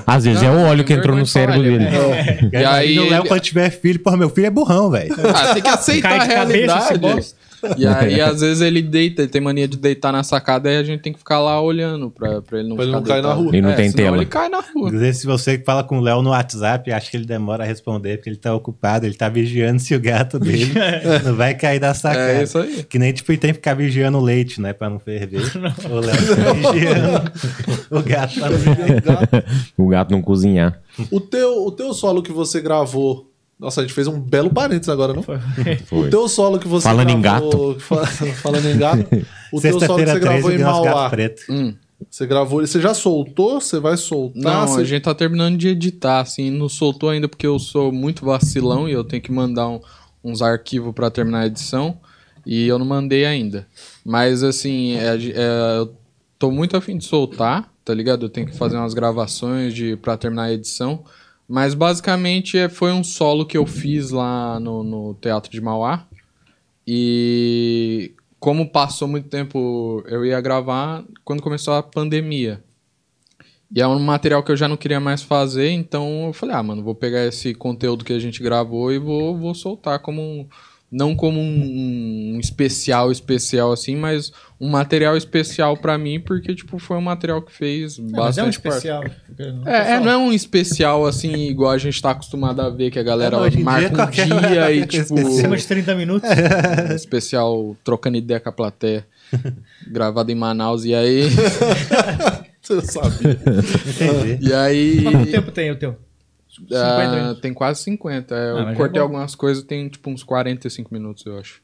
Às vezes é Não, o óleo que tem entrou vergonha no de cérebro falar, dele. ele é burrão. E aí. E o Léo, ele- quando tiver filho, porra, meu filho é burrão, velho. Ah, tem que aceitar Cai a de cabeça, esse realidade. bosta. E aí, às vezes, ele deita, ele tem mania de deitar na sacada e a gente tem que ficar lá olhando pra, pra ele não Pra ele ficar não cair na deitado. É, rua. E não tem senão tela. Ele cai na rua. Inclusive, se você fala com o Léo no WhatsApp, acho que ele demora a responder porque ele tá ocupado, ele tá vigiando se o gato dele não vai cair da sacada. É isso aí. Que nem, tipo, ele tem que ficar vigiando o leite, né, pra não ferver. O Léo tá vigiando o gato pra não ferver. O gato não cozinhar. O teu, o teu solo que você gravou. Nossa, a gente fez um belo parênteses agora, não? Foi. O Então- teu solo que você Falando em gravou- fa- Falando em gato. O teu solo que Sexta-feira você 13, gravou eu em dei umas Mauá. gatas pretas. Você gravou ele. Você já soltou? Você vai soltar? Não, você... a gente tá terminando de editar, assim, não soltou ainda porque eu sou muito vacilão e eu tenho que mandar um- uns arquivos pra terminar a edição e eu não mandei ainda. Mas, assim, é- é, eu tô muito afim de soltar, tá ligado? Eu tenho que fazer umas gravações de para terminar a edição, mas basicamente é, foi um solo que eu fiz lá no, no Teatro de Mauá e como passou muito tempo, eu ia gravar quando começou a pandemia. E é um material que eu já não queria mais fazer, então eu falei, ah, mano, vou pegar esse conteúdo que a gente gravou e vou, vou soltar como um. Não como um, um especial, especial assim, mas um material especial pra mim, porque, tipo, foi um material que fez É, mas bastante. é um parte. especial. É, é, não é um especial assim, igual a gente tá acostumado a ver, que a galera É, hoje em dia, marca um qualquer- dia e, qualquer tipo, especial. Acima de 30 minutos. É. um especial trocando ideia com a plateia, gravado em Manaus, e aí. Você sabia. Entendi. E aí. Quanto tempo tem o teu? Ah, 50 minutos. tem quase 50. é, Ah, mas já eu é cortei bom. algumas coisas, tem tipo uns 45 minutos, eu acho.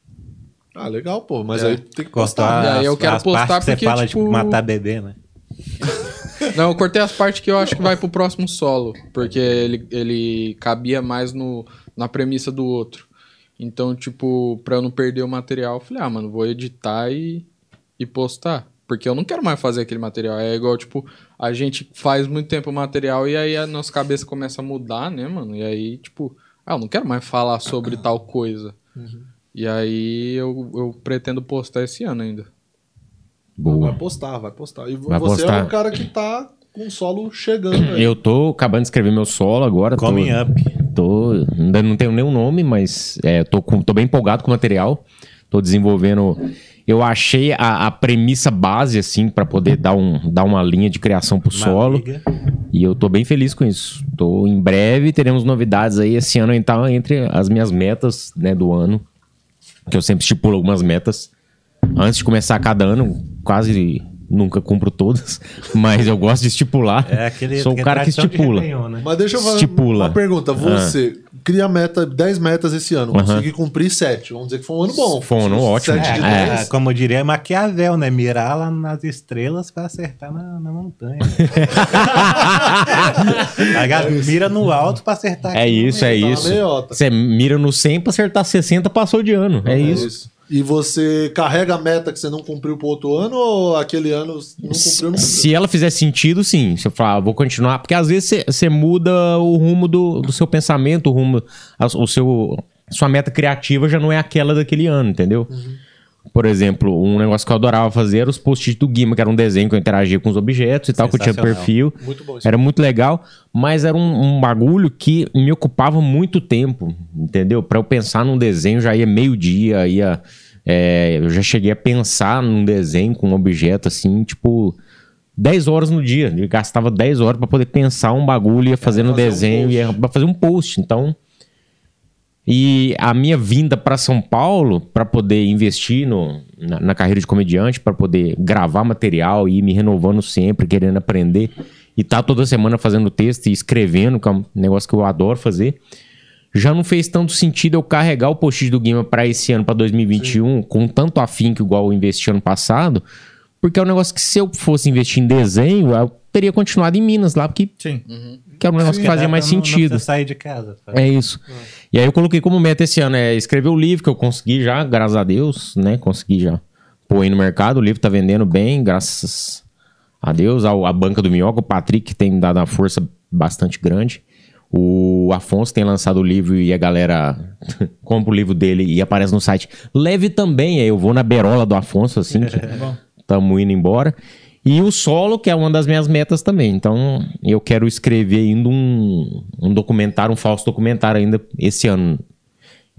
Ah, legal, pô. Mas É. aí tem que postar. né? Cortar E aí né? eu as- quero as partes postar que você porque, fala tipo, de matar bebê, né? Não, eu cortei as partes que eu acho que vai pro próximo solo, porque ele, ele cabia mais no, na premissa do outro. Então, tipo, pra eu não perder o material, eu falei, ah, mano, vou editar e, e postar. Porque eu não quero mais fazer aquele material. É igual, tipo, a gente faz muito tempo o material e aí a nossa cabeça começa a mudar, né, mano? E aí, tipo, ah, eu não quero mais falar sobre Uhum. tal coisa. E aí eu, eu pretendo postar esse ano ainda. Boa. Vai postar, vai postar. E Vai você é postar. um cara que tá com o solo chegando. aí. Eu tô acabando de escrever meu solo agora. tô- Coming up. Tô, ainda não tenho nenhum nome, mas é, tô, com- tô bem empolgado com o material. Tô desenvolvendo. Eu achei a, a premissa base, assim, pra poder dar, um, dar uma linha de criação pro solo. Maliga. E eu tô bem feliz com isso. Tô, em breve teremos novidades aí esse ano, então, entre as minhas metas né, do ano. Que eu sempre estipulo algumas metas. Antes de começar cada ano, quase nunca cumpro todas, mas eu gosto de estipular. É aquele... Sou o aquele cara que tradição de estipula. Réveillon, né? Mas deixa eu fazer Estipula. Ah. uma pergunta. Você cria meta, 10 metas esse ano, Aham. consegui cumprir 7. Vamos dizer que foi um ano bom. Foi um ano ótimo. 7 de É. 10. Ah, como eu diria, é Maquiavel, né? Mirar lá nas estrelas pra acertar na, na montanha. né? A galera mira no alto pra acertar. É aqui no isso, é Tá na isso. meiota. Você mira no 100 pra acertar 60, passou de ano. É, isso. E você carrega a meta que você não cumpriu pro outro ano ou aquele ano não cumpriu? Não cumpriu? Se ela fizer sentido, sim. Se eu falar, ah, vou continuar. Porque às vezes você- você muda o rumo do, do seu pensamento, o rumo. a- o seu, sua meta criativa já não é aquela daquele ano, entendeu? Por exemplo, um negócio que eu adorava fazer era os post-its do Guima, que era um desenho que eu interagia com os objetos e tal, que eu tinha Sensacional. perfil. Muito bom isso. Era muito legal, mas era um, um bagulho que me ocupava muito tempo, entendeu? Pra eu pensar num desenho já ia meio-dia, ia. é, eu já cheguei a pensar num desenho com um objeto assim, tipo, 10 horas no dia. Eu gastava 10 horas pra poder pensar um bagulho, ia fazendo fazer um desenho, post. ia pra fazer um post. Então, E a minha vinda para São Paulo para poder investir no, na, na carreira de comediante, para poder gravar material e ir me renovando sempre, querendo aprender e tá toda semana fazendo texto e escrevendo, que é um negócio que eu adoro fazer. Já não fez tanto sentido eu carregar o post do Guima para esse ano, para 2021, com tanto afinco igual eu investi ano passado, porque é um negócio que se eu fosse investir em desenho, eu teria continuado em Minas lá, porque Sim. que era um negócio que fazia mais é, Não- não sentido. precisa sair de casa. tá? É isso. E aí eu coloquei como meta esse ano, é escrever o livro que eu consegui já, graças a Deus, né? Consegui já pôr aí no mercado. O livro tá vendendo bem, graças a Deus. Ao- A, banca do Minhoca, o Patrick que tem me dado uma força bastante grande. O Afonso tem lançado o livro e a galera compra o livro dele e aparece no site. Leve também, aí eu vou na berola do Afonso, assim, que tamo indo embora. E o solo, que é uma das minhas metas também. Então, eu quero escrever ainda um, um documentário, um falso documentário ainda esse ano.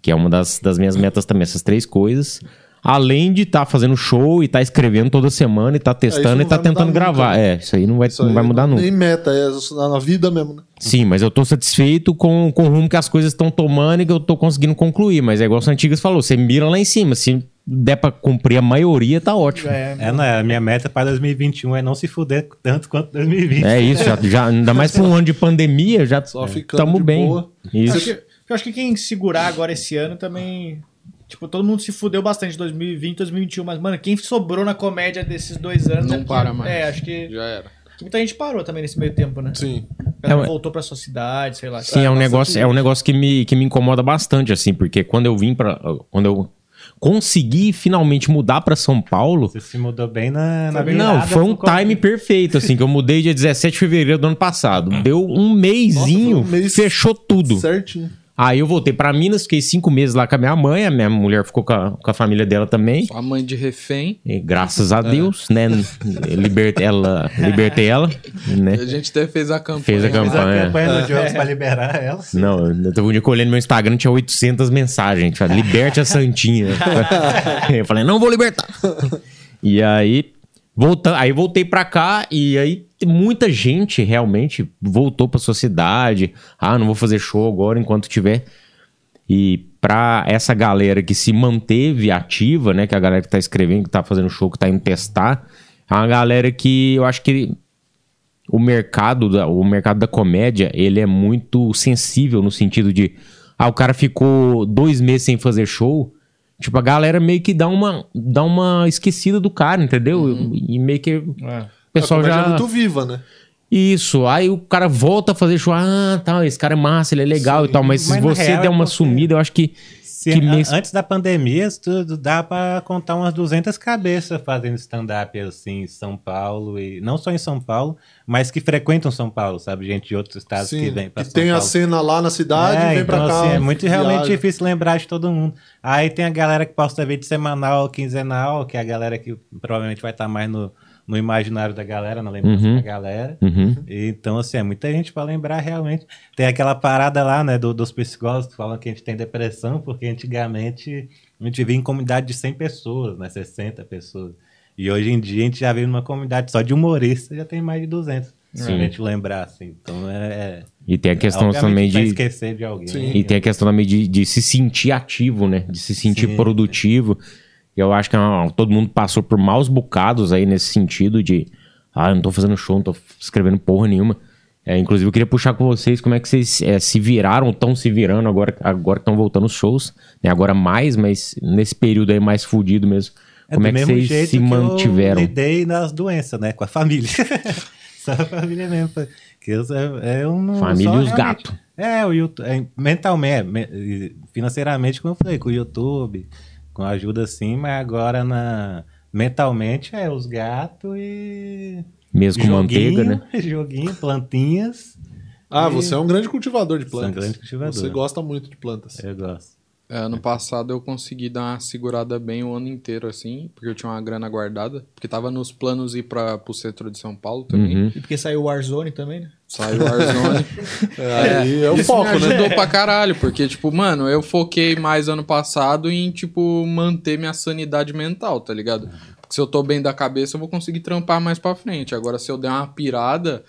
Que é uma das, das minhas metas também, essas três coisas. Além de estar fazendo show e estar escrevendo toda semana e estar testando É, não e estar vai mudar tentando nunca, gravar. É, isso aí não vai, Isso não aí vai mudar nunca. Nem meta, é na vida mesmo, né? Sim, mas eu tô satisfeito com, com o rumo que as coisas estão tomando e que eu tô conseguindo concluir. Mas é igual o Santigas falou, você mira lá em cima. Se der pra cumprir a maioria, tá ótimo. É, É, não, a minha meta para 2021 é não se fuder tanto quanto 2020. É isso, já, já- ainda mais pra um ano de pandemia, já Só ficando estamos de bem. boa. Isso. Acho que- eu acho que quem segurar agora esse ano também. Tipo, todo mundo se fudeu bastante em 2020, 2021, mas, mano, quem sobrou na comédia desses dois anos. Não é porque- para mais. É, acho que, Já era. que muita gente parou também nesse meio tempo, né? Sim. A galera É, voltou pra sua cidade, sei lá. Tá Sim, é um Nossa, negócio, é um negócio que me, que me incomoda bastante, assim, porque quando eu vim para Quando eu consegui finalmente mudar pra São Paulo. Você se mudou bem na, na Não, foi um time perfeito, assim, que eu mudei dia 17 de fevereiro do ano passado. Deu um meizinho, Nossa, foi um mês fechou tudo. Certinho. Aí eu voltei pra Minas, fiquei cinco meses lá com a minha mãe, a minha mulher ficou com a, com a família dela também. Sua mãe de refém. E graças a Deus, né? Libertei ela, libertei ela, A né? gente até fez a campanha. Fez a Fiz campanha. a campanha no Jobs pra liberar ela. Não, eu tava um dia colhendo meu Instagram, tinha 800 mensagens. Tipo, liberte a Santinha. eu falei, não vou libertar. E aí, volta, aí voltei pra cá e aí muita gente realmente voltou pra sua cidade. Ah, não vou fazer show agora enquanto tiver. E pra essa galera que se manteve ativa, né? Que é a galera que tá escrevendo, que tá fazendo show, que tá indo testar. É uma galera que eu acho que o mercado da, o mercado da comédia ele é muito sensível no sentido de ah, o cara ficou dois meses sem fazer show tipo a galera meio que dá uma dá uma esquecida do cara entendeu e meio que o a pessoal Uhum. É. comédia já é muito viva, né? isso aí o cara volta a fazer show ah tá esse cara é massa ele é legal e tal mas, Mas se na você real é der uma porque- sumida eu acho que Se- Que a- mês- Antes da pandemia, isso tudo dá pra contar umas 200 cabeças fazendo stand-up assim em São Paulo e não só em São Paulo, mas que frequentam São Paulo, sabe? Gente de outros estados que Sim. vem Que, Tá pra São tem a Paulo. cena lá na cidade, É, vem pra então, cá. assim, é muito viaja. realmente difícil lembrar de todo mundo. Aí tem a galera que posta vídeo semanal, quinzenal, que é a galera que provavelmente vai estar mais no, no imaginário da galera, na lembrança Uhum. da galera. Uhum. Então, assim, é muita gente pra lembrar realmente. Tem aquela parada lá, né, do- dos psicólogos que falam que a gente tem depressão, porque antigamente a gente vivia em comunidade de 100 pessoas, né, 60 pessoas. E hoje em dia a gente já vive numa comunidade só de humoristas, já tem mais de 200. Se a Sim. gente lembrar, assim. Então, é... é e tem a questão obviamente também a gente vai de esquecer de alguém. Sim. E tem a questão também de, de se sentir ativo, né? De se sentir Sim. produtivo. Eu acho que ah, todo mundo passou por maus bocados aí nesse sentido de... Ah, eu não tô fazendo show, não tô escrevendo porra nenhuma. É, inclusive, eu queria puxar com vocês como é que vocês eh, se viraram, estão se virando agora, agora que estão voltando os shows. Né? Agora mais, mas nesse período aí mais fudido mesmo. É como do é que mesmo vocês jeito se que mantiveram? Eu lidei nas doenças, né? Com a família. só a família mesmo. Que eu, eu não, Família só e os realmente- gatos. É, o YouTube. é, mentalmente, é, me- e financeiramente, como eu falei, com o YouTube, com ajuda assim, mas agora na. Mentalmente é os gatos e. Mesmo com manteiga, né? Joguinho, plantinhas. Ah, você é um grande cultivador de Sou um plantas. grande cultivador. Você gosta muito de plantas. Eu gosto. É, ano passado eu consegui dar uma segurada bem o ano inteiro, assim, porque eu tinha uma grana guardada. Porque tava nos planos ir pra, pro centro de São Paulo também. Uhum. E porque saiu o Warzone também, né? Saiu o Warzone. É, aí é o Isso foco, me né? ajudou pra caralho, porque, tipo, mano, eu foquei mais ano passado em, tipo, manter minha sanidade mental, tá ligado? Porque se eu tô bem da cabeça, eu vou conseguir trampar mais pra frente. Agora, se eu der uma pirada,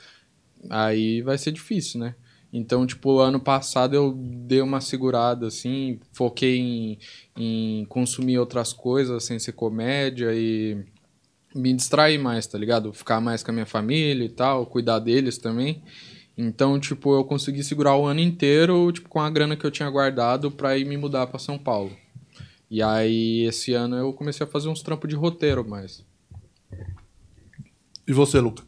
aí vai ser difícil, né? Então, tipo, ano passado eu dei uma segurada, assim, foquei em, em consumir outras coisas sem ser comédia e me distrair mais, tá ligado? Ficar mais com a minha família e tal, cuidar deles também. Então, tipo, eu consegui segurar o ano inteiro, tipo, com a grana que eu tinha guardado pra ir me mudar pra São Paulo. E aí, esse ano eu comecei a fazer uns trampos de roteiro mais. E você, Luca?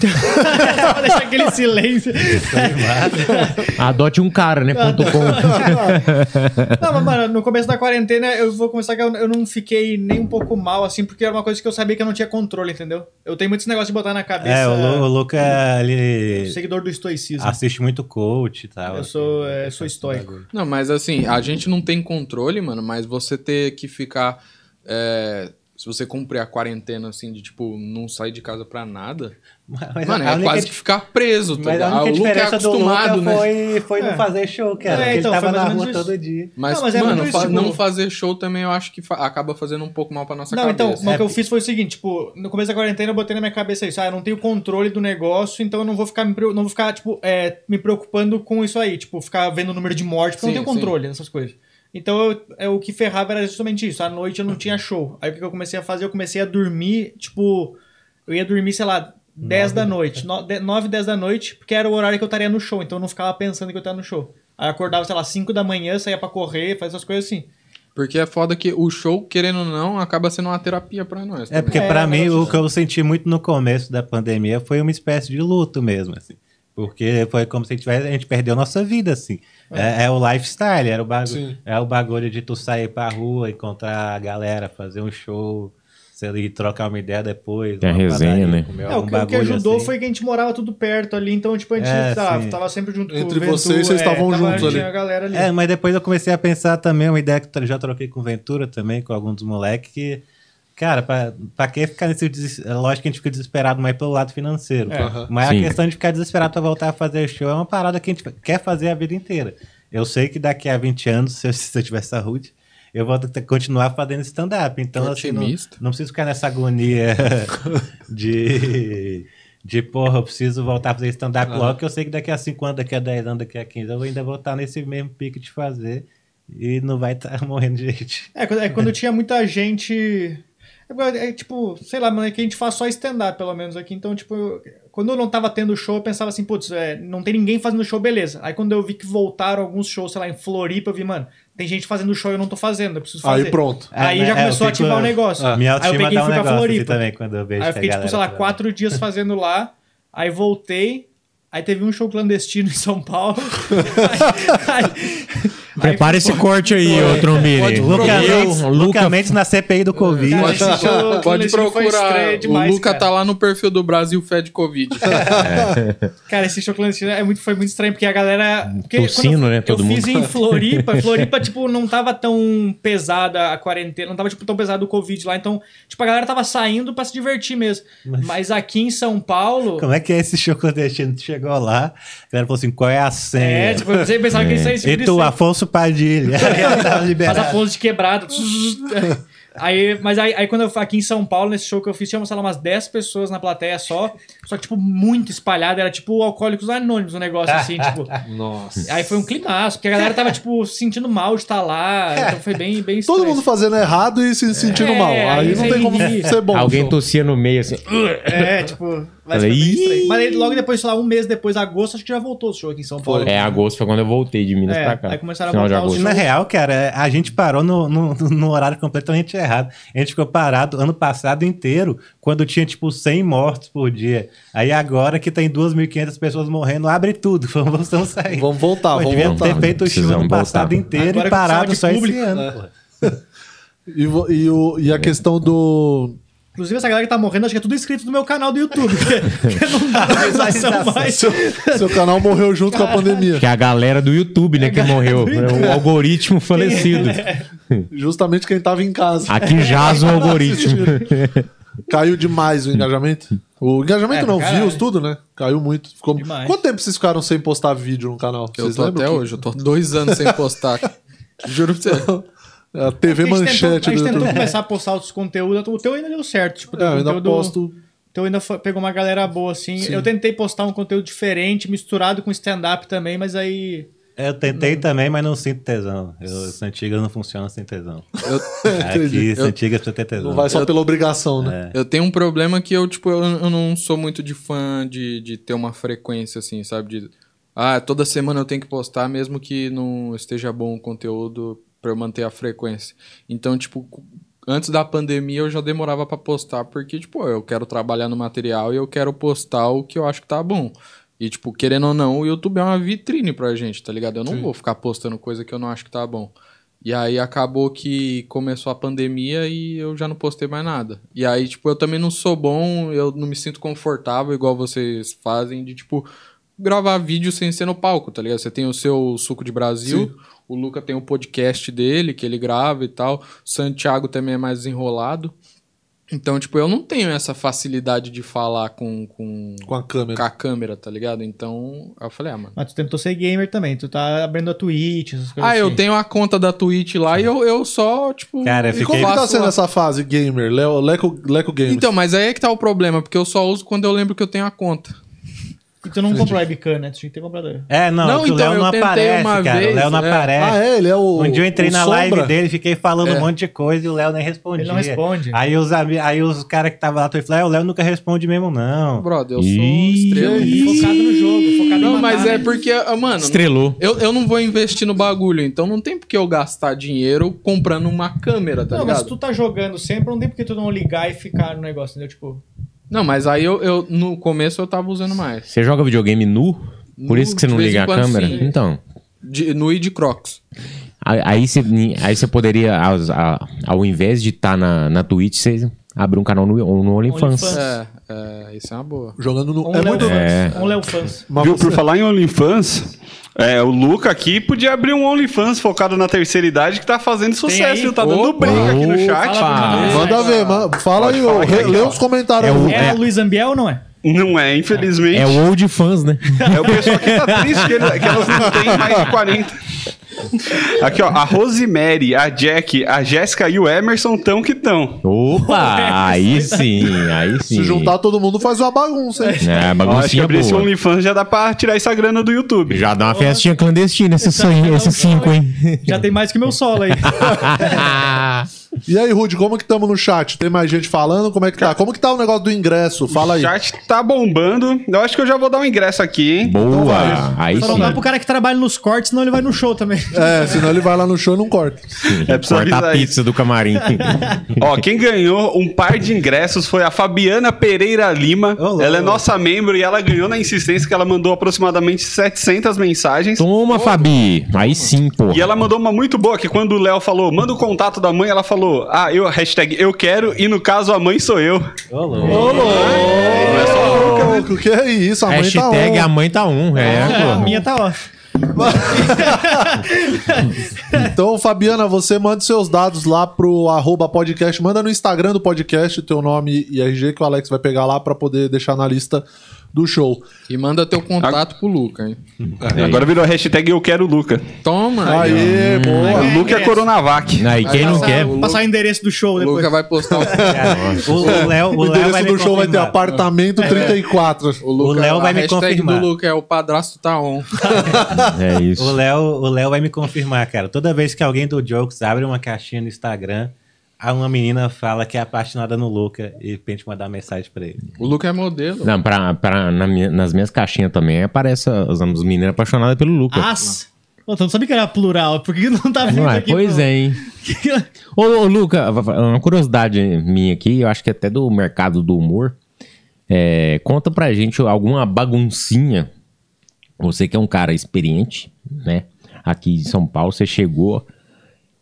Pra deixar aquele silêncio. Adote um cara, né? Ponto com. Não, mas, mano, no começo da quarentena eu vou começar que eu, eu não fiquei nem um pouco mal, assim, porque era uma coisa que eu sabia que eu não tinha controle, entendeu? Eu tenho muito esse negócio de botar na cabeça. É, o, Lu, o Luca, ele Seguidor do estoicismo. assiste muito coach e tal. eu assim. sou, é, sou estoico. Não, mas assim, a gente não tem controle, mano, mas você ter que ficar. é, se você cumprir a quarentena, assim, de tipo, não sair de casa pra nada, Mas mano, a é única quase di- que ficar preso, tá Mas a ligado? única O Luke é diferença do Luca acostumado, né? foi, foi É. não fazer show, cara. É, porque então, ele foi mais tava na ou rua menos isso. todo dia. Mas, Não, mas é mano, muito fa- isso, não tipo- fazer show também eu acho que fa- acaba fazendo um pouco mal pra nossa Não, então, cabeça. mas o que eu fiz foi o seguinte, tipo, no começo da quarentena eu botei na minha cabeça isso, ah, eu não tenho controle do negócio, então eu não vou ficar, me, preo- não vou ficar tipo, é, me preocupando com isso aí, tipo, ficar vendo o número de mortes, porque eu Sim, não tenho sim. controle nessas coisas. Então, eu, é, o que ferrava era justamente isso, à noite eu não tinha show. Aí o que eu comecei a fazer? Eu comecei a dormir, tipo, eu ia dormir, sei lá, 10 da é. noite, 9, 10 da noite, porque era o horário que eu estaria no show, então eu não ficava pensando que eu tava no show. Aí eu acordava, sei lá, 5 da manhã, saía pra correr, fazia essas coisas assim. Porque é foda que o show, querendo ou não, acaba sendo uma terapia pra nós. É também. porque É, pra um mim negócio o que eu senti muito no começo da pandemia foi uma espécie de luto mesmo, assim. Porque foi como se a gente, tivesse, a gente perdeu nossa vida, assim. É, é o lifestyle, era o bagulho, Sim. é o bagulho de tu sair pra rua, encontrar a galera, fazer um show, sei lá, e trocar uma ideia depois. Tem a uma resenha, né? comer É, o, que, o algum que bagulho ajudou assim. foi que a gente morava tudo perto ali, então, tipo, a gente É, tava, sim. tava sempre junto Entre com o é, vocês, vocês estavam tava- juntos ali. tinha a galera ali. É, mas depois eu comecei a pensar também, uma ideia que eu já troquei com o Ventura também, com alguns moleques, que, cara, pra, pra que ficar nesse... Des... é Lógico que a gente fica desesperado mais pelo lado financeiro. Aham. Mas Sim. a questão de ficar desesperado pra voltar a fazer show é uma parada que a gente quer fazer a vida inteira. Eu sei que daqui a 20 anos, se eu, se eu tiver saúde, eu vou ter que continuar fazendo stand-up. Então, Que assim, não, otimista. não preciso ficar nessa agonia de... De porra, eu preciso voltar a fazer stand-up logo, que eu sei que daqui a 5 anos, daqui a 10 anos, daqui a 15 eu ainda vou estar nesse mesmo pique de fazer e não vai estar morrendo de gente. É, quando- é quando tinha muita gente. É, porque, é, tipo, sei lá, mano, é que a gente faz só stand-up, pelo menos aqui. Então, tipo, eu- quando eu não tava tendo show, eu pensava assim, putz, é, não tem ninguém fazendo show, beleza. Aí quando eu vi que voltaram alguns shows, sei lá, em Floripa, eu vi, mano, tem gente fazendo show e eu não tô fazendo, eu preciso fazer. Aí pronto. Aí É, já é, começou eu a fico- ativar o negócio. Minha aí eu autoestima peguei e dá um fui pra negócio aqui Floripa. também quando eu vejo Aí eu que a fiquei, tipo, galera sei lá, tá- quatro dias fazendo lá. Aí voltei. Aí teve um show clandestino em São Paulo. Aí- aí- Prepara aí- esse corte aí, ô Trombini. Luca Eu, Mendes, Luca- Luca Mendes na CPI do Covid. Cara, Pode, esse show pode clandestino foi procurar. estranho demais, o Luca cara. tá lá no perfil do Brasil Fed Covid. Cara, esse show clandestino é muito, foi muito estranho, porque a galera. Um Porque Tossindo, quando eu- né, todo eu mundo. fiz em Floripa. Floripa, tipo, não tava tão pesada a quarentena, não tava, tipo, tão pesado o Covid lá. Então, tipo, a galera tava saindo pra se divertir mesmo. Mas aqui em São Paulo. Como é que é esse show clandestino? Tu chegou lá, a galera falou assim, qual é a senha? É, tipo, você pensava que isso aí e tu, Afonso Padilha. Ela tava Faz liberada. a ponte de quebrada. aí, mas aí, aí quando eu fui aqui em São Paulo, nesse show que eu fiz, tinha, sei lá, umas 10 pessoas na plateia só. Só que, tipo, muito espalhado. Era tipo Alcoólicos Anônimos, um negócio assim, tipo. Nossa. Aí foi um climaço, porque a galera tava, tipo, se sentindo mal de estar lá. Então foi bem, bem Todo estranho. mundo fazendo errado e se sentindo É, mal. Aí aí não tem você como ri. ser bom. Alguém show. tossia no meio assim. É, tipo, mas Falei, foi bem "Ih". estranho. Mas aí, logo depois, sei lá, um mês depois, agosto, acho que já voltou o show aqui em São Paulo. É, agosto foi quando eu voltei de Minas É, pra cá. aí começaram a Final de voltar os agosto. Na real, cara, a gente parou no, no, no horário completamente errado. A gente ficou parado ano passado inteiro, quando tinha tipo 100 mortos por dia. Aí agora que tem 2.500 pessoas morrendo, abre tudo. Vamos, vamos sair. Vamos voltar, Pô, vamos devia voltar. ter feito o show Precisamos ano passado voltar. inteiro Agora e que parado precisava só de esse público. né? ano. pô. E, vo- e o- e a questão do. Inclusive, essa galera que tá morrendo, acho que é tudo inscrito no meu canal do YouTube. Porque, porque não dá Visualização. visualização mais. Seu, seu canal morreu junto com a pandemia. Que é a galera do YouTube, né, que morreu. O algoritmo falecido. Justamente quem tava em casa. Aqui jaz o algoritmo. Caiu demais o engajamento. O engajamento É, não, caralho. views, tudo, né? Caiu muito. Ficou... Demais. Quanto tempo vocês ficaram sem postar vídeo no canal? Eu vocês tô até que- hoje, eu tô dois anos sem postar. Juro pra você. A TV Porque a gente tentou, Manchete a gente do tentou YouTube. começar a postar outros conteúdos. O teu ainda deu certo. Tipo, É, eu ainda conteúdo- posto Então ainda foi- pegou uma galera boa, assim. Eu tentei postar um conteúdo diferente, misturado com stand-up também, mas aí. Eu tentei Hum. também, mas não sinto tesão. Eu, Santiga não funciona sem tesão. Entendi. Aqui, Santiga precisa ter tesão. Não vai só pela obrigação, né? Eu tenho um problema que eu, tipo, eu, eu não sou muito de fã de, de ter uma frequência, assim, sabe? De, ah, toda semana eu tenho que postar, mesmo que não esteja bom o conteúdo pra eu manter a frequência. Então, tipo, cu- antes da pandemia eu já demorava pra postar, porque, tipo, eu quero trabalhar no material e eu quero postar o que eu acho que tá bom. E, tipo, querendo ou não, o YouTube é uma vitrine pra gente, tá ligado? Eu não vou ficar postando coisa que eu não acho que tá bom. E aí acabou que começou a pandemia e eu já não postei mais nada. E aí, tipo, eu também não sou bom, eu não me sinto confortável, igual vocês fazem, de, tipo, gravar vídeo sem ser no palco, tá ligado? Você tem o seu Suco de Brasil, o Luca tem o podcast dele, que ele grava e tal, Santiago também é mais enrolado. Então, tipo, eu não tenho essa facilidade de falar com, com, Com a câmera. com a câmera, tá ligado? Então, eu falei, ah, mano. Mas tu tentou ser gamer também, tu tá abrindo a Twitch, essas coisas. Ah, eu assim. tenho a conta da Twitch lá e eu, eu só, tipo. Cara, eu E fiquei- como que tá faço sendo lá. essa fase gamer? Leo, Leco, Leco Games. Então, mas aí é que tá o problema, porque eu só uso quando eu lembro que eu tenho a conta. E tu não comprou a webcam, né? Tu tinha que ter comprado. É, não, Não, que o então, Léo não eu tentei aparece, uma cara. vez, o Léo não é. aparece. Ah, é? Ele é o. Um dia eu entrei o na Sombra? live dele, fiquei falando um monte de coisa e o Léo nem respondia. Ele não responde. Aí os, ami- aí os caras que estavam lá, tu falou, ah, o Léo nunca responde mesmo, não. Brother, eu sou Ih, estrela. é Focado no jogo, focado Não, em matar, mas né? é porque, ah, mano, Estrelou. eu, eu não vou investir no bagulho, então não tem porque eu gastar dinheiro comprando uma câmera, tá Não, mas ligado? se tu tá jogando sempre, não tem porque tu não ligar e ficar no negócio, entendeu? Tipo, Não, mas aí eu, eu- no começo eu tava usando mais. Você joga videogame nu? Por Nu, isso que você de não vez liga em a quando, câmera? sim. Então. De, no e de Crocs. Aí aí você aí você poderia, aos- a- ao invés de estar na, na Twitch, você abrir um canal no, no OnlyFans. OnlyFans. É, é, isso é uma boa. Jogando no. um é Léo muito. Fans. né? É. Um Léo Fans. Mas Viu, você- por falar em OnlyFans, é, o Luca aqui podia abrir um OnlyFans focado na terceira idade que tá fazendo sucesso, aí? tá dando Opa! briga aqui no chat. Opa! Manda ver, mano. Fala aí, ô, falar que re- aí, lê ó. os comentários. É aí. o- É, o Luiz Ambiel ou não é? Não é, infelizmente. É o Old Fans, né? É o pessoal que tá triste que, ele- que elas não têm mais de 40. Aqui, ó, a Rosemary, a Jack, a Jéssica e o Emerson estão que estão. Opa! aí sim, aí sim. Se juntar todo mundo, faz uma bagunça, hein? É, Ó, Acho que baguncinha abrir esse boa. OnlyFans já dá pra tirar essa grana do YouTube. Já dá uma festinha clandestina esse sonho, Então, esses cinco, hein? Já tem mais que meu solo aí. E aí, Rude, como que estamos no chat? Tem mais gente falando? Como é que tá? Como que tá o negócio do ingresso? Fala O aí. chat tá bombando. Eu acho que eu já vou dar um ingresso aqui, então, hein? boa! Aí Só não dá pro sim. cara que trabalha nos cortes, senão ele vai no show também. É, senão ele vai lá no show e não corta. então, É preciso Corta a avisar isso. pizza do camarim. então, Ó, quem ganhou um par de ingressos foi a Fabiana Pereira Lima. Olá. ela é nossa membro e ela ganhou na insistência que ela mandou aproximadamente 700 mensagens. Toma, Fabi! Aí sim, pô. E ela mandou uma muito boa, que quando o Léo falou, manda o contato da mãe, ela falou, ah, eu, hashtag eu quero, e no caso a mãe sou eu. Ô, O que é isso? A mãe Hashtag tá a on. mãe tá um. É, A pô. minha tá off. Então, Fabiana, você manda os seus dados lá pro arroba podcast. Manda no Instagram do podcast o teu nome e RG que o Alex vai pegar lá pra poder deixar na lista do show. E manda teu contato pro Luca, hein? Agora virou hashtag eu quero Luca. Toma! aí, ó. Aê, boa. O Luca é Coronavac. Aí quem não quer. Passar o endereço do show O depois. Luca vai postar um o, O o Léo o O Léo vai endereço do me show vai ter confirmar. É. apartamento 34. o Luca. Léo vai a me hashtag confirmar. do Luca é o padrasto tá on. É isso. O Léo, o Léo vai me confirmar, cara. Toda vez que alguém do Jokes abre uma caixinha no Instagram, a uma menina fala que é apaixonada no Luca e pente mandar mensagem pra ele. O Luca é modelo. Não, pra, pra, na minha- nas minhas caixinhas também aparece as, as meninas apaixonadas pelo Luca. As. Pô, tu não sabia que era plural, por que que não tá vindo Não é? aqui? Pois pô? é, hein? Ô, ô, Luca, uma curiosidade minha aqui, eu acho que até do mercado do humor. É, conta pra gente alguma baguncinha. Você que é um cara experiente, né? Aqui em São Paulo, você chegou,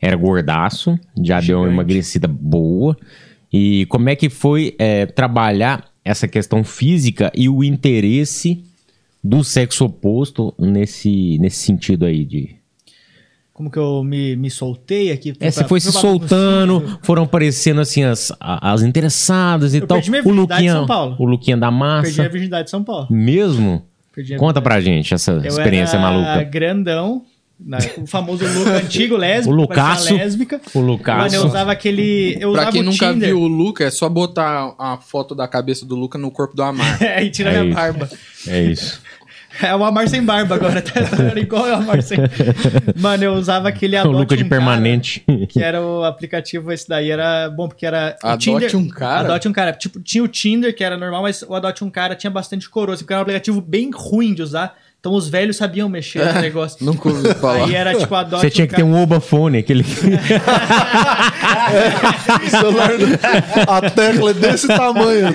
era gordaço, já deu uma emagrecida boa. E como é que foi é, trabalhar essa questão física e o interesse do sexo oposto nesse, nesse sentido aí de Como que eu me, me soltei aqui? é, você Pra- foi se pra- soltando, foram aparecendo assim as, a- as interessadas e Eu tal. perdi minha o virgindade em Luquinha, São Paulo. o Luquinha da Perdi a massa. virgindade de São Paulo. Mesmo? Perdi a Conta virgindade. pra gente essa Eu experiência era maluca. grandão, né? na- o famoso look antigo lésbico, O parecia uma Lucasso. lésbica. O Mano, eu Lucasso. usava aquele. Eu usava pra quem o nunca Tinder. viu o Luca, é só botar a foto da cabeça do Luca no corpo do Amar. É, e tira É minha isso. barba. É isso. É o Amar sem barba agora, tá? Era igual o Amar sem. Mano, eu usava aquele O Adote Luca de um Cara, permanente. que era o aplicativo, esse daí era bom, porque era. o Adote um cara? Adote um cara. Tipo, tinha o Tinder, que era normal, mas o Adote um cara tinha bastante coroa, assim, porque era um aplicativo bem ruim de usar. Então os velhos sabiam mexer É, no negócio. Nunca ouvi falar. Aí era tipo Adote Você tinha um que ter cara. um obafone, aquele. O celular, a tecla é desse tamanho.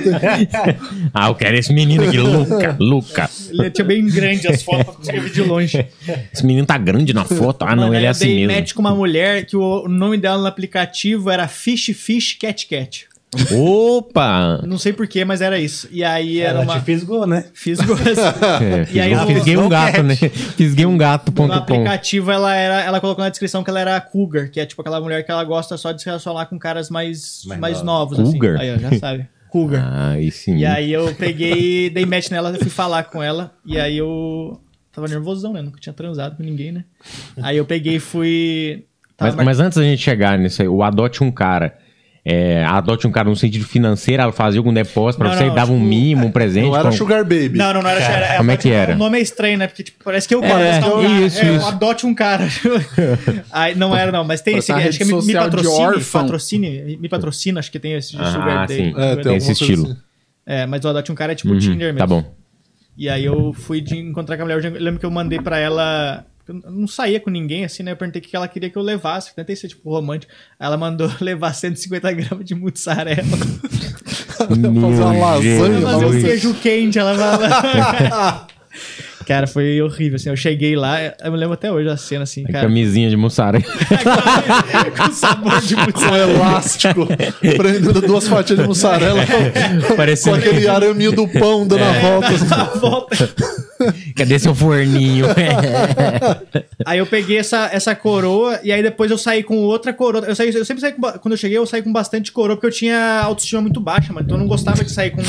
ah, eu quero esse menino aqui, Luca, Luca. Ele tinha bem grande as fotos pra conseguir ver de longe. Esse menino tá grande na foto. Ah, não, Mano, ele aí é eu assim dei mesmo. match com uma mulher que o o nome dela no aplicativo era Fish Fish Cat Cat. Opa! Não sei porquê, mas era isso. E aí era Ela uma. te fisgou, né? Fiz gosto. É, e aí fisgou- o- fisguei um gato, né? Fisguei um No gato.com. aplicativo, ela, era, ela colocou na descrição que ela era cougar, que é tipo aquela mulher que ela gosta só de se relacionar com caras mais, mais, Mais novos. Cougar? Ah. Assim. Aí, ó, já sabe. Cougar. Ai, sim. E aí eu peguei, dei match nela, eu fui falar com ela. E aí eu tava nervosão, né? Nunca tinha transado com ninguém, né? Aí eu peguei e fui... tava Mas, mas antes da gente chegar nisso aí, o Adote um Cara. É, adote um cara no sentido financeiro, ela fazia algum depósito pra Não, você, não, dava um tipo, mínimo, um presente. Não era com- Sugar Baby. Não, não, não era. era Como é que era? O nome é estranho, né? Porque tipo, parece que eu É, um cara, isso, eu isso. adote um cara. Aí, não era, não, mas tem esse. Parece uma Acho que é rede me, me social de patrocine, órfão. patrocine. Me patrocina, acho que tem esse de Ah, Sugar Day. sim. É, Sugar tem Day. Esse alguma coisa estilo. assim. É, mas o adote um cara é tipo Uhum, Tinder mesmo. Tá bom. E aí eu fui de encontrar com a mulher. Eu já- eu lembro que eu mandei pra ela. Eu não saía com ninguém, assim, né? Eu perguntei o que ela queria que eu levasse. Tentei ser, tipo, romântico. Ela mandou levar 150 gramas de mussarela. Fazer uma lasanha Meu Ela pra fazer um você. queijo quente, ela fala. cara, foi horrível, assim. Eu cheguei lá, eu me lembro até hoje a cena, assim, A cara. Camisinha de mussarela. com sabor de Com um elástico, prendendo duas fatias de mussarela com Parecendo. É. aquele araminho do pão dando a assim. volta. volta. Cadê seu forninho? É. Aí eu peguei essa, essa coroa e aí depois eu saí com outra coroa. Eu, saí, eu sempre saí com. ba- Quando eu cheguei, eu saí com bastante coroa, porque eu tinha autoestima muito baixa, mano. Então eu não gostava de sair com.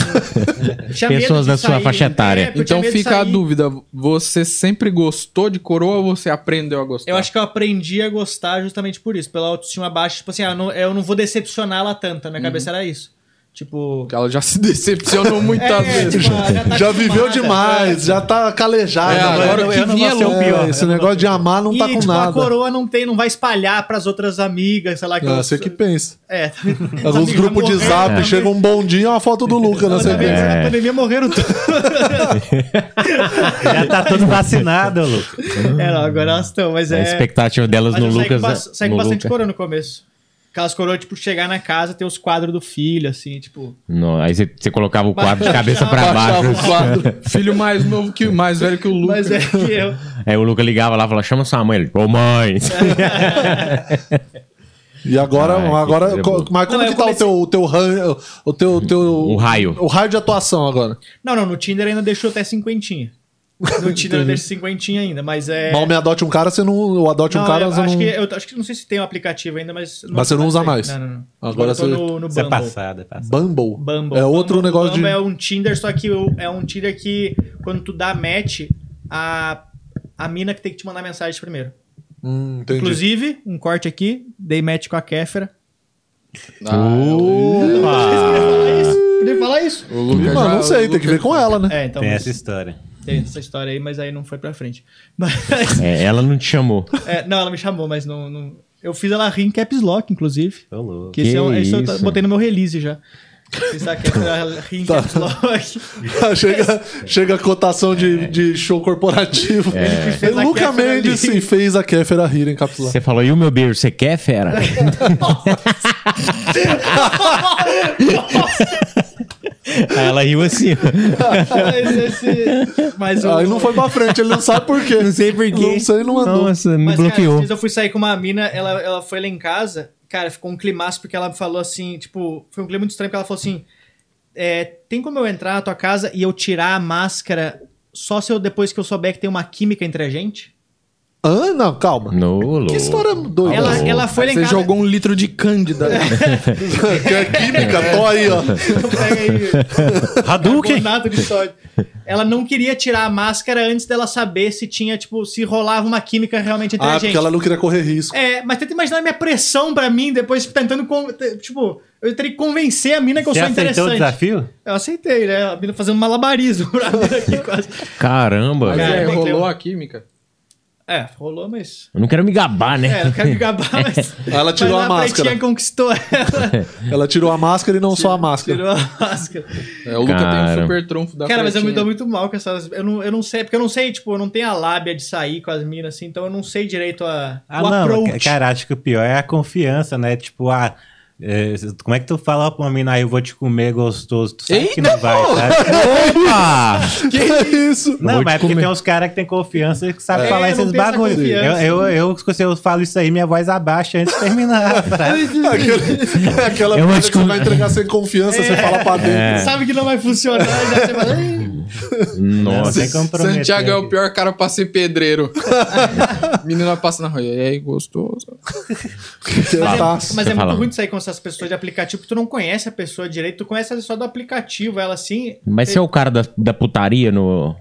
Tinha medo Pessoas de da sua sair. é, faixa etária. porque eu tinha Então medo de fica a sair. dúvida: você sempre gostou de coroa ou você aprendeu a gostar? Eu Tá. acho que eu aprendi a gostar justamente por isso, pela autoestima baixa. Tipo assim, ah, não- eu não vou decepcionar ela tanto. Uhum. Na minha cabeça era isso. Tipo. Ela já se decepcionou muitas vezes. tipo, ela tá Já viveu acostumada. demais, já tá calejado. É, agora né? o que vinha é um É, louco. esse negócio de amar não E, tá com tipo, a nada. coroa não tem, não vai espalhar pras outras amigas, sei lá. É, você que pensa. É. Os grupos de zap, chega um bom dia e uma foto do Luca na Na sequência. É. pandemia morreram todos. Já tá todo vacinado, Lucas. É, não, agora elas estão, mas A é. expectativa delas Mas no eu saí com Lucas. ba- né? saí com No bastante Lucas. coroa no começo. Aquelas coroas, tipo, chegar na casa, ter os quadros do filho, assim, tipo. Não, aí você você colocava o quadro de cabeça pra Baixava baixo. o quadro. Filho mais novo que mais velho que o Luca. Mas é que eu. Aí o Luca ligava lá e falava: chama sua mãe. Ele, ô mãe. E agora, Ah, que agora coisa co- boa. mas como Não, que eu tá comecei- o teu, o teu ranho, o teu, teu O raio. o raio de atuação agora? Não, não, no Tinder ainda deixou até cinquentinha. No Tinder eu deixo cinquentinha ainda, mas é. Mal me adote um cara, você não, ou adote não, um cara, eu você acho não. que eu acho que não sei se tem um aplicativo ainda, mas. Mas você não usa mais. Não, não, não. Agora eu tô você- no, no Isso é Bumble. passada, é passada. Bumble. Bumble. É outro Bumble- negócio Bumble de. é um Tinder, só que o- é um Tinder que quando tu dá match, a, a mina que tem que te mandar mensagem primeiro. Hum, entendi. Inclusive, um corte aqui, dei match com a Kéfera. Ah, Ah. Podia falar isso? Podia falar isso? O Luca Mano, já- não sei, o tem que Luca- ver com ela, né? É, então, Tem mas essa história. tem essa história aí, mas aí não foi pra frente. Mas, É, ela não te chamou. é, não, ela me chamou, mas não, não- Eu fiz ela rir em caps lock, inclusive. Tô louco. Que, esse é um, Que esse eu isso. botei no meu release já. Fiz a Kéfera rir em caps lock. chega, chega a cotação É. de, de show corporativo. fez a Luca Kéfera ali. Mendes sim, fez a Kéfera rir em capsular. Você falou: e o meu beijo, você quer, fera? Aí ela riu assim. Mas esse- mas o- Aí não foi pra frente, Ah, ele não sabe por quê. Não sei por quê. Não sei, não mandou. Nossa, me Mas, cara, bloqueou. esses dias eu fui sair com uma mina, ela, ela foi lá em casa, cara, ficou um climaço porque ela falou assim, tipo, foi um clima muito estranho, porque ela falou assim, é, tem como eu entrar na tua casa e eu tirar a máscara só se eu, depois que eu souber que tem uma química entre a gente? Hã? Não, calma. No, Que história Tá doida. Ela, é ela foi É, lá em Você casa. jogou um litro de cândida. que é química, tô aí, ó. Pega aí, Hadouken! carbonato de sódio. Ela não queria tirar a máscara antes dela saber se tinha, tipo, se rolava uma química realmente entre Ah, a gente. porque ela não queria correr risco. É, mas tenta imaginar a minha pressão pra mim depois tentando. con- te- Tipo, eu teria que convencer a mina que eu Você sou aceitou o interessante. desafio? Eu aceitei, né? A mina fazendo um malabarismo pra mim aqui quase. Caramba. Mas Cara, é, tem que rolou ter- um- a química. É, rolou, mas. Eu não quero me gabar, né? É, não quero me gabar, mas. Ela tirou mas a máscara. pretinha conquistou ela. Ela tirou a máscara e não só a máscara. Tirou a máscara. É, o Luca tem Cara. um super trunfo da Cara, mas eu me pretinha. dou muito mal com essas. Eu não, eu não sei, porque eu não sei, tipo, eu não tenho a lábia de sair com as minas assim, então eu não sei direito a, Ah, o não, approach. cara, acho que o pior é a confiança, né? Tipo, ah, é, como é que tu fala pra uma mina aí, eu vou te comer gostoso? Tu sabe que não vai, sabe? Que isso? Não, Vou te mas é porque comer. tem uns caras que tem confiança e que sabem É, falar não esses tem essa bagulhos. Eu, confiança. eu, eu, se eu falo isso aí, minha voz abaixa antes de terminar. sabe? Aquele, aquela Eu coisa acho que você que- vai entregar sem confiança, você fala pra dentro. é. Sabe que não vai funcionar, já é, você fala, "Ih, Não Nossa. tem como prometer Santiago é aqui. o pior cara pra ser pedreiro. Menina passa na rua. E aí, gostoso. Porque tá- Mas, é- mas é Fala. muito ruim de sair com essas pessoas de aplicativo, que tu não conhece a pessoa direito, tu conhece ela só do aplicativo, ela assim. Mas você é o cara da, da putaria no,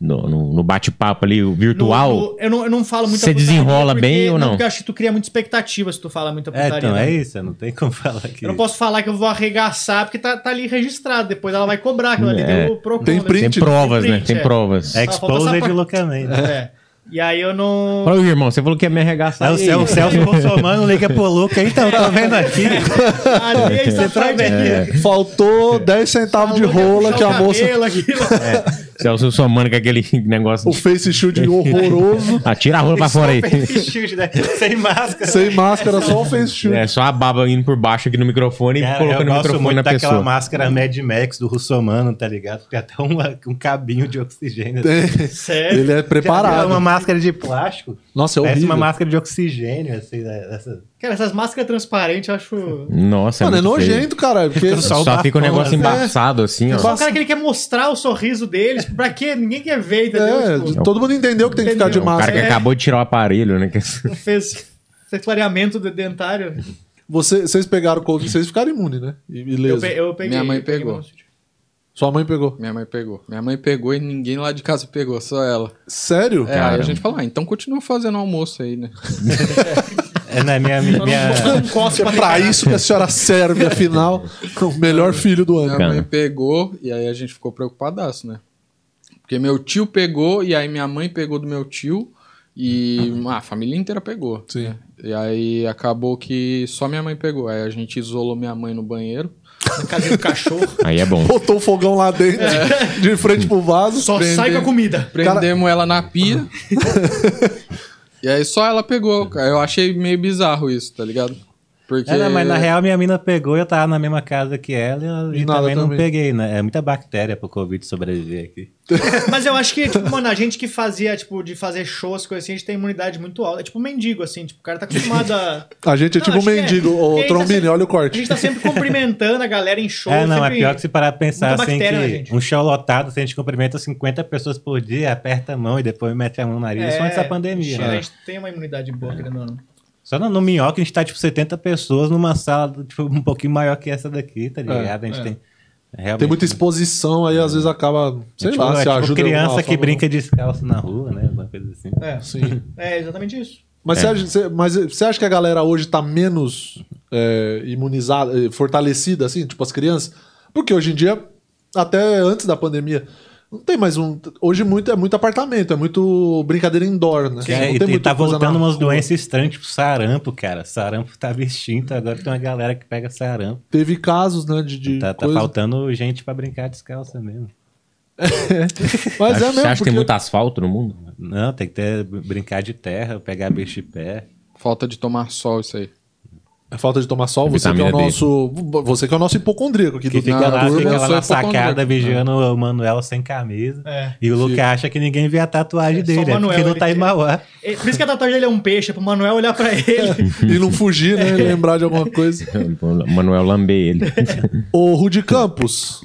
no, no- no bate-papo ali, o no- virtual? no- eu, não, eu não falo muito Você desenrola porque- bem ou não? Porque eu acho que tu cria muita expectativa se tu fala muita É, putaria. então, né? é isso, não tem como falar aqui. Eu não posso falar que eu vou arregaçar, porque tá, tá ali registrado. Depois ela vai cobrar aquilo ali. É. Deu Procon, Tem né? print. Tem provas, Tem né? print, Tem é. provas. É Só falta essa exposed parte. loucamente. É. E aí eu não. Olha o irmão, você falou que ia me arregaçar. Aí É o céu- o Celso Bolsonaro liga pro Luca, então, tá vendo aqui? Ali tá essa parte aqui. né? Faltou 10 centavos de rola que a moça. É. Celso somando com aquele negócio. O face shield horroroso, Ah, tira a rola pra é fora aí. né? Sem máscara. sem máscara, só o face shield. É só a baba indo por baixo aqui no microfone e Cara, É, eu colocando o gosto microfone muito na daquela pessoa. máscara Mad Max do Russomano, tá ligado? Tem até uma- um cabinho de oxigênio. Sério. Ele é É uma preparado. máscara de plástico. Tá Nossa, é Parece horrível. uma máscara de oxigênio, assim, né? Essa- Cara, essas máscaras transparentes eu acho. Nossa, Mano, é muito feio. nojento, caralho. Porque... Fica Só, Só o fica um bafão, negócio né? embaçado É. assim, ó. Só o cara que ele quer mostrar o sorriso deles. Pra quê? Ninguém quer ver, É, entendeu? Tipo, todo mundo entendeu que tem que ficar de Entendeu. O cara máscara. que É. acabou de tirar o aparelho, né? que- fez fez clareamento de- dentário. Você- vocês pegaram o Covid, vocês ficaram imunes, né? E- e Eu, Beleza. pe- eu peguei. Minha mãe eu peguei pegou. no- Sua mãe pegou. Minha mãe pegou. Minha mãe pegou e ninguém lá de casa pegou, só ela. Sério? É, aí a Caramba. gente falou, ah, então continua fazendo almoço aí, né? É na minha. minha, minha- É pra isso que a senhora serve, afinal. O melhor filho do ano. Minha Bacana. mãe pegou e aí a gente ficou preocupadaço, né? Porque meu tio pegou e aí minha mãe pegou do meu tio e ah, a família inteira pegou. Sim. E aí acabou que só minha mãe pegou. Aí a gente isolou minha mãe no banheiro. Casinha do um cachorro. Aí é bom. Botou o fogão lá dentro, de frente pro vaso. É. Só Prendeu. sai com a comida. Prendemos ela na pia. e aí só ela pegou. cara. Eu achei meio bizarro isso, tá ligado? Porque. É, não, mas na real minha mina pegou, eu tava na mesma casa que ela e, E e nada também não também. peguei, né? É muita bactéria pro Covid sobreviver aqui. Mas eu acho que, tipo, mano, a gente que fazia, tipo, de fazer shows, coisa assim, a gente tem imunidade muito alta. É tipo mendigo, assim, tipo, o cara tá acostumado a. A gente é Não, tipo um acho que é. mendigo. Porque a Ô, gente tá Trombini, sempre- olha o A corte. gente tá sempre cumprimentando a galera em show. é, não, é sempre... pior que se parar pra pensar muita assim bactéria, né, que gente? um show lotado, se a gente cumprimenta 50 pessoas por dia, aperta a mão e depois mete a mão no nariz, isso É. antes da pandemia. A né? É, gente tem uma imunidade boa, querendo ou não. Só no, no Minhoca a gente tá tipo 70 pessoas numa sala tipo, um pouquinho maior que essa daqui, tá ligado? a gente tem. é, Realmente, É, Tem muita exposição, aí às vezes acaba, sei tipo, lá, se é, tipo ajuda. de alguma criança que forma. né? brinca descalço na rua, né? Alguma coisa assim. É, Sim. é exatamente isso. Mas, você acha, você- mas você acha que a galera hoje tá menos é, imunizada, eh, fortalecida, assim, tipo as crianças? Porque hoje em dia, até antes da pandemia, não tem mais um. Hoje muito, é muito apartamento, é muito brincadeira indoor, né? É, não e, tem e tá coisa voltando na umas rua. doenças estranhas, tipo sarampo, cara. Sarampo tá extinto, agora tem uma galera que pega sarampo. Teve casos, né? De, de Tá, tá coisa. faltando gente pra brincar descalça mesmo. Mas Acho- é mesmo. você acha que Porque tem muito asfalto no mundo? Não, tem que ter brincar de terra, pegar bicho de pé. Falta de tomar sol isso aí. é Falta de tomar sol, você que é o Vitamina D. nosso. Você que é o nosso hipocondríaco aqui Que do fica da lá, turma. fica eu lá sou na sacada hipocondríaco. vigiando o Manuel sem camisa. É. E o Luca acha que ninguém vê a tatuagem É, só dele, o é Manuel, porque não ele tá em tem- Mauá. É, por isso que a tatuagem dele é um peixe, é pro Manuel olhar pra ele. E não fugir, né? Lembrar de alguma coisa. Manuel lambei ele. Ô, Rudy Campos,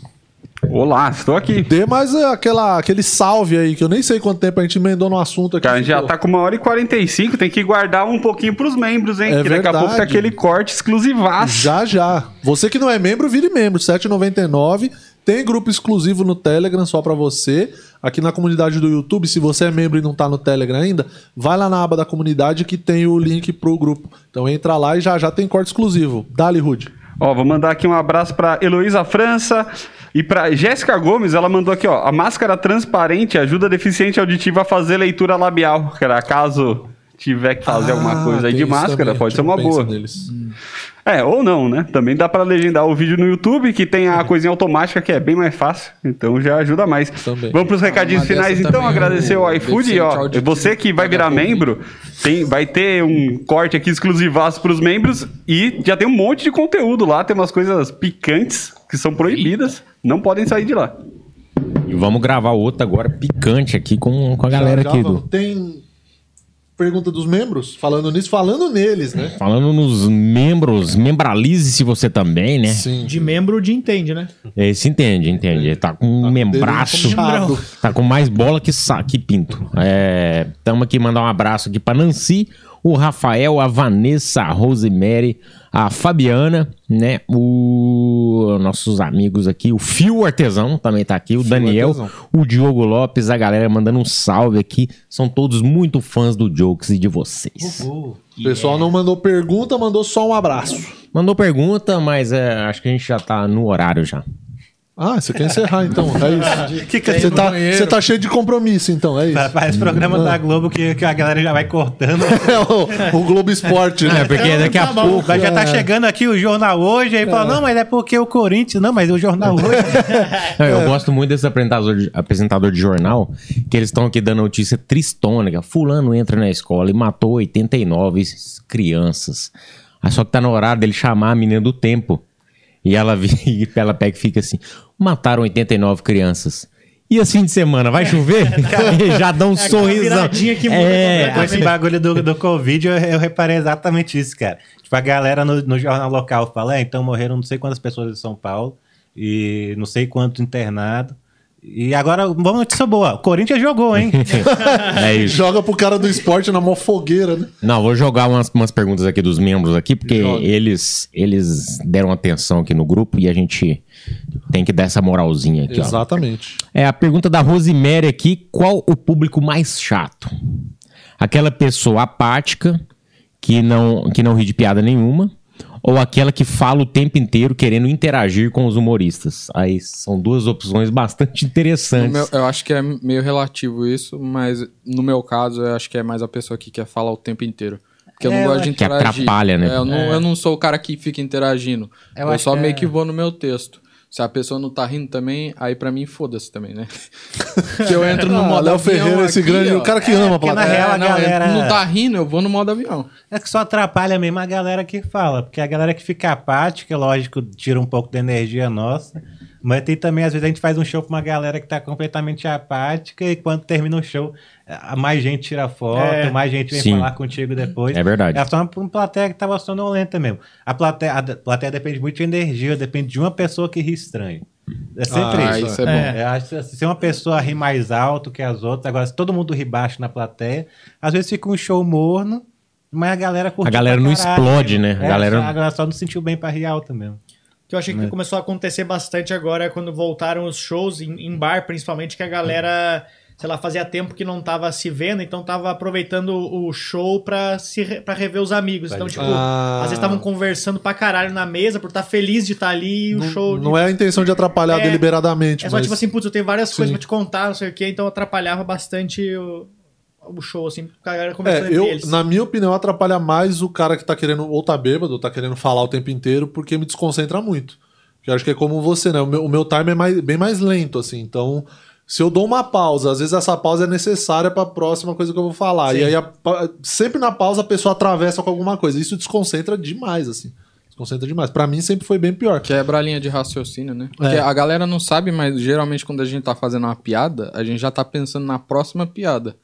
Olá, estou aqui. Dê mais eh, aquela, aquele salve aí, que eu nem sei quanto tempo a gente emendou no assunto aqui. Cara, a gente já ficou. tá com uma hora e 45, tem que guardar um pouquinho pros membros, hein? É que daqui a pouco verdade. tem aquele corte exclusivaço. Já, já. Você que não é membro, vire membro. R$ 7,99. Tem grupo exclusivo no Telegram só pra você. Aqui na comunidade do YouTube, se você é membro e não tá no Telegram ainda, vai lá na aba da comunidade que tem o link pro grupo. Então entra lá e já já tem corte exclusivo. Dali, Rude. Ó, vou mandar aqui um abraço pra Heloísa França e pra Jéssica Gomes, ela mandou aqui, ó, a máscara transparente ajuda deficiente auditivo a fazer leitura labial, cara, caso tiver que Ah, fazer alguma Ah, coisa aí de máscara, pode ser tipo, uma boa. É, ou não, né? Também dá pra legendar o vídeo no YouTube, que tem a coisinha automática que é bem mais fácil, então já ajuda mais. Também. Vamos pros Ah, recadinhos uma finais, dessa então, também, agradecer o ao iFood, deficiente ó, É auditivo você que vai paga virar Covid. membro, tem, vai ter um corte aqui exclusivaço pros membros e já tem um monte de conteúdo lá, tem umas coisas picantes que são proibidas, não podem sair de lá. E vamos gravar outro agora, picante aqui com, com a galera Já, já aqui vamos. do. Tem pergunta dos membros? Falando nisso, falando neles, né? Falando nos membros, membralize-se você também, né? Sim. De membro de entende, né? É, se entende, entende. Ele tá com um membraço. Chato. Tá com mais bola que, sa que pinto. É, tamo aqui mandar um abraço aqui pra Nancy, o Rafael, a Vanessa, a Rosemary, a Fabiana, né? O nossos amigos aqui, o Fio Artesão também tá aqui, o Daniel, Artesão. o Diogo Lopes, a galera mandando um salve aqui. São todos muito fãs do Jokes e de vocês. O pessoal não mandou pergunta, mandou só um abraço. Mandou pergunta, mas é, acho que a gente já tá no horário já. Ah, você quer encerrar então? É isso. que que você, tá, você tá cheio de compromisso então, é isso. Tá. Parece programa da Globo que, que a galera já vai cortando. É o, o Globo Esporte, É, né? porque daqui a pouco. Mas já então, tá chegando aqui o jornal hoje, aí fala, não, mas é porque o Corinthians. Não, mas o jornal hoje. Não, eu gosto muito desse apresentador de, apresentador de jornal, que eles estão aqui dando notícia tristônica. Fulano entra na escola e matou 89 crianças. Aí só que tá no horário dele chamar a menina do tempo. E ela, vi- e ela pega e fica assim: mataram 89 crianças. E esse fim de semana, vai chover? E já dá um sorrisão. viradinha que muda É, Com esse bagulho do, do Covid, eu, eu reparei exatamente isso, cara. Tipo, a galera no, no jornal local fala, é, então morreram não sei quantas pessoas em São Paulo e não sei quanto internado. E agora, uma notícia boa. O Corinthians jogou, hein? é isso. Joga pro cara do esporte na mó fogueira, né? Não, vou jogar umas, umas perguntas aqui dos membros aqui, porque Joga. eles, eles deram atenção aqui no grupo e a gente tem que dar essa moralzinha aqui, ó. Exatamente. É a pergunta da Rosemary aqui, qual o público mais chato? Aquela pessoa apática, que não, que não ri de piada nenhuma, ou aquela que fala o tempo inteiro querendo interagir com os humoristas? Aí são duas opções bastante No interessantes. meu- eu acho que é meio relativo isso, mas no meu caso, eu acho que é mais a pessoa que quer falar o tempo inteiro. Porque eu não gosto de que interagir. atrapalha, né? É, eu, não, eu não sou o cara que fica interagindo. Eu, acho só que meio é- que vou no meu texto. Se a pessoa não tá rindo também, aí pra mim foda-se também, né? que eu entro no Ah, modo Léo avião Ferreira, esse aqui, grande. ó. O cara que ama a porque na plateia. real, a É, não, galera- não tá rindo, eu vou no modo avião. É que só atrapalha mesmo a galera que fala, porque a galera que fica apática, é lógico, tira um pouco da energia nossa, mas tem também, às vezes, a gente faz um show pra uma galera que tá completamente apática e quando termina o show, a- mais gente tira foto, É. mais gente vem Sim. falar contigo depois. É verdade. É só uma, uma plateia que tava sonolenta mesmo. A plateia, a da- plateia depende muito de energia, depende de uma pessoa que ri estranho. É sempre Ah, isso. isso é bom. É, eu acho que se uma pessoa ri mais alto que as outras, agora se todo mundo ri baixo na plateia, às vezes fica um show morno, mas a galera curte. A galera não explode, né? A A galera- galera... É, Só, a galera só não sentiu bem pra rir alto mesmo. O que eu achei Né? que começou a acontecer bastante agora é quando voltaram os shows em, em bar, principalmente, que a galera, sei lá, fazia tempo que não tava se vendo, então tava aproveitando o show pra, se, re- pra rever os amigos. Então, tipo, Ah. às vezes estavam conversando pra caralho na mesa por estar feliz de estar ali e o show. Não é a intenção de atrapalhar É, deliberadamente, É só mas tipo assim, putz, eu tenho várias Sim. coisas pra te contar, não sei o quê, então atrapalhava bastante o, o show, assim, porque a galera conversando É, entre eu, eles. na minha opinião, atrapalha mais o cara que tá querendo, ou tá bêbado, ou tá querendo falar o tempo inteiro, porque me desconcentra muito. Que eu acho que é como você, né? O meu, o meu time é mais- bem mais lento, assim. Então, se eu dou uma pausa, às vezes essa pausa é necessária pra próxima coisa que eu vou falar. E aí, a pa- sempre na pausa, a pessoa atravessa com alguma coisa. Isso desconcentra demais, assim. Desconcentra demais. Pra mim, sempre foi bem pior. Quebra a é linha de raciocínio, né? É. Porque a galera não sabe, mas geralmente quando a gente tá fazendo uma piada, a gente já tá pensando na próxima piada.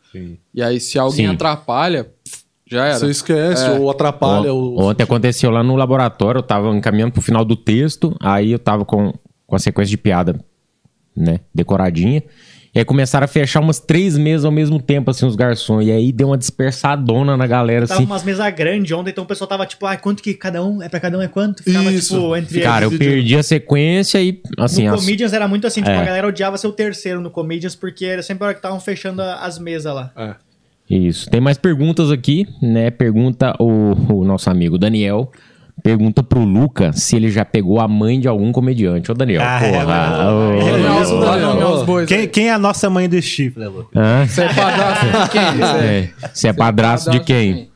E aí, se alguém Sim. atrapalha, pff, já era. Você esquece É. ou atrapalha. Ont- ou... Ontem aconteceu lá no laboratório, eu tava encaminhando pro final do texto, aí eu tava com, com a sequência de piada né? Decoradinha. E aí começaram a fechar umas três mesas ao mesmo tempo, assim, os garçons. E aí deu uma dispersadona na galera, Tava assim. umas mesas grandes ontem, então o pessoal tava tipo, ah, quanto que cada um, é pra cada um é quanto? Ficava Isso. tipo entre Cara, eu Esse dia- perdi a sequência e, assim... no as- Comedians era muito assim, tipo, É. a galera odiava ser o terceiro no Comedians, porque era sempre a hora que estavam fechando a- as mesas lá. É. Isso. Tem mais perguntas aqui, né? Pergunta o, o nosso amigo Daniel. Pergunta pro Luca se ele já pegou a mãe de algum comediante. Ô, Daniel, Ah, é, porra. mano. ô, Lá Ele no Alves- lá no Ô, Alves Bois, né? Quem, quem é a nossa mãe do chifre, Lu? hã? Você é padrasto de quem? Você é É, Você é padrasto de quem?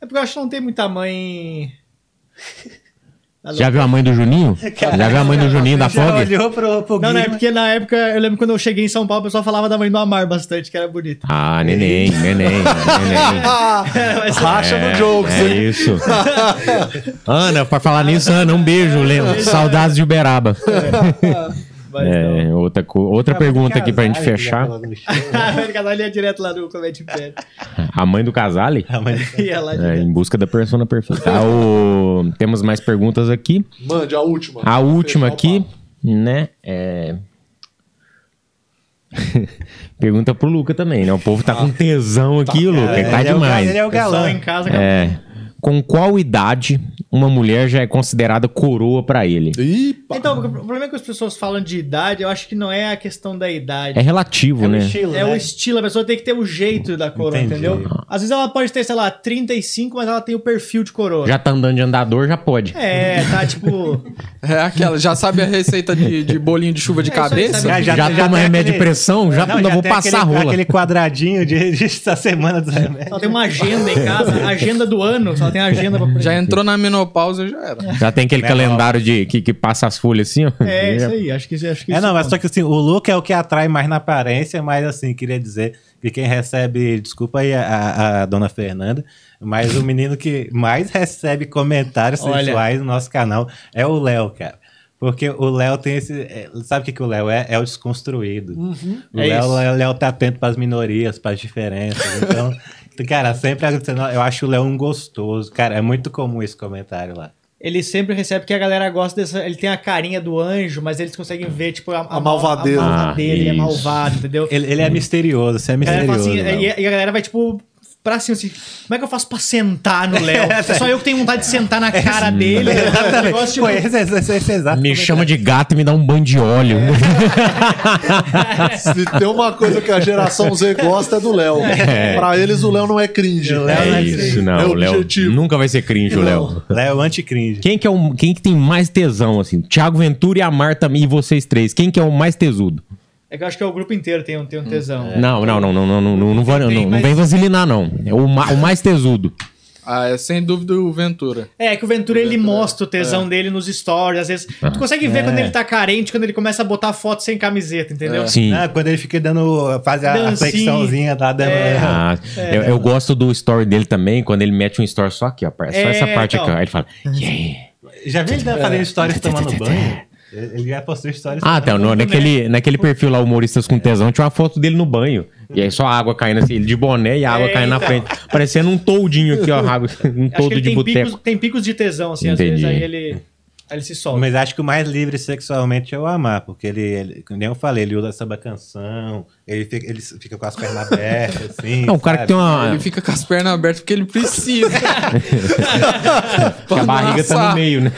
É porque eu acho que não tem muita mãe. Já viu a mãe do Juninho? Já viu a mãe do Juninho da Já Fog? olhou pro, pro Não, não, é Guima. porque na época, eu lembro quando eu cheguei em São Paulo, o pessoal falava da mãe do Amar bastante, que era bonita. Ah, neném, neném, neném. Racha no jokes, É hein? isso. Ana, pra falar nisso, Ana, um beijo, Lembra? Saudades de Uberaba. Mas não. É, outra, co- outra pergunta aqui pra gente Casar, fechar. ele já falou A no É. mãe do casal ia direto lá no Comédia Império. A mãe do Casale? chifre. Ia lá É, direto. em busca da persona perfeita. Ah, o- Temos mais perguntas aqui. Mande a última. A última Fechar o aqui, papo. né? É... Pergunta pro Luca também, né? O povo tá com tesão aqui, o Luca. Ele tá é o ga- demais. Ele é o Pessoal galã. em casa, É. Com qual idade uma mulher já é considerada coroa pra ele? Ih, pá. Então, o problema é que as pessoas falam de idade, eu acho que não é a questão da idade. É relativo, É o né? estilo, É né? o estilo, a pessoa tem que ter o jeito da coroa, Entendi. entendeu? Às vezes ela pode ter, sei lá, 35, mas ela tem o perfil de coroa. Já tá andando de andador, já pode. É, tá tipo. É aquela, já sabe a receita de, de bolinho de chuva de É isso aí, cabeça? sabe? Já, toma tem remédio de aquele- pressão, já, Não, ainda já vou tem passar aquele, a rola. É. Aquele quadradinho de, de da semana dos remédios. Ela tem uma agenda em casa, a agenda do ano, ela tem a agenda pra Já entrou na menopausa, já era. Já tem aquele calendário de, que, que passa as folhas assim, ó. É, isso aí, acho que, acho que É, isso não, mas conta. só que assim, o look é o que atrai mais na aparência, mas assim, queria dizer que quem recebe, desculpa aí a, a- a dona Fernanda, mas o menino que mais recebe comentários Olha. sensuais no nosso canal é o Léo, cara. Porque o Léo tem esse. é, sabe o que, que o Léo é? É o desconstruído. O É Léo, isso. Léo- Léo tá atento pras minorias, pras diferenças. Então, cara, sempre eu acho o Léo um gostoso. Cara, é muito comum esse comentário lá. Ele sempre recebe que a galera gosta dessa. Ele tem a carinha do anjo, mas eles conseguem ver, tipo, a, A malvadeza. A malvadeza, ele é Ah, isso. malvado, entendeu? Ele, ele é misterioso, você é A galera Uhum. fala misterioso. assim, Léo. e, a- e a galera vai, tipo, pra cima assim, como é que eu faço pra sentar no Léo? É Só eu que tenho vontade de sentar na cara dele. É um negócio, tipo, Foi esse, esse, esse, esse exato Me comentário. chama de gato e me dá um banho de óleo. Se tem uma coisa que a geração Z gosta é do Léo. Pra eles, o Léo não é cringe. É, não isso, cringe. não. É o o Léo objetivo. nunca vai ser cringe, o Léo. Léo né, anti-cringe. Quem que, é o, quem que tem mais tesão, assim? Tiago Ventura e a Marta e vocês três. Quem que é o mais tesudo? É que eu acho que é o grupo inteiro tem um, tem um tesão. Não, não, não, não, não, não, não, não, vai- não, não vem vasilinar, não. É o, ma- o mais tesudo. Ah, é sem dúvida o Ventura. É, que o Ventura ele mostra o tesão dele nos stories, às vezes. Tu consegue ver quando ele tá carente, quando ele começa a botar foto sem camiseta, entendeu? Sim. Ah, quando ele fica dando. Faz a Dancinha. flexãozinha tá lá da. Ah, É. eu, eu gosto do story dele também, quando ele mete um story só aqui, ó. Só É, essa parte então. aqui, ó. Aí Ele fala, yeah. Já viu ele fazendo histórias tomando banho? Ele já postou histórias. Ah, tá. no- naquele, naquele perfil lá, Humoristas com Tesão, tinha uma foto dele no banho. E aí só a água caindo assim, ele de boné e a água É, caindo na então. frente. Parecendo um toldinho aqui, ó. água- Um Acho que toldo ele de tem boteco. picos, tem picos de tesão, assim, às Entendi. vezes aí ele, aí ele se solta. Mas acho que o mais livre sexualmente é o Amar, porque ele, ele como eu falei, ele usa samba canção, ele fica, ele fica com as pernas abertas, assim. Não, o cara que tem uma. Ele fica com as pernas abertas porque ele precisa. Que a barriga tá no meio, né?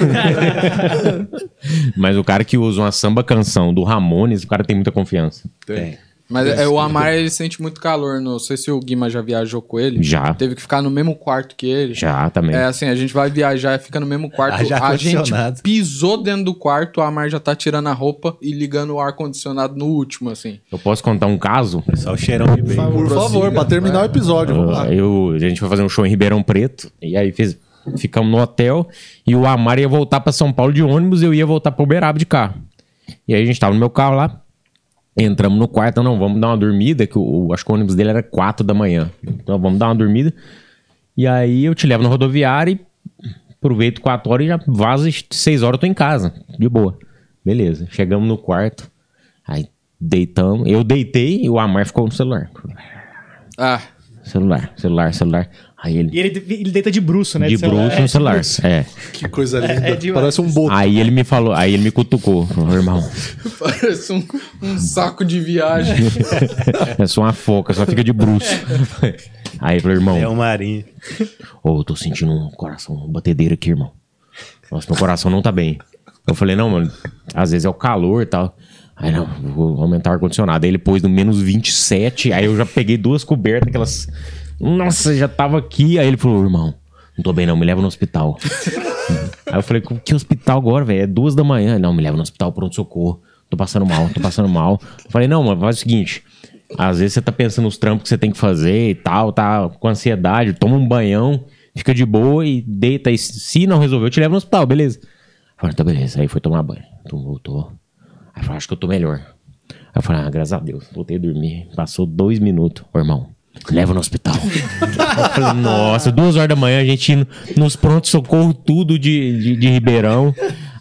Mas o cara que usa uma samba canção do Ramones, o cara tem muita confiança. Tem. Mas é, o Amar, ele sente muito calor. Não sei se o Guima já viajou com ele. Já. Teve que ficar no mesmo quarto que ele. Já também. É assim, a gente vai viajar e fica no mesmo quarto. Ah, já a gente condicionado. pisou dentro do quarto, o Amar já tá tirando a roupa e ligando o ar-condicionado no último, assim. Eu posso contar um caso? Só o cheirão de beijo. Por assim, favor, pra terminar o episódio, vamos lá. Eu, a gente foi fazer um show em Ribeirão Preto, e aí fez- ficamos no hotel, e o Amar ia voltar pra São Paulo de ônibus, eu ia voltar pra Uberaba de carro. E aí a gente tava no meu carro lá, entramos no quarto, então não, vamos dar uma dormida, que o, o- acho que o ônibus dele era 4 da manhã. Então vamos dar uma dormida. E aí eu te levo na rodoviária e aproveito 4 horas e já vaza 6 horas eu tô em casa, de boa. Beleza, chegamos no quarto, aí deitamos, eu deitei e o Amar ficou no celular Ah, celular, celular, celular. Aí ele. E ele, ele deita de bruxo, né? de celular. bruxo É, no celular. É. Ah, Que coisa linda. é demais. Parece um boto. Aí ele me falou, aí ele me cutucou, falou, irmão. Parece um, um saco de viagem. É só uma foca, só fica de bruxo. Aí ele falou, irmão, É um marinho. Ô, eu tô sentindo um coração, uma batedeira aqui, irmão. Nossa, meu coração não tá bem. Eu falei, não, mano, às vezes é o calor e tal. Aí, não, vou aumentar o ar-condicionado. Aí ele pôs no menos 27, aí eu já peguei duas cobertas, aquelas... Nossa, já tava aqui. Aí ele falou, irmão, não tô bem não, me leva no hospital. aí eu falei, que hospital agora, velho? É duas da manhã. Ele, Não, me leva no hospital, pronto-socorro. Tô passando mal, tô passando mal. Eu falei, não, mano, faz o seguinte... Às vezes você tá pensando nos trampos que você tem que fazer e tal, tá com ansiedade, toma um banhão, fica de boa e deita. E se não resolver, eu te levo no hospital, beleza. Eu Falei, tá beleza. Aí foi tomar banho. Então voltou. Aí falou, acho que eu tô melhor. Aí eu falei, ah, graças a Deus, voltei a dormir. Passou dois minutos, Ô, irmão. Leva no hospital. Eu falei, Nossa, duas horas da manhã, a gente indo nos pronto-socorro, tudo de, de, de Ribeirão.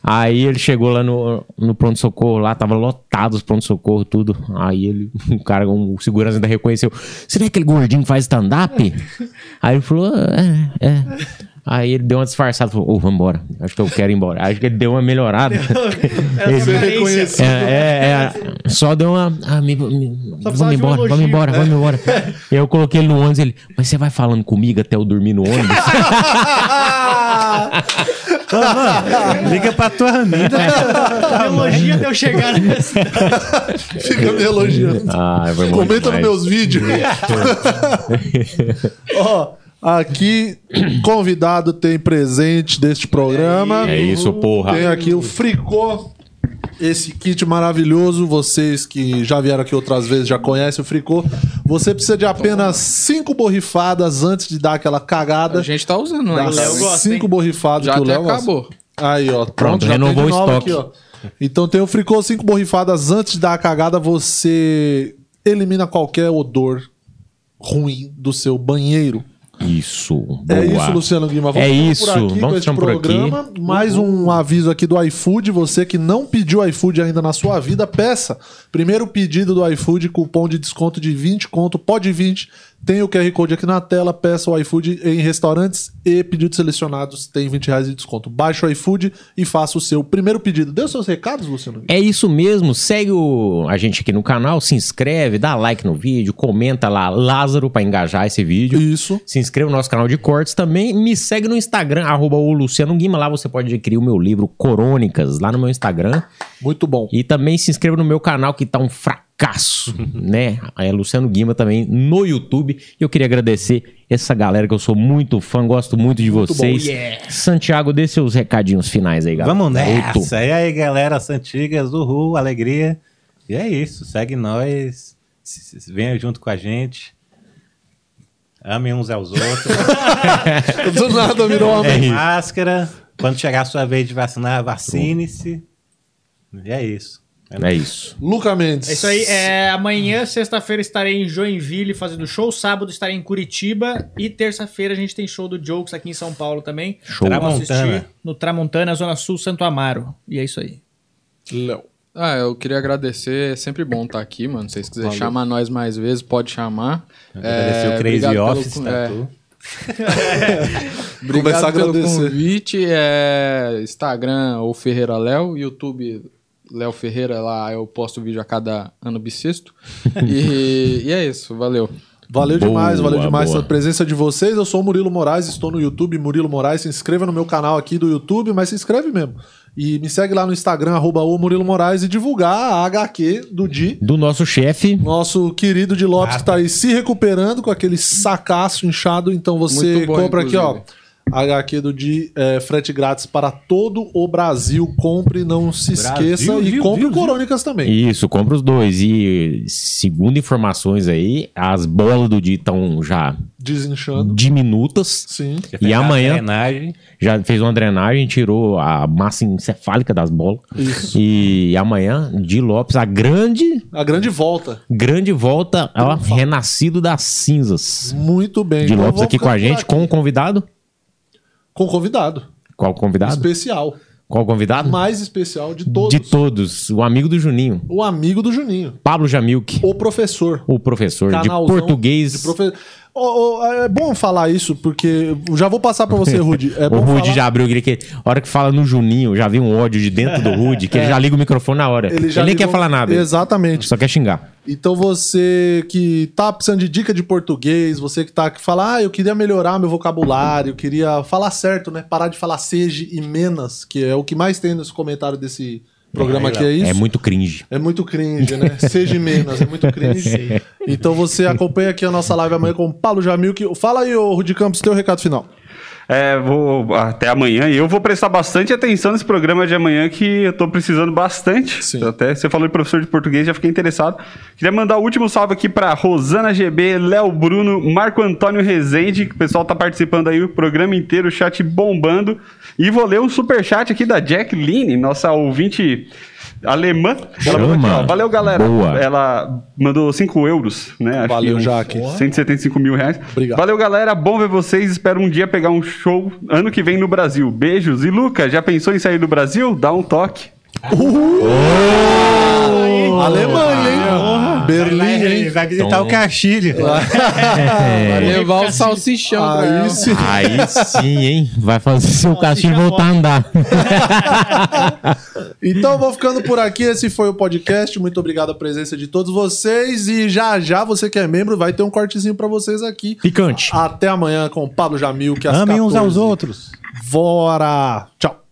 Aí ele chegou lá no, no pronto-socorro, lá tava lotado os pronto-socorro, tudo. Aí ele, o cara, um, o segurança ainda reconheceu: Você não é aquele gordinho que faz stand-up? Aí ele falou: "Ah, É, é. Aí ele deu uma disfarçada, falou: Ô, vambora, acho que eu quero ir embora. Acho que ele deu uma melhorada. é, Você reconhece. É, é, é, só deu uma. Ah, me, me, precisava vamos de um embora, elogio, vamos embora, vamos embora. E eu coloquei ele no ônibus ele. Mas você vai falando comigo até eu dormir no ônibus? Ah. Ô, mano, liga pra tua amiga. Elogia até eu chegar nesse. Fica me elogiando. ah, foi bom Comenta nos demais. meus vídeos. Ó, aqui, convidado tem presente deste programa. É isso, porra. Tem aqui o Fricô. Esse kit maravilhoso, vocês que já vieram aqui outras vezes já conhecem o Fricô. Você precisa de apenas cinco borrifadas antes de dar aquela cagada. A gente tá usando Dá ainda. Léo gosta, cinco hein? borrifadas Já que o até Léo gosta. acabou. Aí, ó. Pronto, Pronto, já renovou tem de o novo estoque. Aqui, ó. Então tem o Fricô, cinco borrifadas antes de dar a cagada, você elimina qualquer odor ruim do seu banheiro. Isso, É boa. isso, Luciano Guima. É ficando isso, vamos ficando por aqui. Mais um aviso aqui do iFood. Você que não pediu iFood ainda na sua vida, peça. Primeiro pedido do iFood, cupom de desconto de 20 conto, pode 20. Tem o QR Code aqui na tela, peça o iFood em restaurantes e pedidos selecionados tem 20 reais de desconto. Baixe o iFood e faça o seu primeiro pedido. Deu seus recados, Luciano? Guima? É isso mesmo, segue o- a gente aqui no canal, se inscreve, dá like no vídeo, comenta lá, Lázaro, pra engajar esse vídeo. Isso. Se inscreva no nosso canal de cortes também. Me segue no Instagram, arroba o Luciano Guima. Lá você pode adquirir o meu livro Corônicas, lá no meu Instagram. Muito bom. E também se inscreva no meu canal, que tá um fracasso, né? É Luciano Guima também no YouTube. E eu queria agradecer essa galera que eu sou muito fã, gosto muito de vocês. Santiago, dê seus recadinhos finais aí, galera. Tá Vamos Outro. nessa. E aí, galera, Santigas, uhul, alegria. E é isso, segue nós, s- s- venha junto com a gente. Amem uns aos outros, Do nada virou uma... usem máscara. Quando chegar a sua vez de vacinar, vacine-se. E é isso. É isso. Luca Mendes. É isso aí. É, amanhã, sexta-feira, estarei em Joinville fazendo show. Sábado estarei em Curitiba. E terça-feira a gente tem show do Jokes aqui em São Paulo também. Show. Vamos Tramontana. assistir no Tramontana, Zona Sul, Santo Amaro. E é isso aí. Léo. Ah, eu queria agradecer. É sempre bom estar aqui, mano. Se vocês quiserem chamar nós mais vezes, pode chamar. Agradecer É, o Crazy obrigado Office, tá pelo, é, Tatu. obrigado Começar a pelo agradecer. convite. É, Instagram ou Ferreira Léo, YouTube Léo Ferreira, lá eu posto vídeo a cada ano bissexto. e, e é isso, valeu. Valeu Boa, demais, valeu demais boa. a presença de vocês. Eu sou o Murilo Moraes, estou no YouTube, Murilo Moraes. Se inscreva no meu canal aqui do YouTube, mas se inscreve mesmo. E me segue lá no Instagram, arroba o Murilo Moraes, e divulgar a HQ do Di, Do nosso chefe. nosso querido Di Lopes, que tá aí se recuperando com aquele sacaço inchado. Então você Muito bom, compra aqui, inclusive. ó. HQ do Di, é, frete grátis para todo o Brasil. Compre, não se esqueça. e viu, compre viu, o Corônicas também. Isso, compra os dois. E segundo informações aí, as bolas do dia estão já Desinchando. diminutas. Sim. Já fez a amanhã- drenagem. Já fez uma drenagem, tirou a massa encefálica das bolas. Isso. E amanhã, Di Lopes, a grande, A grande volta. grande volta, ó, renascido das cinzas. Muito bem. Di Então Lopes vamos aqui ficar com a por gente, aqui. com o convidado. Com convidado. Qual convidado? Especial. Qual convidado? Mais especial de todos. De todos. O amigo do Juninho, O amigo do Juninho. Pablo Jamilk, O professor. o professor de Canalzão português. de profe- Ô, Ô, ô, é bom falar isso, porque eu já vou passar pra você, Rude. É o bom Rude falar- já abriu o grito. que- A hora que fala no Juninho, já vi um ódio de dentro do Rude, que ele já liga o microfone na hora. Ele, É. já nem quer ligou- falar nada. Exatamente. Só quer xingar. Então você que tá precisando de dica de português, você que tá que fala, ah, eu queria melhorar meu vocabulário, eu queria falar certo, né? Parar de falar seja e menos, que é o que mais tem nos comentários desse programa aqui, é isso? É muito cringe. É muito cringe, né? Seja e menos, é muito cringe. então você acompanha aqui a nossa live amanhã com o Paulo Jamil. Que... Fala aí, ô Rudi Campos, teu recado final. É, vou até amanhã. E eu vou prestar bastante atenção nesse programa de amanhã que eu tô precisando bastante. Sim. Até você falou de professor de português, já fiquei interessado. Queria mandar o último salve aqui pra Rosana GB, Léo Bruno, Marco Antônio Rezende, que o pessoal tá participando aí o programa inteiro, o chat bombando. E vou ler um superchat aqui da Jacqueline, nossa ouvinte alemã. Ela mandou aqui, Chama. ó, Valeu, galera. Boa. Ela mandou 5 euros, né? Acho Valeu, que uns Jaque. 175 mil reais. Obrigado. Valeu, galera. Bom ver vocês. Espero um dia pegar um show ano que vem no Brasil. Beijos. E Lucas, já pensou em sair do Brasil? Dá um toque. Alemanha, hein? Berlim, hein? Vai visitar o É. Caxilho. Levar o salsichão assim. pra Aí ela. sim. Aí sim, hein? Vai fazer seu cachimbo já voltar a andar. Então vou ficando por aqui. Esse foi o podcast. Muito obrigado a presença de todos vocês. E já já, você que é membro, vai ter um cortezinho pra vocês aqui. Picante. Até amanhã com o Pablo Jamil. Que às Amem uns aos 14. outros. Vora! Tchau.